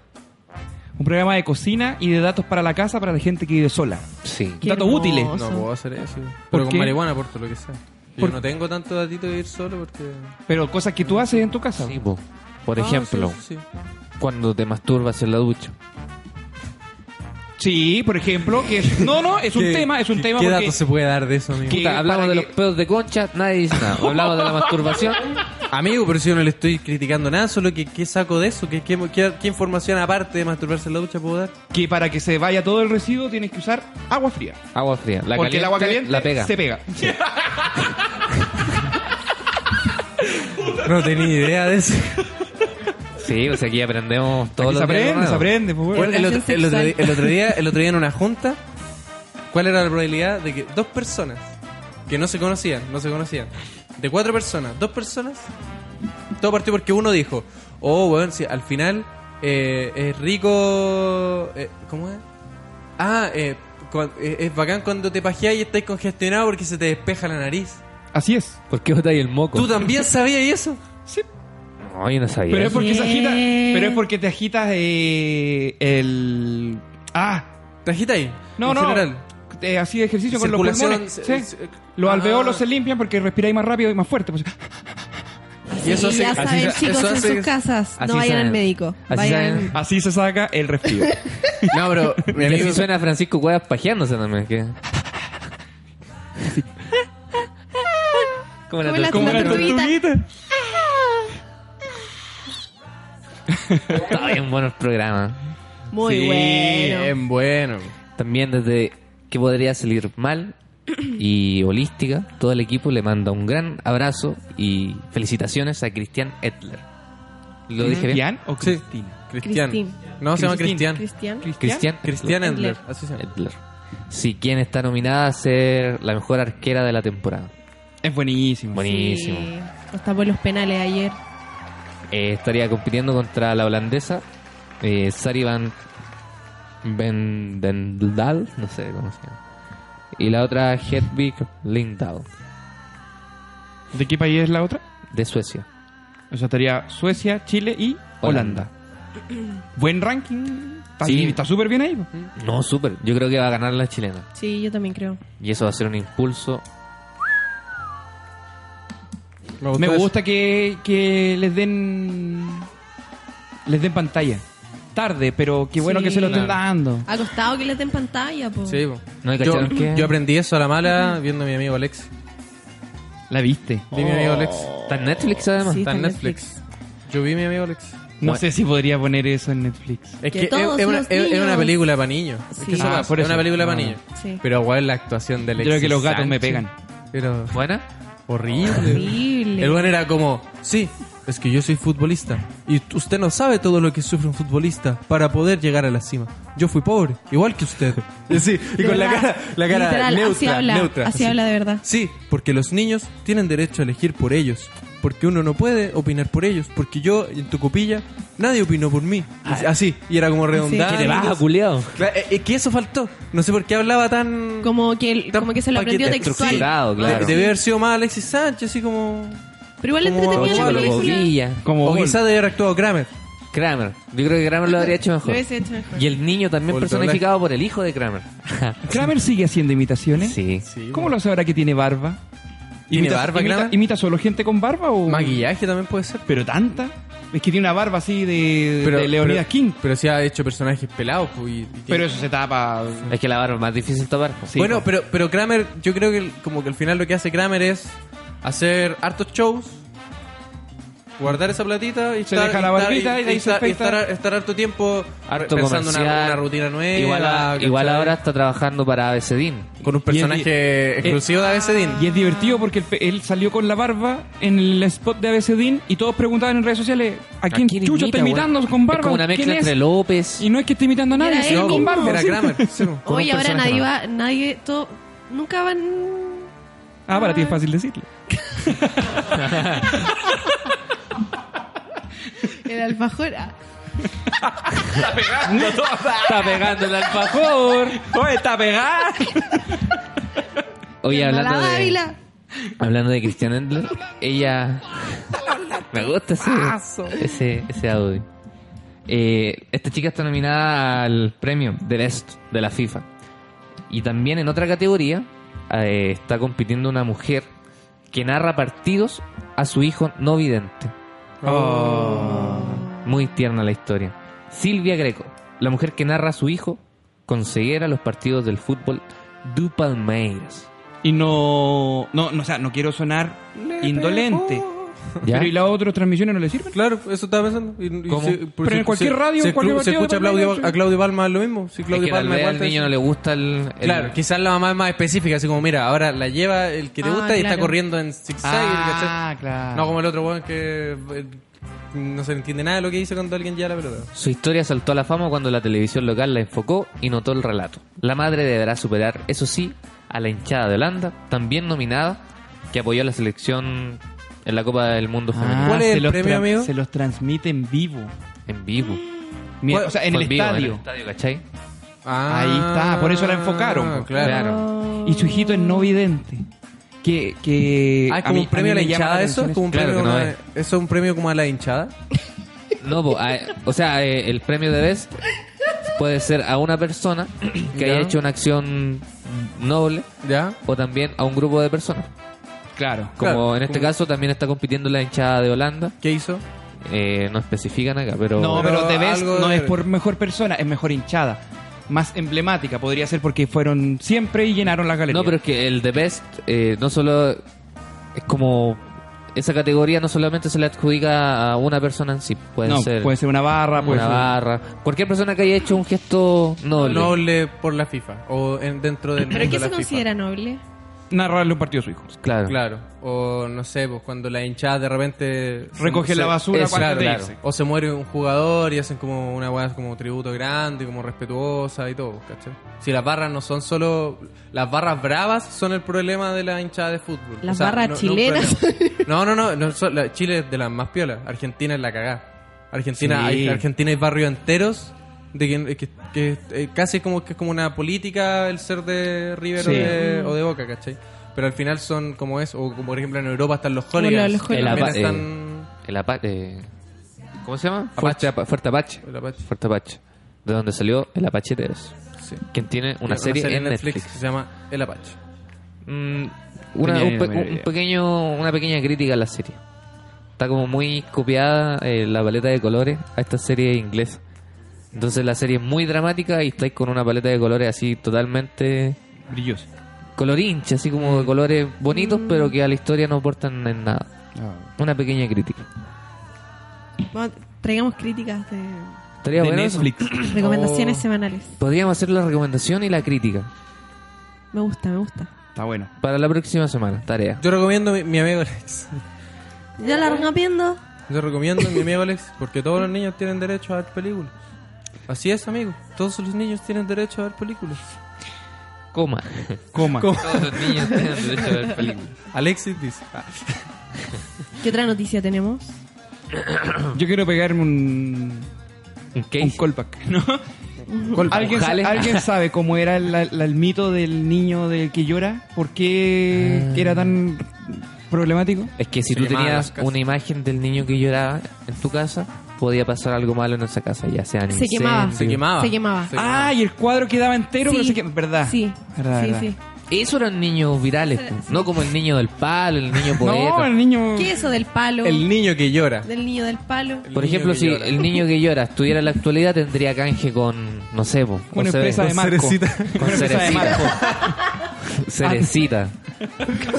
E: Un programa de cocina y de datos para la casa para la gente que vive sola.
A: Sí.
B: Qué
E: datos
B: hermoso.
E: útiles.
D: ¿eh? No puedo hacer eso.
E: ¿Por
D: Pero con
E: qué?
D: marihuana aporto lo que sea. Yo
E: ¿Por-
D: no tengo tanto datito de ir solo porque.
E: Pero cosas que tú haces en tu casa.
A: Sí, po. Por
D: Ah,
A: ejemplo,
D: sí, sí, sí.
A: cuando te masturbas en la ducha.
E: Sí, por ejemplo, que es- no, no, es un
D: ¿Qué-
E: tema, es un
D: qué-
E: tema
D: ¿Qué
E: porque
D: dato se puede dar de eso, amigo?
E: ¿Qué?
A: Puta, hablamos
E: para
A: de
E: que-
A: los pedos de concha, nadie dice nada. Hablamos de la masturbación.
D: Amigo, pero si yo no le estoy criticando nada, solo que ¿qué saco de eso? ¿Qué, qué, qué, qué información aparte de masturbarse en la ducha puedo dar?
E: que para que se vaya todo el residuo tienes que usar agua fría.
A: Agua fría. La
E: porque el agua caliente
A: la pega.
E: se pega.
D: No tenía idea de eso.
A: Sí, o sea, aquí aprendemos todos los
E: Aquí se aprende,
A: días.
E: se
A: algo nuevo.
E: aprende, pues, bueno.
D: Bueno, el, otro, el otro-
B: sexual.
D: el otro día, el otro día en una junta, ¿cuál era la probabilidad de que dos personas que no se conocían, no se conocían, de cuatro personas, dos personas, todo partió porque uno dijo, oh, bueno, si al final eh, es rico, eh, ¿cómo es? Ah, eh, cua- eh, es bacán cuando te pajeas y estás congestionado porque se te despeja la nariz.
E: Así es.
A: ¿Por qué botáis el moco?
D: ¿Tú también sabías eso?
E: Sí.
A: No, yo no sabía.
E: Pero es
A: eso.
E: porque se agita,
B: Bien.
E: pero es porque te agitas eh, el ah,
D: ¿Trajiste ahí?
E: no,
D: En
E: no.
D: general.
E: eh, así de ejercicio con los
D: Circulación,
E: pulmones.
D: se-
E: sí.
D: se-
E: los
D: ah.
E: alveolos se limpian porque respiráis más rápido y más fuerte. pues.
B: Y eso
D: hace-
B: ya
D: así
B: saben,
D: se-
B: chicos,
D: eso
B: en
D: hace-
B: sus casas.
A: así
B: No vayan
A: saben.
B: al médico.
A: Así
B: Vayan.
A: saben.
E: Así se saca el respiro.
D: No, pero mi
A: Y
D: amigo-
A: así suena Francisco Cuevas pajeándose también. que- Como la
B: Como
A: tortuga.
B: la- la tortuguita.
A: Está bien buenos programas.
B: Muy
D: Sí, em,
B: bueno.
D: bien bueno.
A: También desde que podría salir mal y holística, todo el equipo le manda un gran abrazo y felicitaciones a Cristian Etler. ¿Lo dije bien?
E: ¿Cristian o
D: Sí.
E: Cristina?
D: Cristian.
B: Cristín.
D: No, se llama
E: Cristín.
B: Cristian.
D: Cristian.
A: Cristian
D: Cristian
B: Endler.
D: Endler. Así se llama.
A: Edler. Sí, quien está nominada a ser la mejor arquera de la temporada.
E: Es buenísimo.
A: Buenísimo.
B: Sí. Está por los penales ayer.
A: Eh, estaría compitiendo contra la holandesa eh, Sari van Vendendal, no sé cómo se llama. Y la otra Hedvig Lindahl,
E: ¿De qué país es la otra?
A: de Suecia.
E: O sea, estaría Suecia, Chile y Holanda. Buen ranking. Está
A: Sí.
E: bien, está súper bien ahí. pues. po.
A: No, súper. Yo creo que va a ganar la chilena.
B: Sí, yo también creo.
A: Y eso va a ser un impulso.
D: gustó
E: Me
D: eso.
E: gusta que, que les den les den pantalla. Tarde, pero qué bueno
B: Sí.
E: que se lo estén
A: Claro.
E: dando.
B: Ha costado que le den pantalla, po.
D: Sí, po.
A: ¿No hay
D: yo,
A: cacharon qué?
D: yo aprendí eso a la mala viendo a mi amigo Alex.
E: La viste.
D: Vi a mi amigo Alex.
A: Está en Netflix además.
B: Oh. Sí,
D: Está en Netflix. Yo vi a mi amigo Alex.
E: No
A: Bueno.
E: sé si podría poner eso en Netflix.
D: Es
B: Que
D: que es,
B: todos
D: es una,
B: los
D: es- es una
B: niños.
D: película para niños. Es,
B: Sí.
D: que eso
E: Ah,
D: pasa,
E: por
D: es
E: eso.
D: una película
E: Ah.
D: para niños.
B: Sí.
D: Pero igual la actuación de
E: Yo
D: Alex.
E: creo que los gatos me pegan.
D: Pero
A: ¿Buena?
D: horrible. El
B: Horrible.
D: buen era como, sí, es que yo soy futbolista. Y t- usted no sabe todo lo que sufre un futbolista para poder llegar a la cima. Yo fui pobre, igual que usted. Y, sí, y
B: De
D: con la
B: verdad.
D: cara, la cara
B: Literal,
D: neutra,
B: así habla,
D: neutra,
B: así habla de verdad.
D: Sí, porque los niños tienen derecho a elegir por ellos. Porque uno no puede opinar por ellos. Porque yo, en tu copilla, nadie opinó por mí. Y- Así, y era como redondado.
B: Que te
D: y
B: baja,
C: Ah,
D: todo.
A: culiado.
D: Claro, eh, eh, que eso faltó. No sé por qué hablaba tan...
B: Como que, el-
D: tan
B: como que se lo aprendió
D: paquete.
B: textual.
A: Estructurado, claro.
D: De- Debió haber sido más Alexis Sánchez, así como...
B: Pero igual
D: Como
B: entretenía la
D: Pablo
B: película.
A: Bobilla.
E: Como
D: o
E: Bol.
D: quizás debe haber actuado Kramer.
A: Kramer. Yo creo que Kramer lo habría hecho
B: Lo
A: mejor.
B: hubiese hecho mejor.
A: Y el niño también
D: O el doblaje.
A: personificado por el hijo de Kramer.
E: Kramer sigue haciendo imitaciones.
A: sí.
E: ¿Cómo lo sabrá que tiene barba?
D: ¿Tiene
E: Imita-
D: barba,
E: imita,
D: Grana?
E: imita solo gente con barba o...?
D: Maquillaje también puede ser.
E: Pero tanta. Es que tiene una barba así de, de Leonidas
D: pero-
E: King.
D: Pero sí ha hecho personajes pelados. pues, y- y tiene-
E: Pero eso se tapa...
A: Es que la barba es más difícil tapar. po.
E: Sí,
D: bueno,
E: pues.
D: pero, pero Kramer, yo creo que el- como que al final lo que hace Kramer es hacer hartos shows, guardar esa platita y
E: Se
D: estar,
E: deja la
D: estar-
E: barbita y de ahí se
D: estar,
E: afeita.
D: estar, estar harto tiempo
A: Harto
D: pensando una,
A: comercial.
D: una rutina nueva.
A: Igual, a- igual
D: ¿cachai?
A: ahora está trabajando para ABCDIN.
D: Con un personaje exclusivo de ABCDIN.
E: Y es divertido porque él, él salió con la barba en el spot de ABCDIN y todos preguntaban en redes sociales ¿a quién, Chucho está imitando con barba?
A: Es como una
E: ¿Quién
A: mezcla
E: es?
A: entre López.
E: Y no es que esté imitando a nadie,
B: Era
E: sino
B: él
E: con
B: mismo.
E: barba.
D: Era
E: sí.
D: Kramer. sí, po.
B: Oye, ahora nadie va, nadie, todo, nunca van...
E: Ah, para ti es fácil decirlo.
B: El alfajor. ah.
A: Está pegando el alfajor.
E: ¡Oye, está pegada!
A: Oye,
B: Mala
A: hablando de,
B: Dávila.
A: hablando de Christian Endler, ella. Me gusta ese, ese, ese audio. Eh, esta chica está nominada al premio del EST de la FIFA. Y también en otra categoría eh, está compitiendo una mujer que narra partidos a su hijo no vidente.
E: Oh.
A: Muy tierna la historia. Silvia Greco, la mujer que narra a su hijo con ceguera los partidos del fútbol du Palmeiras.
E: Y no, no, no, o sea, no quiero sonar indolente.
A: ¿Ya?
E: Pero ¿y las otras transmisiones no le sirven?
D: Claro, eso estaba pensando. Y- y
A: ¿Cómo?
D: si-
E: Pero en cualquier radio,
D: se,
E: en cualquier
D: escu- se
E: partido
D: escucha a
E: de Palmeiras,
D: Claudio,
E: sí.
D: a Claudio Palma lo mismo. Si
A: Es
D: Claudio
A: que tal
D: Palma
A: vez
D: igual
A: al
D: te
A: niño
D: dice-
A: no le gusta el... el-
D: Claro, quizás la mamá es más específica, así como, mira, ahora la lleva el que te
B: Ah,
D: gusta y está
B: claro.
D: corriendo en zigzag,
E: Ah,
D: ¿cachai?
E: claro.
D: No como el otro weón que eh, no se entiende nada de lo que dice cuando alguien lleva la pelota.
A: Su historia saltó a la fama cuando la televisión local la enfocó y notó el relato. La madre deberá superar, eso sí, a la hinchada de Holanda, también nominada, que apoyó a la selección en la Copa del Mundo
E: Ah.
A: Femenina.
D: ¿Cuál es
E: se
D: el
E: los
D: premio,
E: tra-
D: amigo?
E: Se los transmite en vivo.
A: En vivo.
E: Mira,
D: ¿Cuál-
E: o sea, en
A: Fue
E: el
A: vivo, en
E: estadio.
A: ¿cachai?
E: Ahí está, por eso la enfocaron, po.
D: Ah, Claro.
B: Oh.
E: Y su hijito es no vidente. Que, que
D: Ah, ¿es como
E: Eh, mí-
D: un premio a
E: mí
D: la
E: me llama
D: hinchada eso?
E: atención
D: ¿Es como un
A: Claro
D: premio
A: que no
D: a-
A: es.
D: ¿Eso es un premio como a la hinchada?
A: No, po, a- o sea, eh, el premio de Best puede ser a una persona que haya
D: Ya.
A: hecho una acción noble
D: ¿Ya?
A: o también a un grupo de personas.
E: Claro.
A: Como
D: Claro,
A: en este
D: como-
A: caso también está compitiendo la hinchada de Holanda.
D: ¿Qué hizo?
A: Eh, no especifican acá, pero...
E: No,
D: Pero
E: pero, te ves,
D: algo
E: no
D: debe
E: es
D: haber.
E: por mejor persona, es mejor hinchada. Más emblemática, podría ser porque fueron siempre y llenaron las galerías.
A: No, pero es que el The Best eh, no solo es como esa categoría no solamente se le adjudica a una persona en sí, puede
E: No,
A: ser
E: puede ser una barra, puede
A: una
E: ser...
A: barra, cualquier persona que haya hecho un gesto noble.
D: Noble por la FIFA o en- dentro del mundo
B: ¿Pero qué
D: de la
B: se
D: FIFA.
B: considera noble?
E: Narrarle un partido a su hijo.
A: Claro.
D: Claro, o no sé, pues cuando la hinchada de repente
E: Recoge la basura
A: eso,
E: para
A: claro,
E: irse.
A: claro.
D: O se muere un jugador y hacen como una weá como tributo grande, como respetuosa y todo, ¿cachai? Si las barras no son solo. Las barras bravas son el problema de la hinchada de fútbol.
B: Las barras
D: no- no
B: chilenas.
D: un problema. No, no, no. no son- la- Chile es de las más piolas. Argentina es la cagá. Argentina,
E: Sí.
D: hay, Argentina hay barrios enteros de que, que- que, eh, casi como que es como una política el ser de River o,
E: Sí.
D: de, o de Boca, ¿cachai? Pero al final son como eso, o como por ejemplo en Europa están los
B: los
D: hooligans. que
A: El
D: también
A: apa-
D: están-
A: El apa- eh, ¿Cómo se llama?
D: Apache.
A: Fuerte, Apa- Fuerte Apache.
D: El Apache.
A: Fuerte Apache. De donde salió el Apache 3.
D: Sí.
A: Quien tiene una, serie, en Netflix.
D: que se llama El Apache.
A: Mm, una,
E: Tenía
A: un, pe-
E: ni la menor
A: un
E: idea.
A: pequeño, una pequeña crítica a la serie. Está como muy copiada eh, la paleta de colores a esta serie inglesa. Entonces la serie es muy dramática y estáis con una paleta de colores así totalmente
E: Brilloso.
A: colorincha, así como de colores bonitos, pero que a la historia no aportan en nada. Una pequeña crítica.
B: Bueno, traigamos críticas de
A: Estaría
E: de
A: bueno eso.
E: Netflix.
A: Oh.
B: recomendaciones semanales.
A: Podríamos hacer la recomendación y la crítica
B: Me gusta, me gusta.
E: Está bueno.
A: para la próxima semana. Tarea.
D: Yo recomiendo mi, mi amigo Alex.
B: Ya la recomiendo.
D: Yo recomiendo mi amigo Alex porque todos los niños tienen derecho a ver películas. Así es, amigo. Todos los niños tienen derecho a ver películas.
A: Coma.
E: Coma.
A: Todos los niños tienen derecho a ver películas.
D: Alexis dice. Ah,
B: ¿Qué otra noticia tenemos?
E: Yo quiero pegarme un,
A: Un case.
E: un callback. ¿no? ¿Alguien, sa-
A: Jale.
E: alguien sabe cómo era la- la- el mito del niño del que llora? ¿Por qué
A: Ah.
E: era tan problemático?
A: Es que si
D: Se
A: tú
D: quemaban
A: tenías
D: las casas.
A: una imagen del niño que lloraba en tu casa, podía pasar algo malo en esa casa, ya sea
B: Se quemaba.
D: Se quemaba.
B: Se quemaba.
D: Se
E: Ah, y el cuadro quedaba entero,
B: Sí.
E: pero se quedaba- ¿Verdad?
B: Sí,
E: Verdad,
B: sí,
E: verdad.
B: sí.
A: Eso eran niños virales, pues, no como el niño del palo, el niño
E: No,
A: poeta.
E: el niño.
B: ¿Qué es eso del palo?
D: El niño que llora.
B: Del niño del palo.
A: Por ejemplo, si el niño que llora estuviera en la actualidad, tendría canje con, no sé, po, con
E: Una
A: Cere-
E: empresa de marco.
K: Cerecita.
E: Una empresa de
A: Cerecita.
E: marco.
A: Cerecita.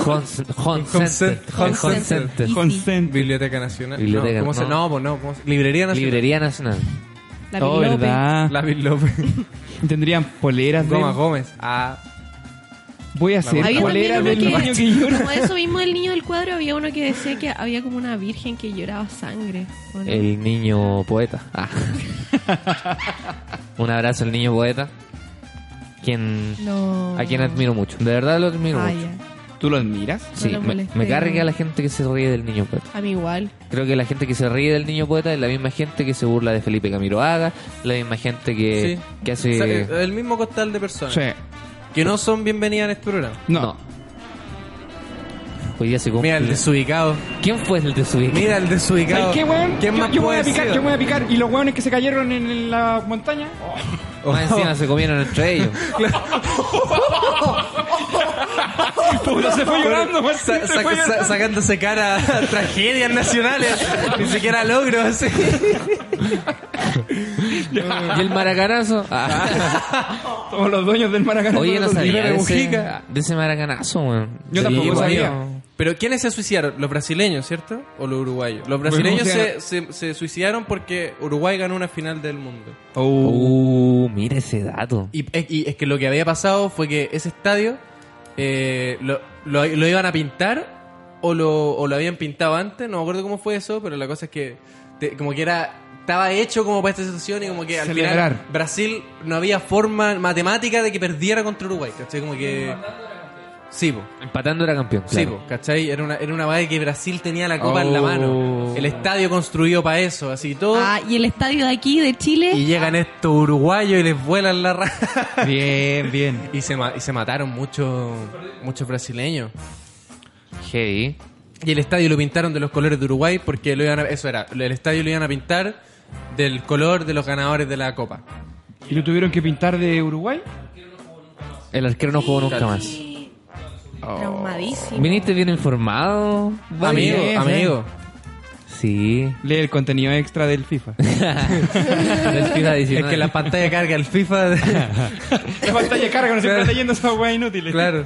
A: Hons- Hon Center.
D: Hon
A: El Hon Center.
E: Consent.
D: Biblioteca Nacional.
A: Biblioteca,
D: no, ¿cómo se-
A: no.
D: no, pues no, ¿cómo se- Librería Nacional.
A: Librería Nacional.
B: La
E: Oh,
B: Big Lope.
E: verdad.
D: La Bill López.
E: Tendrían poleras de.
D: Goma Gómez. Ah,
E: Voy a hacer
B: Había
E: poleras
B: también
E: del
B: uno
E: niño
B: que,
E: que llora.
B: como eso mismo del niño del cuadro, había uno que decía que había como una virgen que lloraba sangre. ¿o no?
A: El niño poeta. Ah. Un abrazo al niño poeta. Quien,
B: No.
A: A quien admiro mucho. De verdad lo admiro
B: Ah,
A: mucho.
B: ya.
E: ¿Tú lo admiras?
A: Sí,
B: lo
A: me,
B: molesté.
A: me carga la gente que se ríe del niño poeta.
B: A mí igual.
A: Creo que la gente que se ríe del niño poeta es la misma gente que se burla de Felipe Camiroaga, la misma gente que,
D: sí. eh,
A: que
D: O sea,
A: hace...
D: el- el mismo costal de personas.
E: Sí.
D: Que no son bienvenidas en este programa.
E: No.
A: Hoy día se cumple.
D: Mira el desubicado.
A: ¿Quién fue el de su
D: Mira el desubicado.
E: ¿Sabes qué, weón?
D: ¿Quién
E: yo,
D: más
E: yo voy a
D: puede
E: picar,
D: ser?
E: yo voy a picar. Y los weones que se cayeron en, en la montaña.
D: Oh.
A: Más encima se comieron entre ellos.
E: Puta, se fue llorando, weón.
D: Sa-
E: Se
D: sa-
E: fue
D: sa-
E: llorando.
D: sacándose cara a tragedias nacionales. Ni siquiera logro así.
A: y el maracanazo. Ah.
E: Somos los dueños del Maracaná.
A: Oye, no
E: Los
A: sabía
E: líderes
A: de
E: de
A: ese,
E: Mujica.
A: de ese maracanazo, weón.
E: Yo tampoco
A: pues, weón.
E: sabía.
D: Pero ¿quiénes se suicidaron? ¿Los brasileños, cierto? ¿O los uruguayos? Los brasileños se, se- se suicidaron porque Uruguay ganó una final del mundo.
E: Oh.
A: Uh, mira ese dato.
D: Y, es- y es que lo que había pasado fue que ese estadio eh, lo, lo- lo iban a pintar o lo, o lo habían pintado antes. No me acuerdo cómo fue eso, pero la cosa es que te- como que era... Estaba hecho como para esta situación y como que al
E: Celebrar.
D: final Brasil no había forma matemática de que perdiera contra Uruguay. ¿Cachai? Como que... Sí, po.
A: Empatando era campeón.
D: Sí,
A: claro.
D: po, ¿cachai? Era una, era una vaga que Brasil tenía la copa en la
E: Oh.
D: mano. El estadio construido para eso, así todo.
B: Ah, y el estadio de aquí, de Chile.
D: Y llegan estos uruguayos y les vuelan la raja.
E: Bien, bien.
D: Y se, ma- y se mataron muchos muchos brasileños.
A: Heavy.
D: Y el estadio lo pintaron de los colores de Uruguay porque lo iban a- eso era, el estadio lo iban a pintar del color de los ganadores de la copa.
E: ¿Y lo tuvieron que pintar de Uruguay?
A: El arquero no jugó nunca más.
B: Traumadísimo.
A: ¿Viniste bien informado? Vale.
D: amigo,
E: bien,
D: amigo.
A: Sí.
E: Lee el contenido extra del FIFA.
A: Del FIFA
D: Es
A: 19.
D: que la pantalla carga el FIFA. de-
E: La pantalla de carga, no se
D: Claro.
E: está yendo esa weá inútil.
D: claro.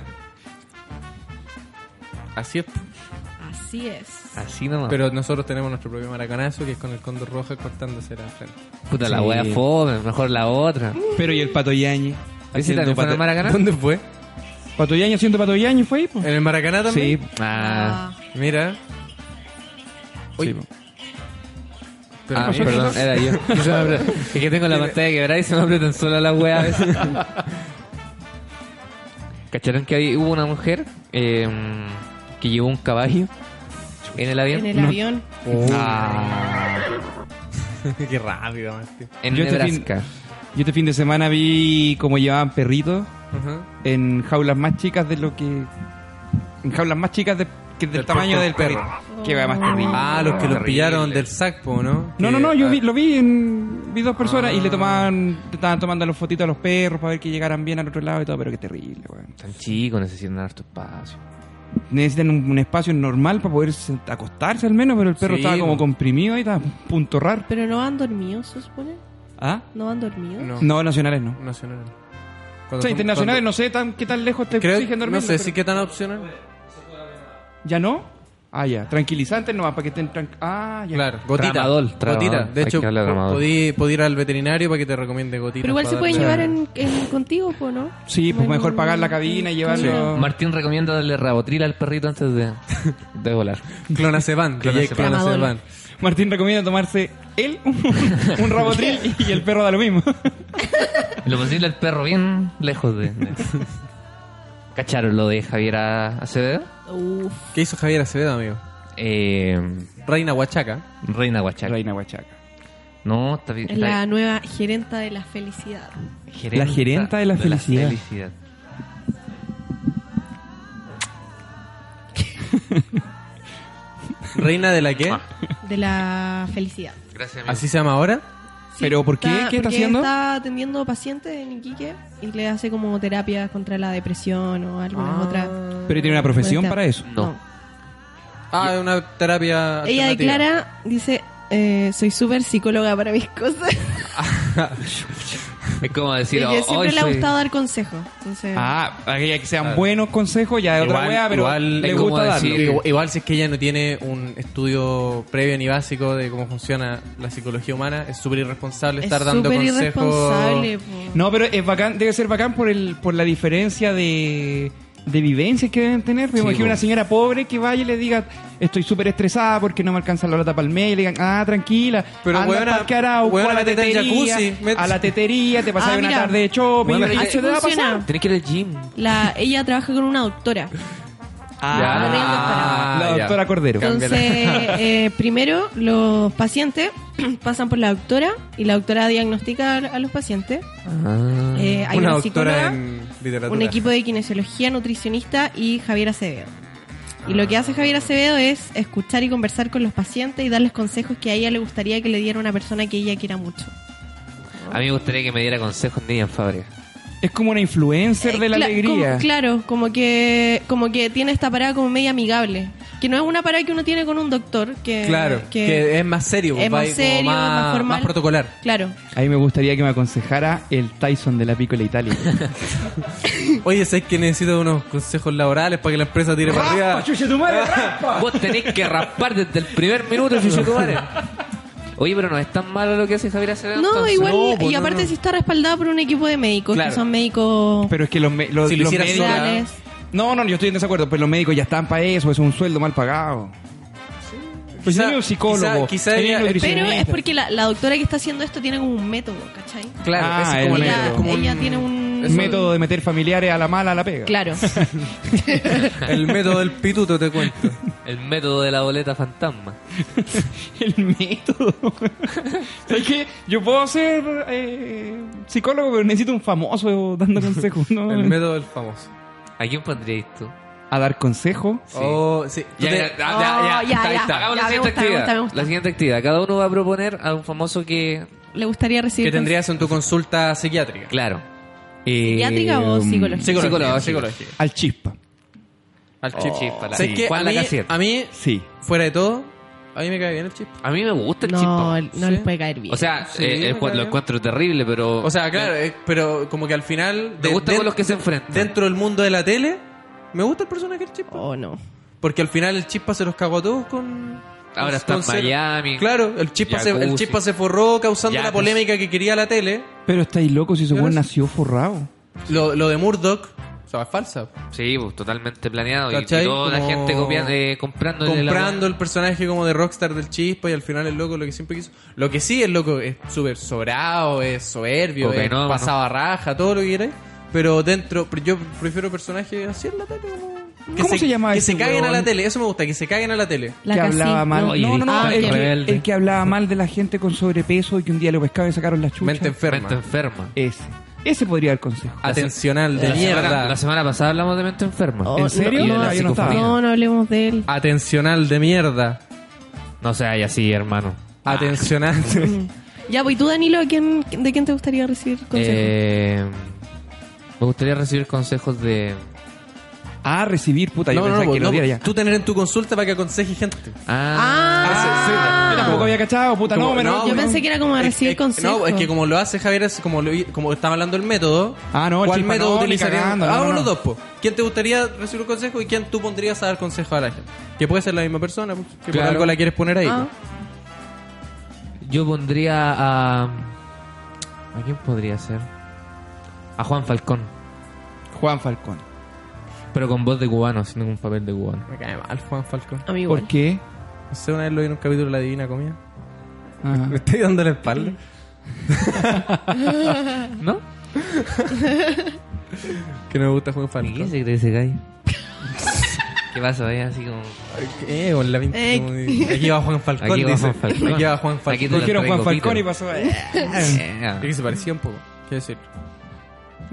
D: Así es.
E: Ah.
B: Así es.
A: Así nomás.
D: Pero nosotros tenemos nuestro propio maracanazo que es con el cóndor roja cortándose la frente.
A: Puta, la
E: Sí.
A: wea fome, mejor la otra.
E: Pero y el Pato Yañez.
A: ¿Ese también fue en el Maracaná?
D: Mm. ¿Dónde fue?
E: Pato Yañez siendo Pato Yañez fue ahí, po.
D: ¿En el Maracaná
E: Sí,
D: también?
A: Ah,
B: Ah,
D: Mira. Oye,
E: sí, po.
D: pero
A: Ah,
D: mira.
A: perdón, era yo. es que tengo la pantalla quebrada y se me apretan solo las weas a veces. ¿Cacharon que ahí hubo una mujer eh, que llevó un caballo en el avión?
B: en el avión.
A: Ah,
D: Qué rápido, Martín.
A: en
E: Yo este
A: Nebraska.
E: Yo este fin de semana vi cómo llevaban perritos
D: Ajá.
E: en jaulas más chicas de lo que. En jaulas más chicas de- que del
D: Del
E: tamaño
D: perro.
E: del perro. Qué weá más terrible.
D: Ah, los que los
A: Terrible.
D: pillaron del saco, ¿no?
E: No,
D: Que-
E: no, no, yo
D: ah,
E: vi- lo vi en, vi dos personas y le tomaban, le estaban tomando los fotitos a los perros para ver que llegaran bien al otro lado y todo, pero qué terrible, weón.
A: Tan chico, necesitan harto espacio.
E: Necesitan un, un espacio normal para poder se- acostarse al menos, pero el perro
D: Sí,
E: estaba como
D: weón.
E: comprimido y estaba a punto raro.
B: Pero no han dormido, se supone.
E: ¿Ah?
B: No han dormido.
D: No,
E: No, nacionales no.
D: nacional.
E: O
D: Cuando
E: sea,
D: son-
E: internacionales
D: cuando-
E: no sé tan, qué tan lejos te exigen
D: Creo,
E: dormir.
D: no sé si qué tan opcional.
E: ¿Ya no? Ah, ya. Tranquilizantes no, para que estén tran- Ah, ya.
D: Claro, gotita.
A: Tramadol,
D: Gotita.
A: tramadol.
D: De
A: Hay
D: hecho,
A: que hablar de tramadol.
D: podí, podí ir al veterinario para que te recomiende gotita.
B: Pero igual se pueden llevar en, en- contigo, po, ¿no?
E: Sí, pues
B: Como en
E: mejor
B: un-
E: pagar la cabina y llevarlo.
A: Martín recomienda darle rabotril al perrito antes de, de volar.
D: Clonazepam. que llegue
A: Clonazepam.
D: Clonazepam.
E: Martín recomienda tomarse él un rabotril y el perro da lo mismo.
A: Lo posible el perro bien lejos de... de- ¿Cacharon lo de Javier A- Acevedo?
B: Uf.
D: ¿Qué hizo Javier Acevedo, amigo?
A: Eh,
D: Reina Huachaca.
A: Reina Huachaca.
E: Reina Huachaca.
A: No, está bien.
B: Es la nueva gerenta de la felicidad.
A: gerenta,
E: la gerenta de la felicidad.
A: felicidad.
D: ¿Reina de la qué?
B: De la felicidad.
A: Gracias, amigo.
D: ¿Así se llama ahora?
E: ¿Pero por qué? ¿Qué está
B: porque
E: haciendo?
B: Está atendiendo pacientes en Iquique y le hace como terapias contra la depresión o alguna otra.
E: Ah. Pero tiene una profesión para eso.
A: No.
D: Ah, es una terapia.
B: Ella
D: alternativa.
B: declara, dice, eh, soy súper psicóloga para mis cosas.
A: Es como decir,
B: Porque
A: "Oh,
B: siempre
A: hoy
B: le ha
A: soy-
B: gustado dar consejos. Entonces,
E: Ah, aquella que sean buenos consejos ya es otra weá, pero
D: igual-
E: le
A: es como
E: gusta darlo.
A: decir-
D: Igual, igual si es que ella no tiene un estudio previo ni básico de cómo funciona la psicología humana, es súper irresponsable
B: es
D: estar dando
B: súper
D: consejos.
B: irresponsable. po.
E: No, pero es bacán, debe ser bacán por el, por la diferencia de, de vivencias que deben tener. Me
A: Sí,
E: imagino
A: po.
E: una señora pobre que vaya y le diga, estoy súper estresada porque no me alcanza la lata para el mes, y le digan, ah, tranquila,
D: Pero,
E: anda
D: weona,
E: al Parque Arauco,
D: weona,
E: a la
D: métete al
E: tetería,
D: jacuzzi, met-
E: a la tetería, te pasas
B: Ah,
E: una
B: mira.
E: tarde de shopping,
A: Bueno,
E: y
A: así
E: te va a
B: funciona.
E: pasar.
A: Tenés que ir al gym.
B: La, ella trabaja con una doctora.
A: Ah,
E: la
A: ya.
E: doctora Cordero.
B: Entonces, eh, primero los pacientes pasan por la doctora y la doctora diagnostica a los pacientes.
A: Ah.
B: Eh, hay
D: Mm. una
B: una,
D: doctora
B: psicóloga,
D: en literatura.
B: un equipo de kinesiología, nutricionista y Javier Acevedo. Y
D: Ah.
B: lo que hace Javier Acevedo es escuchar y conversar con los pacientes y darles consejos que a ella le gustaría que le diera una persona que ella quiera mucho.
A: A mí me gustaría que me diera consejos Nidia Fábrega.
E: Es como una influencer de la
B: Eh, cla-
E: alegría.
B: como- claro, como que, como que tiene esta parada como media amigable. Que no es una parada que uno tiene con un doctor. Que,
D: Claro, que, es más serio,
B: es
D: va
B: más
D: ahí como
B: serio,
D: más,
B: es más formal.
D: protocolar.
B: Claro.
E: Ahí me gustaría que me aconsejara el Tyson de la Piccola Italia.
D: Oye, ¿sabes que necesito unos consejos laborales para que la empresa tire para arriba?
A: Vos tenés que raspar desde el primer minuto, chucho tu madre. Oye, pero no es tan malo lo que hace Javier Acevedo.
B: No,
A: entonces.
B: igual,
D: No, pues,
B: y
D: no,
B: aparte
D: no.
B: si está respaldada por un equipo de médicos,
D: Claro.
B: que son médicos
E: Pero es que los, me- los,
D: Si lo
E: los
D: hiciera
E: médicos...
D: sola.
B: reales.
E: No, no, yo estoy en desacuerdo, pero los médicos ya están para eso, es un sueldo mal pagado. Pues
D: Quizá-
E: tenía un psicólogo,
D: quizá- quizá
E: tenía
D: ella-
E: un nutricionista.
B: Pero es porque la, la doctora que está haciendo esto tiene como un método, ¿cachai?
D: Claro,
E: Ah,
D: ese
E: el
D: es como
B: ella
E: método. como
B: ella
E: un-
B: tiene un...
E: Un método de meter familiares a la mala a la pega.
B: Claro.
D: el método del pituto, te cuento.
A: El método de la boleta fantasma.
E: El método. ¿Sabes qué? Yo puedo ser eh, psicólogo, pero necesito un famoso dando consejos, ¿no?
D: El método del famoso.
A: ¿A quién pondrías tú?
E: A dar consejos.
D: Oh, sí. Tú
A: Ya,
D: te-
A: ya, ya,
B: Oh,
A: ya,
B: ya,
A: está,
B: ya.
A: está. Hagamos
B: Ya,
A: la
B: me
A: siguiente
B: gusta, me
A: actividad.
B: gusta, me gusta.
A: La siguiente actividad. Cada uno va a proponer a un famoso que.
B: Le gustaría recibir...
D: que tendrías en tu consulta psiquiátrica.
A: Claro. Eh,
B: ¿Psiquiátrica o psicológica?
A: Psicológica.
D: Psicología,
A: psicológica.
E: Al chispa.
D: Al
A: Oh,
D: chip.
A: chispa, la-
D: ¿Sabes
A: sí.
D: qué?
A: Juan
D: A mí,
A: Lacasier.
D: a mí,
E: Sí.
D: fuera de todo, a mí me cae bien el chip.
A: A mí me gusta el
B: no,
A: chispa.
B: no les puede caer bien.
A: O sea,
D: Sí,
A: eh, eh,
D: me cae
A: lo
D: bien.
A: encuentro terrible, pero.
D: O sea, claro, eh, pero como que al final.
A: me
D: de-
A: gusta
D: de-
A: con los que se enfrentan.
D: Dentro del mundo de la tele, me gusta el personaje del Chispa.
B: Oh, no.
D: Porque al final el Chispa se los cagó a todos con.
A: Ahora
D: con-
A: está en
D: con ser-
A: Miami.
D: Claro, el Chispa, se, el
A: Jacuzzi.
D: Chispa se forró causando
A: Jacuzzi.
D: la polémica que quería la tele.
E: Pero estáis locos si ese
D: Pero
E: weón
D: es-
E: nació forrado.
D: Lo, lo de Murdoch, o sea, es falsa.
A: Sí, pues, totalmente planeado. Y- Y,
D: ¿Cachai?
A: toda la
D: Como-
A: gente copia, eh, comprando.
D: Comprando el personaje como de rockstar del Chispa y al final el loco lo que siempre quiso. Lo que sí, el loco es súper sobrado, es soberbio,
A: Cocainómano.
D: es pasaba raja, todo lo que quieras. Pero dentro, pero yo prefiero personajes así en la tele. como- que
E: ¿Cómo se llama este
D: Que
E: ese
D: se caguen a
E: weón?
D: la tele, eso me gusta, que se caguen a la tele.
B: La
E: que
B: casi-
E: hablaba mal.
B: no.
A: Oye,
E: No, no, no,
A: Oye,
E: el, que,
A: rebelde.
E: el que hablaba mal de la gente con sobrepeso y que un día lo pescaba y sacaron las chuchas.
D: Mente enferma.
A: Mente enferma.
E: Ese. Ese podría dar consejo.
D: Atencional de
A: la Semana,
D: mierda.
A: la semana pasada hablamos de mente enferma.
B: Oh,
E: ¿En serio?
A: no,
E: No,
A: la
E: yo no estaba.
A: psicofonía.
B: No, no hablemos de él.
D: Atencional de mierda.
A: No sea y así, hermano.
D: Ah. Atencional. de-
B: Ya, pues, ¿y tú, Danilo, ¿a quién, de quién te gustaría recibir consejos?
A: Eh, me gustaría recibir consejos de.
E: A recibir, puta, yo
D: no, no,
E: pensaba
D: no,
E: que
D: no, pues,
E: lo diera ya.
D: Tú tener en tu consulta para que aconseje gente.
B: Ah,
E: Yo tampoco había cachado, puta,
D: Como-
E: no, me
D: no,
E: no.
B: yo
D: bueno.
B: pensé que era como
D: Es-
B: recibir
D: es-
B: consejos.
D: No, es que como lo hace Javier, es como, lo, como estaba hablando el método.
E: Ah, no, el
D: ¿Cuál
E: chispa
D: método
E: no, ni
D: utilizaría?
E: cagando, no,
D: Hagamos
E: no,
D: los
E: no.
D: dos, po. ¿Quién te gustaría recibir un consejo y quién tú pondrías a dar consejo a la gente? Que puede ser la misma persona, pues, que por
E: Claro.
D: algo la quieres poner ahí.
B: Ah.
A: Yo pondría a. ¿A quién podría ser? A Juan Falcón.
E: Juan Falcón.
A: Pero con voz de cubano, haciendo un papel de cubano.
D: Me cae mal Juan Falcón.
B: A mí igual.
E: ¿Por qué?
D: No sé, una vez lo vi en un capítulo de La Divina Comida.
E: Ajá.
D: Me estoy dando la espalda.
A: ¿No?
D: Que no me gusta Juan
A: ¿Qué
D: Falcón.
A: se cree ese gallo? ¿Qué pasa? Vaya así como.
D: Eh, con la pinta
B: Eh.
D: como de- Aquí va Juan Falcón.
A: Aquí va
D: dice.
A: Juan Falcón.
D: Aquí va Juan Falcón.
A: Aquí te la
E: Dijeron Juan
A: traigo,
E: Falcón
A: Peter.
E: y pasó eh,
D: Es
A: eh,
D: que se parecía un poco. Quiero decir,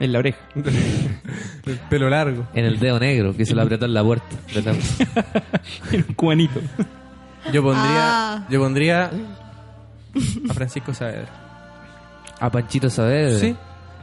E: en la oreja.
D: el pelo largo.
A: En el dedo negro, que se lo apretó en la puerta. de la-
E: El cubanito.
D: Yo pondría,
B: Ah.
D: yo pondría a Francisco Saavedra.
A: A Panchito Saavedra.
D: Sí.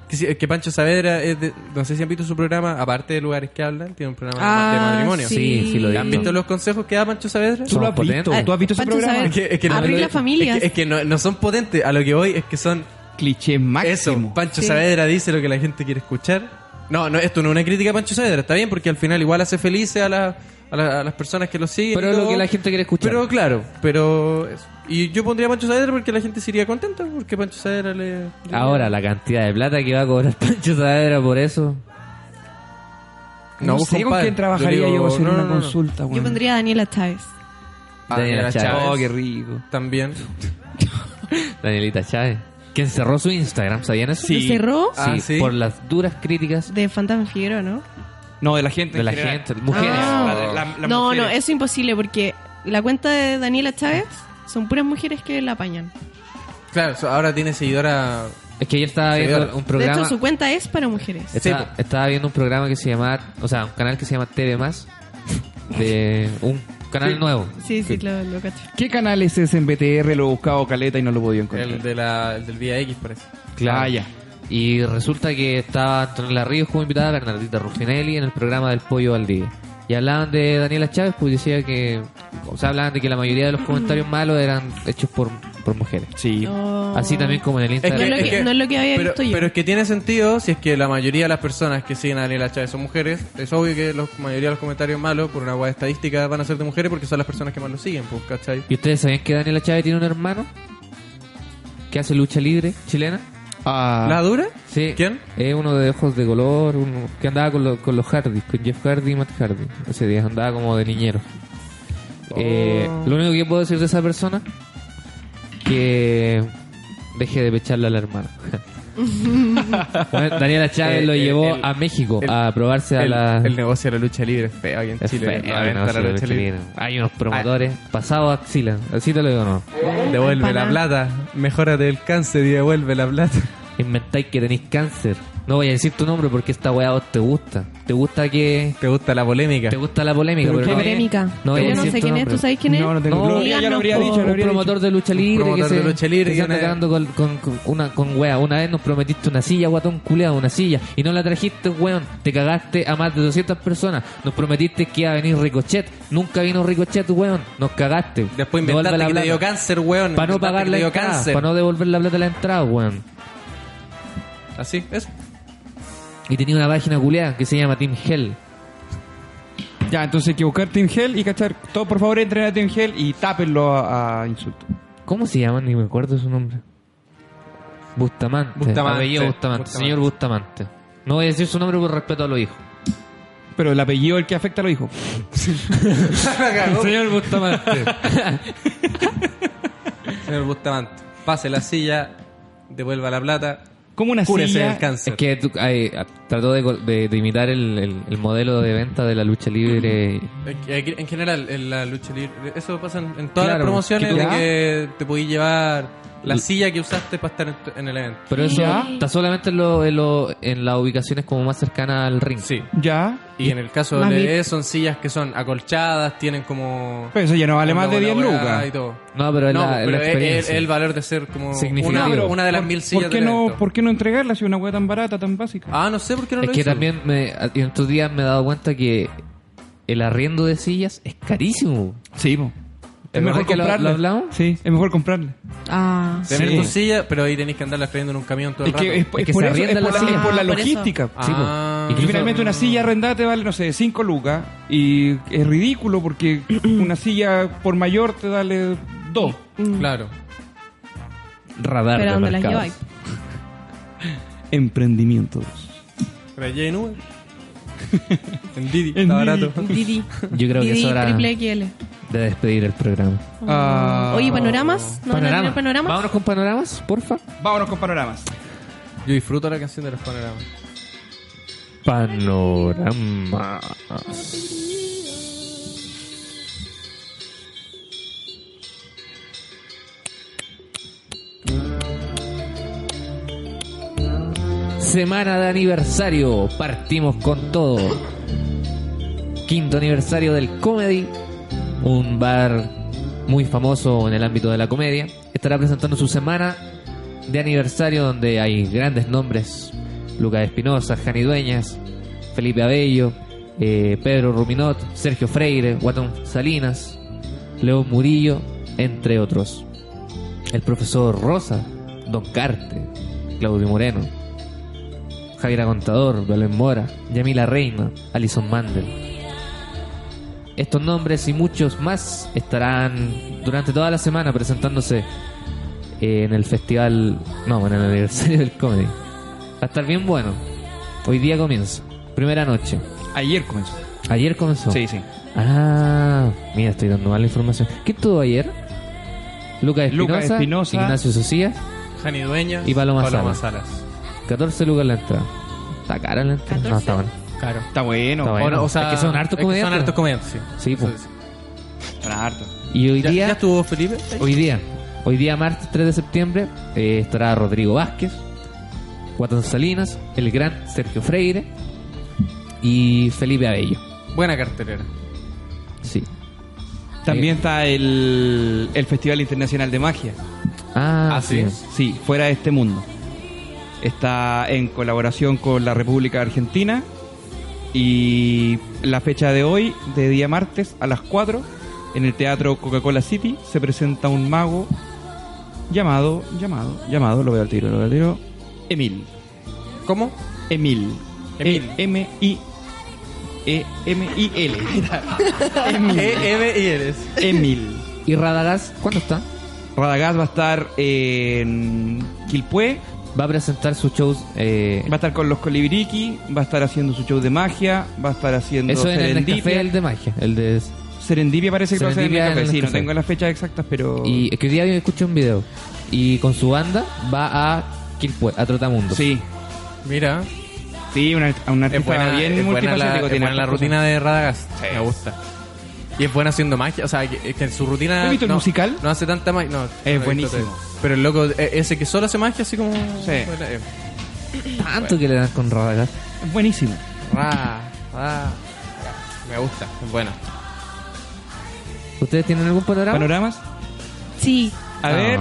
D: Que, sí, que Pancho Saavedra, es de- no sé si han visto su programa, aparte de lugares que hablan, tiene un programa de ma- de
B: Ah,
D: matrimonio.
B: sí.
A: Sí, sí lo he
D: ¿Han
A: visto.
D: visto los consejos que da Pancho Saavedra?
A: Son potentes.
B: Ah,
E: ¿Tú has visto ese
B: Pancho
E: programa?
B: Saavedra.
D: Es que, es que no-
B: Abrir
D: no-
B: las familias.
D: Es que, es que no, no son potentes. A lo que voy es que son
E: Cliché máximo.
D: eso. Pancho
B: Sí.
D: Saavedra dice lo que la gente quiere escuchar. No, no, esto no es una crítica a Pancho Saavedra, está bien, porque al final igual hace felices a, la- a la- a las personas que lo siguen.
A: Pero
D: y
A: es lo
D: todo.
A: que la gente quiere escuchar.
D: Pero claro, pero. eso. Y yo pondría a Pancho Saavedra porque la gente se iría contenta, porque Pancho Saavedra le. le-
A: Ahora, la cantidad de plata que va a cobrar Pancho Saavedra por eso.
E: No,
D: vos,
E: sé con
D: compadre.
E: quién trabajaría yo,
D: digo,
E: a hacer
D: no,
E: una
D: no, no.
E: consulta,
B: Yo
E: weón.
B: pondría a Daniela Chávez.
D: Ah,
A: Daniela
D: Daniela
A: Chávez.
D: Chávez.
E: Oh, qué rico.
D: También.
A: Danielita Chávez. Que cerró su Instagram, ¿sabían eso?
B: ¿Lo cerró?
A: Sí,
D: Ah, sí.
A: por las duras críticas
B: De Fantasma Figueroa, ¿no?
E: No, de la gente.
A: de
E: en
A: la
E: general.
A: gente, mujeres.
B: Ah.
E: La- la- las
B: no,
E: mujeres.
B: no, eso es imposible porque la cuenta de Daniela Chávez son puras mujeres que la apañan.
D: Claro, so- ahora tiene seguidora.
A: Es que ayer estaba
D: Sí,
A: viendo
D: claro.
A: un programa.
B: De hecho, su cuenta es para mujeres.
A: estaba, estaba viendo un programa que se llama, o sea, un canal que se llama TV Más, de un canal nuevo.
B: Sí, sí, lo, lo cacho.
E: ¿Qué canal es ese en BTR? Lo he buscado caleta y no lo he podido encontrar.
D: El, de la, el del Vía X, parece.
A: Claro.
E: Ah, ya.
A: Y resulta que estaba Antonella Ríos como invitada, Bernardita Ruffinelli en el programa del Pollo al Día. Y hablaban de Daniela Chávez, pues decía que, o sea, hablaban de que la mayoría de los
B: Mm.
A: comentarios malos eran hechos por, por mujeres.
E: Sí.
B: No.
A: Así también como en el
B: No es
A: Instagram.
B: lo que- no es lo que había
D: pero,
B: visto yo.
D: Pero es que tiene sentido si es que la mayoría de las personas que siguen a Daniela Chávez son mujeres. Es obvio que la mayoría de los comentarios malos, por una guay estadística, van a ser de mujeres porque son las personas que más lo siguen, pues, ¿cachai?
A: ¿Y ustedes sabían que Daniela Chávez tiene un hermano que hace lucha libre chilena?
E: Ah,
D: ¿La dura?
A: Sí.
D: ¿Quién?
A: Es uno de ojos de color, uno que andaba con, los- con los Hardy, con Jeff Hardy y Matt Hardy. Ese día andaba como de niñero. Eh, lo único que puedo decir de esa persona, que deje de pecharle a la hermana. Bueno, Daniela Chávez
D: Eh,
A: lo
D: el-
A: llevó
D: el-
A: a México
D: el-
A: a probarse a
D: el,
A: la...
D: el negocio de la lucha libre es feo aquí en
A: Es
D: Chile.
A: feo,
D: no,
A: el
D: está
A: negocio de
D: la lucha
A: lucha
D: libre.
A: libre. Hay unos promotores
D: Ah.
A: pasados a axila. Así te lo digo, no.
D: Devuelve
B: Empanada.
D: la plata. Mejórate el cáncer y devuelve la plata.
A: Inventáis que tenéis cáncer. No voy a decir tu nombre porque esta weá a vos te gusta. Te gusta que...
D: ¿Te gusta la polémica?
A: Te gusta la polémica, pero,
E: Pero
A: no-
E: qué
B: Polémica.
A: No voy a
B: Yo no
A: decir
B: sé
A: tu
B: quién es,
A: nombre.
B: ¿tú sabes quién es?
E: No, no tengo
A: No,
E: club. Ya lo habría
B: po.
E: dicho, lo
A: un
E: habría
A: promotor de lucha libre
D: promotor
A: que se,
D: de lucha libre
A: que
D: que
A: se anda
D: una-
A: cagando con, con- con una con wea. Una vez nos prometiste una silla, guatón culeado, una silla, y no la trajiste, weón. Te cagaste a más de 200 personas. Nos prometiste que iba a venir Ricochet. Nunca vino Ricochet, weón. Nos cagaste.
D: Después
A: Devuelve
D: inventaste
A: la
D: que te
A: plata.
D: dio cáncer, weón.
A: Para no
D: Inventaste
A: pagar
D: que
A: la
D: te dio
A: entrada,
D: cáncer.
A: para no devolver la plata a la entrada, weón.
D: Así, eso.
A: Y tenía una página culeada que se llama Team Hell.
E: dicho. Ya, entonces hay que buscar Team Hell y cachar. Todos, por favor, entren a Team Hell y tápenlo a, a insultos.
A: ¿Cómo se llama? Ni me acuerdo su nombre. Bustamante.
D: Bustamante.
A: Apellido Bustamante.
D: Bustamante.
A: Señor Bustamante. No voy a decir su nombre por respeto a los hijos.
E: Pero el apellido es el que afecta a los hijos.
A: Señor Bustamante.
D: Señor Bustamante, pase la silla, devuelva la plata,
E: Como una
D: cúrese
E: silla.
D: del cáncer.
A: es que tú- ay, a- trató de, col- de- de imitar el, el- el modelo de venta de la lucha libre.
D: Eh, En general, en la lucha libre, eso pasa en, en todas
A: Claro,
D: las promociones
A: que tú-
D: de
A: ¿Ya?
D: que te podís llevar la silla que usaste para estar en, tu- en el evento.
A: Pero eso está solamente en, lo- en, lo- en las ubicaciones como más cercanas al ring.
D: Sí.
E: Ya.
D: Y en el caso de
B: Más
D: LE son sillas que son acolchadas, tienen como...
E: Pero eso ya no Pues, vale
D: como
E: más de
D: la
E: 10
D: hueá
E: lucas.
D: Y todo.
A: No, pero es
D: no, pues,
A: la, es
D: pero
A: la
D: es- es
A: experiencia.
D: el valor de ser como una,
A: Significativo.
D: una de las
E: ¿Por-
D: mil sillas
E: ¿Por qué,
D: del
E: no,
D: evento.
E: ¿Por qué no entregarla si es una hueá tan barata, tan básica?
D: Ah, no sé por qué no
A: Es
D: lo
A: que
D: hizo.
A: también me, en estos días me he dado cuenta que el arriendo de sillas es carísimo.
E: sí, po.
A: ¿Te acordás que lo- lo hablamos?
E: Sí, es mejor comprarle.
B: Ah,
D: Tener
A: Sí.
D: tu silla, pero ahí tenés que andarla trayendo en un camión todo el
E: Es
D: rato.
E: que, es,
A: Es
E: es
A: que
E: por
A: se
E: eso, es
A: arrienda
E: por
A: la
E: la,
A: silla.
E: es por la
B: Ah, por eso.
E: logística. po.
A: Sí, po.
D: Ah.
E: Y
A: Incluso-
E: finalmente una silla arrendada te vale, no sé, 5 lucas. Y es ridículo porque una silla por mayor te vale 2.
A: Mm.
D: Claro.
A: radar
B: pero
A: de
B: ¿dónde las
A: mercados.
B: lleváis?
E: Emprendimientos.
D: Pero allí en Uber. en Didi,
E: En
D: está
E: Didi.
D: barato.
B: Didi.
A: Yo creo que
B: Didi
A: es hora
B: triple
A: de
B: XL.
A: despedir el programa.
E: Ah.
B: Oye, ¿panoramas? ¿No van a tener panoramas?
A: Vámonos con panoramas, porfa.
E: Vámonos con panoramas.
D: Yo disfruto la canción de los panoramas.
A: Panoramas. Semana de aniversario, partimos con todo. Quinto aniversario del Comedy, un bar muy famoso en el ámbito de la comedia. Estará presentando su semana de aniversario donde hay grandes nombres: Lucas Espinosa, Jani Dueñas, Felipe Abello, eh, Pedro Ruminot, Sergio Freire, Guatón Salinas, León Murillo, entre otros. El profesor Rosa, Don Carte, Claudio Moreno, Javier Contador, Belén Mora, Yamila Reina, Alison Mandel. Estos nombres y muchos más estarán durante toda la semana presentándose eh, en el festival, no, bueno, en el aniversario del comedy. Va a estar bien bueno. Hoy día comienza, primera noche.
E: Ayer comenzó.
A: Ayer comenzó.
E: Sí, sí.
A: Ah, mira, estoy dando mala información. ¿Qué estuvo ayer? Lucas
E: Lucas
A: Espinosa,
E: Espinosa.
A: Ignacio Socías,
K: Jani Dueñas
A: Y Paloma Salas.
K: Salas. 14
A: 14 lucas la entrada. ¿Está cara la entrada? No,
B: 14.
A: está bueno.
K: Claro.
E: Está bueno.
A: Está bueno.
K: Ahora, o sea,
A: es que son hartos
K: es que
A: comediantes.
K: Son hartos comediantes, sí.
A: Sí, pues.
K: Eso
E: Está harto.
A: Y hoy
K: es. ¿Ya,
A: día,
K: ya estuvo Felipe?
A: hoy día, hoy día martes 3 de septiembre, eh, estará Rodrigo Vázquez, Guatón Salinas, el gran Sergio Freire y Felipe Abello.
K: Buena cartelera.
A: Sí.
E: También está el, el Festival Internacional de Magia.
A: Ah,
K: Así
A: sí.
K: es.
E: Sí, fuera de este mundo. Está en colaboración con la República Argentina. Y la fecha de hoy, de día martes a las 4, en el Teatro Coca-Cola City, se presenta un mago llamado, llamado, llamado, lo veo al tiro, lo veo al tiro, Emil.
K: ¿Cómo?
E: Emil.
K: Emil.
E: E-M-I. E-M-I-L. Emil.
K: E-M y eres.
E: Emil.
A: ¿Y Radagás cuándo está?
E: Radagás va a estar en Quilpué,
A: Va a presentar sus shows. eh,
E: va a estar con los Colibriqui, va a estar haciendo su show de magia, va a estar haciendo
A: eso en el café,
E: Serendipia.
A: el de magia. El de,
E: Serendipia parece que lo va a hacer en
A: Serendipia
E: el
A: en
E: café,
A: el
E: sí, no
A: Café.
E: tengo las fechas exactas, pero...
A: y es que hoy día yo escuché un video. Y con su banda va a Quilpue, a Trotamundo.
E: Sí,
K: Mira,
E: sí, una, un artista
K: es buena,
E: bien
K: es buena la,
E: multifacético.
K: es
E: tiene
K: buena la
E: hartas
K: rutina de Radagast.
E: Sí.
K: Me gusta. Y es buena haciendo magia. O sea, que, que en su rutina.
E: ¿Has visto el
K: no,
E: musical?
K: No hace tanta magia. No, no lo he visto
E: buenísimo.
K: todavía. Pero el loco, eh, ese que solo hace magia, así como.
E: Sí.
K: Eh,
A: Tanto que le dan con Radagás.
E: cosas. Buenísimo.
K: ra, ra. Me gusta, es buena.
A: ¿Ustedes tienen algún panorama? Ah.
E: ¿Panoramas? Ah.
B: Sí,
E: A
A: No.
E: ver...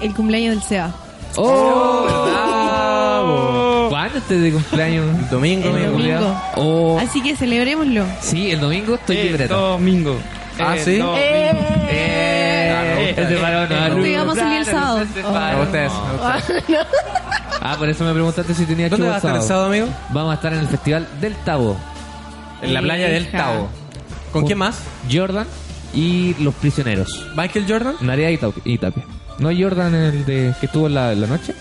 B: el cumpleaños del Seba. Oh.
A: ¡Oh! ¿Cuándo este de cumpleaños?
K: Domingo,
B: El
K: mi
B: domingo.
K: culiao.
A: Oh,
B: Así que celebrémoslo.
A: sí, el domingo estoy
E: el
A: libreto.
E: domingo.
K: Ah,
E: El
K: ¿sí?
E: domingo.
K: Eh,
A: es de Maradona.
B: Sí, vamos a salir el sábado. Oh.
K: Me gusta eso. me gusta.
A: Ah, por eso me preguntaste si tenía
K: ¿Dónde
A: show
K: vas a estar el
A: sábado.
K: sábado, amigo?
A: Vamos a estar en el Festival del Tabo.
K: En la playa del
B: Hija.
K: Tabo. ¿Con quién más?
A: Jordan y Los Prisioneros.
K: ¿Michael Jordan?
A: Narea y, Tau- y Tapia. ¿No es Jordan el de que estuvo en la, la noche?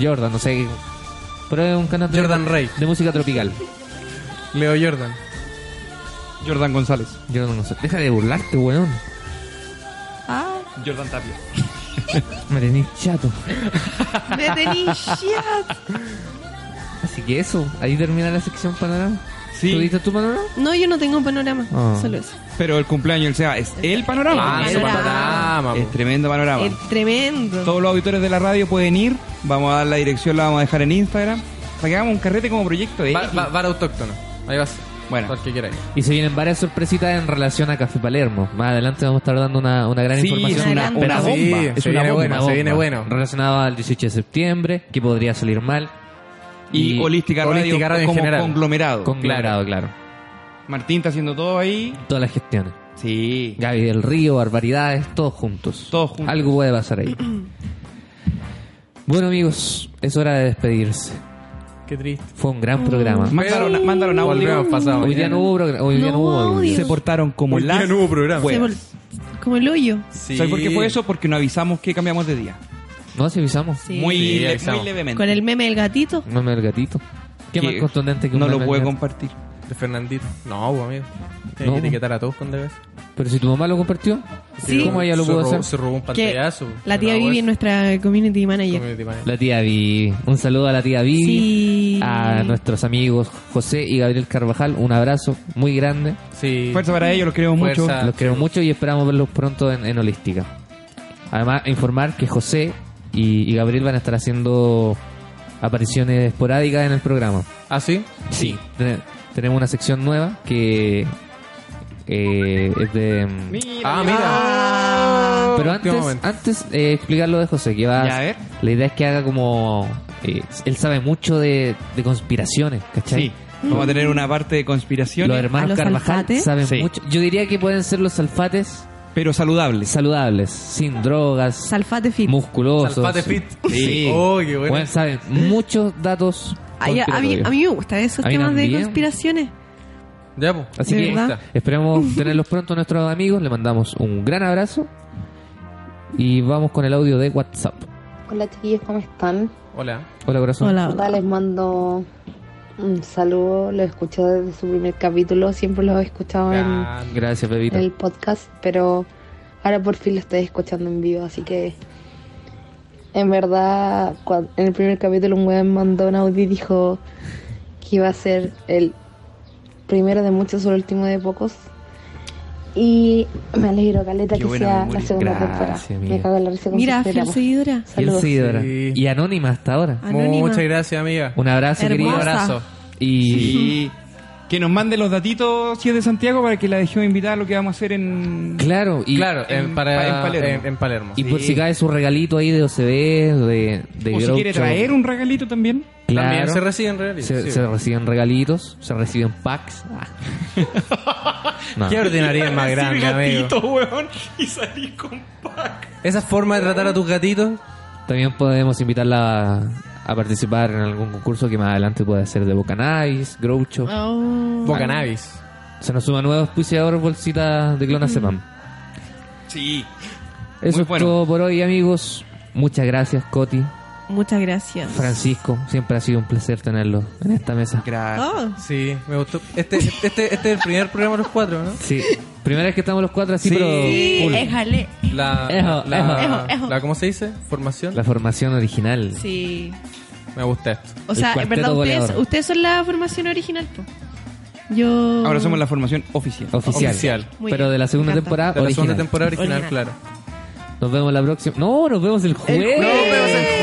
A: Jordan, no sé. Pero es un canal de,
K: Jordan Rey.
A: de música tropical.
K: Leo Jordan.
E: Jordan González.
A: Jordan, no sé. Deja de burlarte, weón.
B: Ah,
E: Jordan Tapia.
A: Me tenés chato.
B: me tenéis ya.
A: Así que eso, ahí termina la sección panorama.
E: Sí.
A: ¿Tú diste tu panorama?
B: No, yo no tengo panorama,
A: Ah.
B: solo eso.
E: Pero el cumpleaños del Seba es el panorama.
K: Ah,
B: Panorama.
K: su panorama.
E: Es tremendo panorama.
B: Es tremendo.
E: Todos los auditores de la radio pueden ir. Vamos a dar la dirección, la vamos a dejar en Instagram. Para que hagamos un carrete como proyecto de.
K: Bar, bar- bar autóctono. Ahí vas.
E: Bueno.
K: Todo el que quiera ir.
A: Y se vienen varias sorpresitas en relación a Café Palermo. Más adelante vamos a estar dando una, una gran
E: Sí,
A: información.
E: es una,
B: Adelante.
E: una
B: Sí,
E: bomba.
K: se
E: es una
K: viene
E: bomba.
K: bueno. se viene
A: Relacionado al 18 de septiembre, que podría salir mal.
E: Y, Holística Radio,
K: Holística Radio en
E: como
K: general.
E: conglomerado.
A: Con claro, claro.
E: Martín está haciendo todo ahí.
A: Todas las gestiones.
E: Sí.
A: Gaby del Río, Barbaridades, todos juntos.
E: Todos juntos.
A: Algo puede pasar ahí. bueno, amigos, es hora de despedirse.
K: Qué triste.
A: Fue un gran programa.
E: Mandaron, mandaron audio.
K: Volvemos pasado.
A: Hoy día no hubo, programa- hoy día
B: No
A: no hubo
B: hubo
A: audio.
E: Se portaron como
K: Hoy día
E: las
K: no hubo programa.
B: Se
E: huevas.
B: vol- Como el hoyo.
K: Sí.
E: ¿Sabes por qué fue eso? Porque no avisamos que cambiamos de día.
A: No, se avisamos.
B: Sí.
E: Muy,
K: Sí,
E: le-
K: avisamos.
E: muy levemente.
B: Con el meme del gatito.
A: Meme del gatito. Qué
E: Que
A: más contundente que un
E: No lo
A: meme del
E: puede
A: gato.
E: compartir.
K: De Fernandito. No, pues, amigo. Tiene
A: No.
K: que etiquetar a todos cuando ves.
A: Pero si tu mamá lo compartió,
B: Sí.
A: ¿cómo ella lo
K: se
A: pudo
K: robó-
A: hacer?
K: Se robó un
B: Que
K: pantallazo.
B: la tía
K: No,
B: Vivi
K: pues,
B: es nuestra community manager.
K: community manager.
A: La tía Vivi. Un saludo a la tía Vivi.
B: Sí.
A: A nuestros amigos José y Gabriel Carvajal. Un abrazo muy grande.
K: Sí.
E: Fuerza para ellos, los queremos
K: Fuerza.
E: mucho.
K: Ah,
A: Los queremos mucho y esperamos verlos pronto en, en Holística. Además, informar que José y, y Gabriel van a estar haciendo apariciones esporádicas en el programa.
K: ¿Ah, sí?
A: Sí. Ten- tenemos una sección nueva que eh, es de... mm,
K: Ah, mira.
A: Pero, pero
D: Ah, último
A: antes,
D: momento.
A: antes eh, explicar lo de José, que va.
D: Ya, a ver.
A: La idea es que haga como. eh, él sabe mucho de, de conspiraciones, ¿cachai?
E: Sí. Vamos a tener una parte de conspiración.
A: Los hermanos Carvajal saben
E: Sí.
A: mucho. Yo diría que pueden ser los alfates
E: Pero saludables.
A: saludables, sin drogas,
B: Salfate fit.
A: musculosos.
D: Salfate fit.
A: Sí.
D: Oh, qué bueno.
A: Bueno, saben muchos datos.
B: Ay, a, a mí,
A: conspiratorios.
B: a mí me gustan esos
A: Hay
B: temas
A: un
B: de
A: video.
B: conspiraciones.
D: Ya, pues.
A: Así
B: ¿De
A: que
B: verdad?
A: esperamos tenerlos pronto a nuestros amigos. Le mandamos un gran abrazo. Y vamos con el audio de WhatsApp.
L: Hola chiquillos, ¿cómo están?
D: Hola.
A: Hola, corazón.
L: Hola, les mando un saludo, los escucho desde su primer capítulo, siempre los he escuchado en,
A: Gracias,
L: en
A: bebita.
L: el podcast, pero ahora por fin lo estoy escuchando en vivo, así que en verdad cuan- en el primer capítulo un weón mandó un audio y dijo que iba a ser el primero de muchos o el último de pocos. Y me alegro, Caleta,
A: Qué
L: que
A: buena
L: sea la
A: memoria.
L: segunda
A: Gracias,
L: temporada.
A: amiga.
L: Me cago en la risa con
B: Mira,
L: su
B: fiel
L: programa.
B: seguidora.
A: Y el
L: Saludos.
A: seguidora.
D: Sí.
A: Y anónima hasta ahora.
B: Anónima.
D: Muchas gracias, amiga.
A: Un abrazo,
B: Hermosa.
A: querido.
D: Un abrazo.
A: Y
E: Y que nos mande los datitos si es de Santiago para que la dejemos invitar a lo que vamos a hacer en...
A: claro, y,
D: claro, en,
E: en
D: para-
E: Pa- en Palermo.
D: en- en Palermo.
A: y por si cae su regalito ahí de OCB, de, de
E: o si
A: Groucho.
E: quiere traer un regalito también.
A: Claro.
D: También se reciben regalos.
A: Se,
D: sí.
A: se reciben regalitos, se reciben packs. Ah. No.
D: Qué ordinaria es más grande, amigo.
E: weón, y salí con pack.
D: Esa forma de tratar a tus gatitos.
A: También podemos invitarla a, a participar en algún concurso que más adelante puede ser de Bocanais, Groucho.
B: Oh.
D: Bocanabis.
A: Se nos suman nuevos auspiciadores bolsitas de clonazepam.
E: Sí.
A: Eso
E: Mm. Muy
A: es
E: bueno.
A: todo por hoy, amigos. Muchas gracias, Coti,
B: Muchas gracias.
A: Francisco. Siempre ha sido un placer tenerlo en esta mesa.
D: Gracias.
B: Oh.
D: Sí, me gustó. Este, este, este es el primer programa de los cuatro, ¿no?
A: Sí, primera vez que estamos los cuatro así,
D: Sí.
A: pero
B: Sí,
A: full.
B: éjale.
D: La,
A: Ejo,
D: la,
B: ejo. Ejo, ejo.
D: la- ¿cómo se dice? Formación.
A: la formación original.
B: Sí.
D: Me gusta esto.
B: O sea,
A: El
B: en verdad,
A: cuarteto
B: ustedes,
A: goleador.
B: ustedes son la formación original, po. Yo.
E: Ahora somos la formación oficial.
A: Oficial.
D: Oficial.
B: Muy
A: Pero
B: bien,
A: de la segunda
B: me encanta.
A: temporada
D: De la segunda
A: original.
D: temporada original,
B: Original.
D: claro.
A: Nos vemos la próxima. No, nos vemos el jueves.
B: jueves.
D: Nos vemos el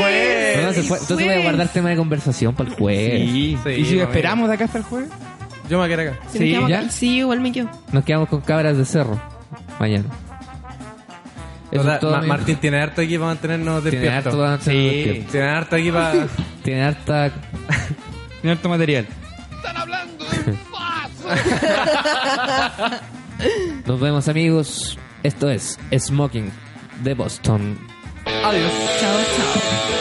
A: Nos
D: jueves.
A: vemos el jueves. Entonces voy a guardar tema de conversación para el jueves.
E: Sí.
D: Sí,
E: ¿Y si
D: amigo.
E: esperamos de acá hasta el jueves?
D: Yo me quedé acá.
B: Si nos quedamos
A: ¿ya?
B: acá- sí, igual me quedo.
A: Nos quedamos con cabras de cerro mañana. Eso
D: Total,
A: es todo,
D: Ma-
A: amigo.
D: Martín tiene harto aquí para mantenernos
A: Tiene
D: despiertos.
A: harto para mantenernos
D: sí,
A: despiertos.
D: tiene harto aquí para...
A: Tiene harta.
E: Tiene harto material.
A: Nos vemos, amigos. Esto es Smoking de Boston.
B: Chao, chao.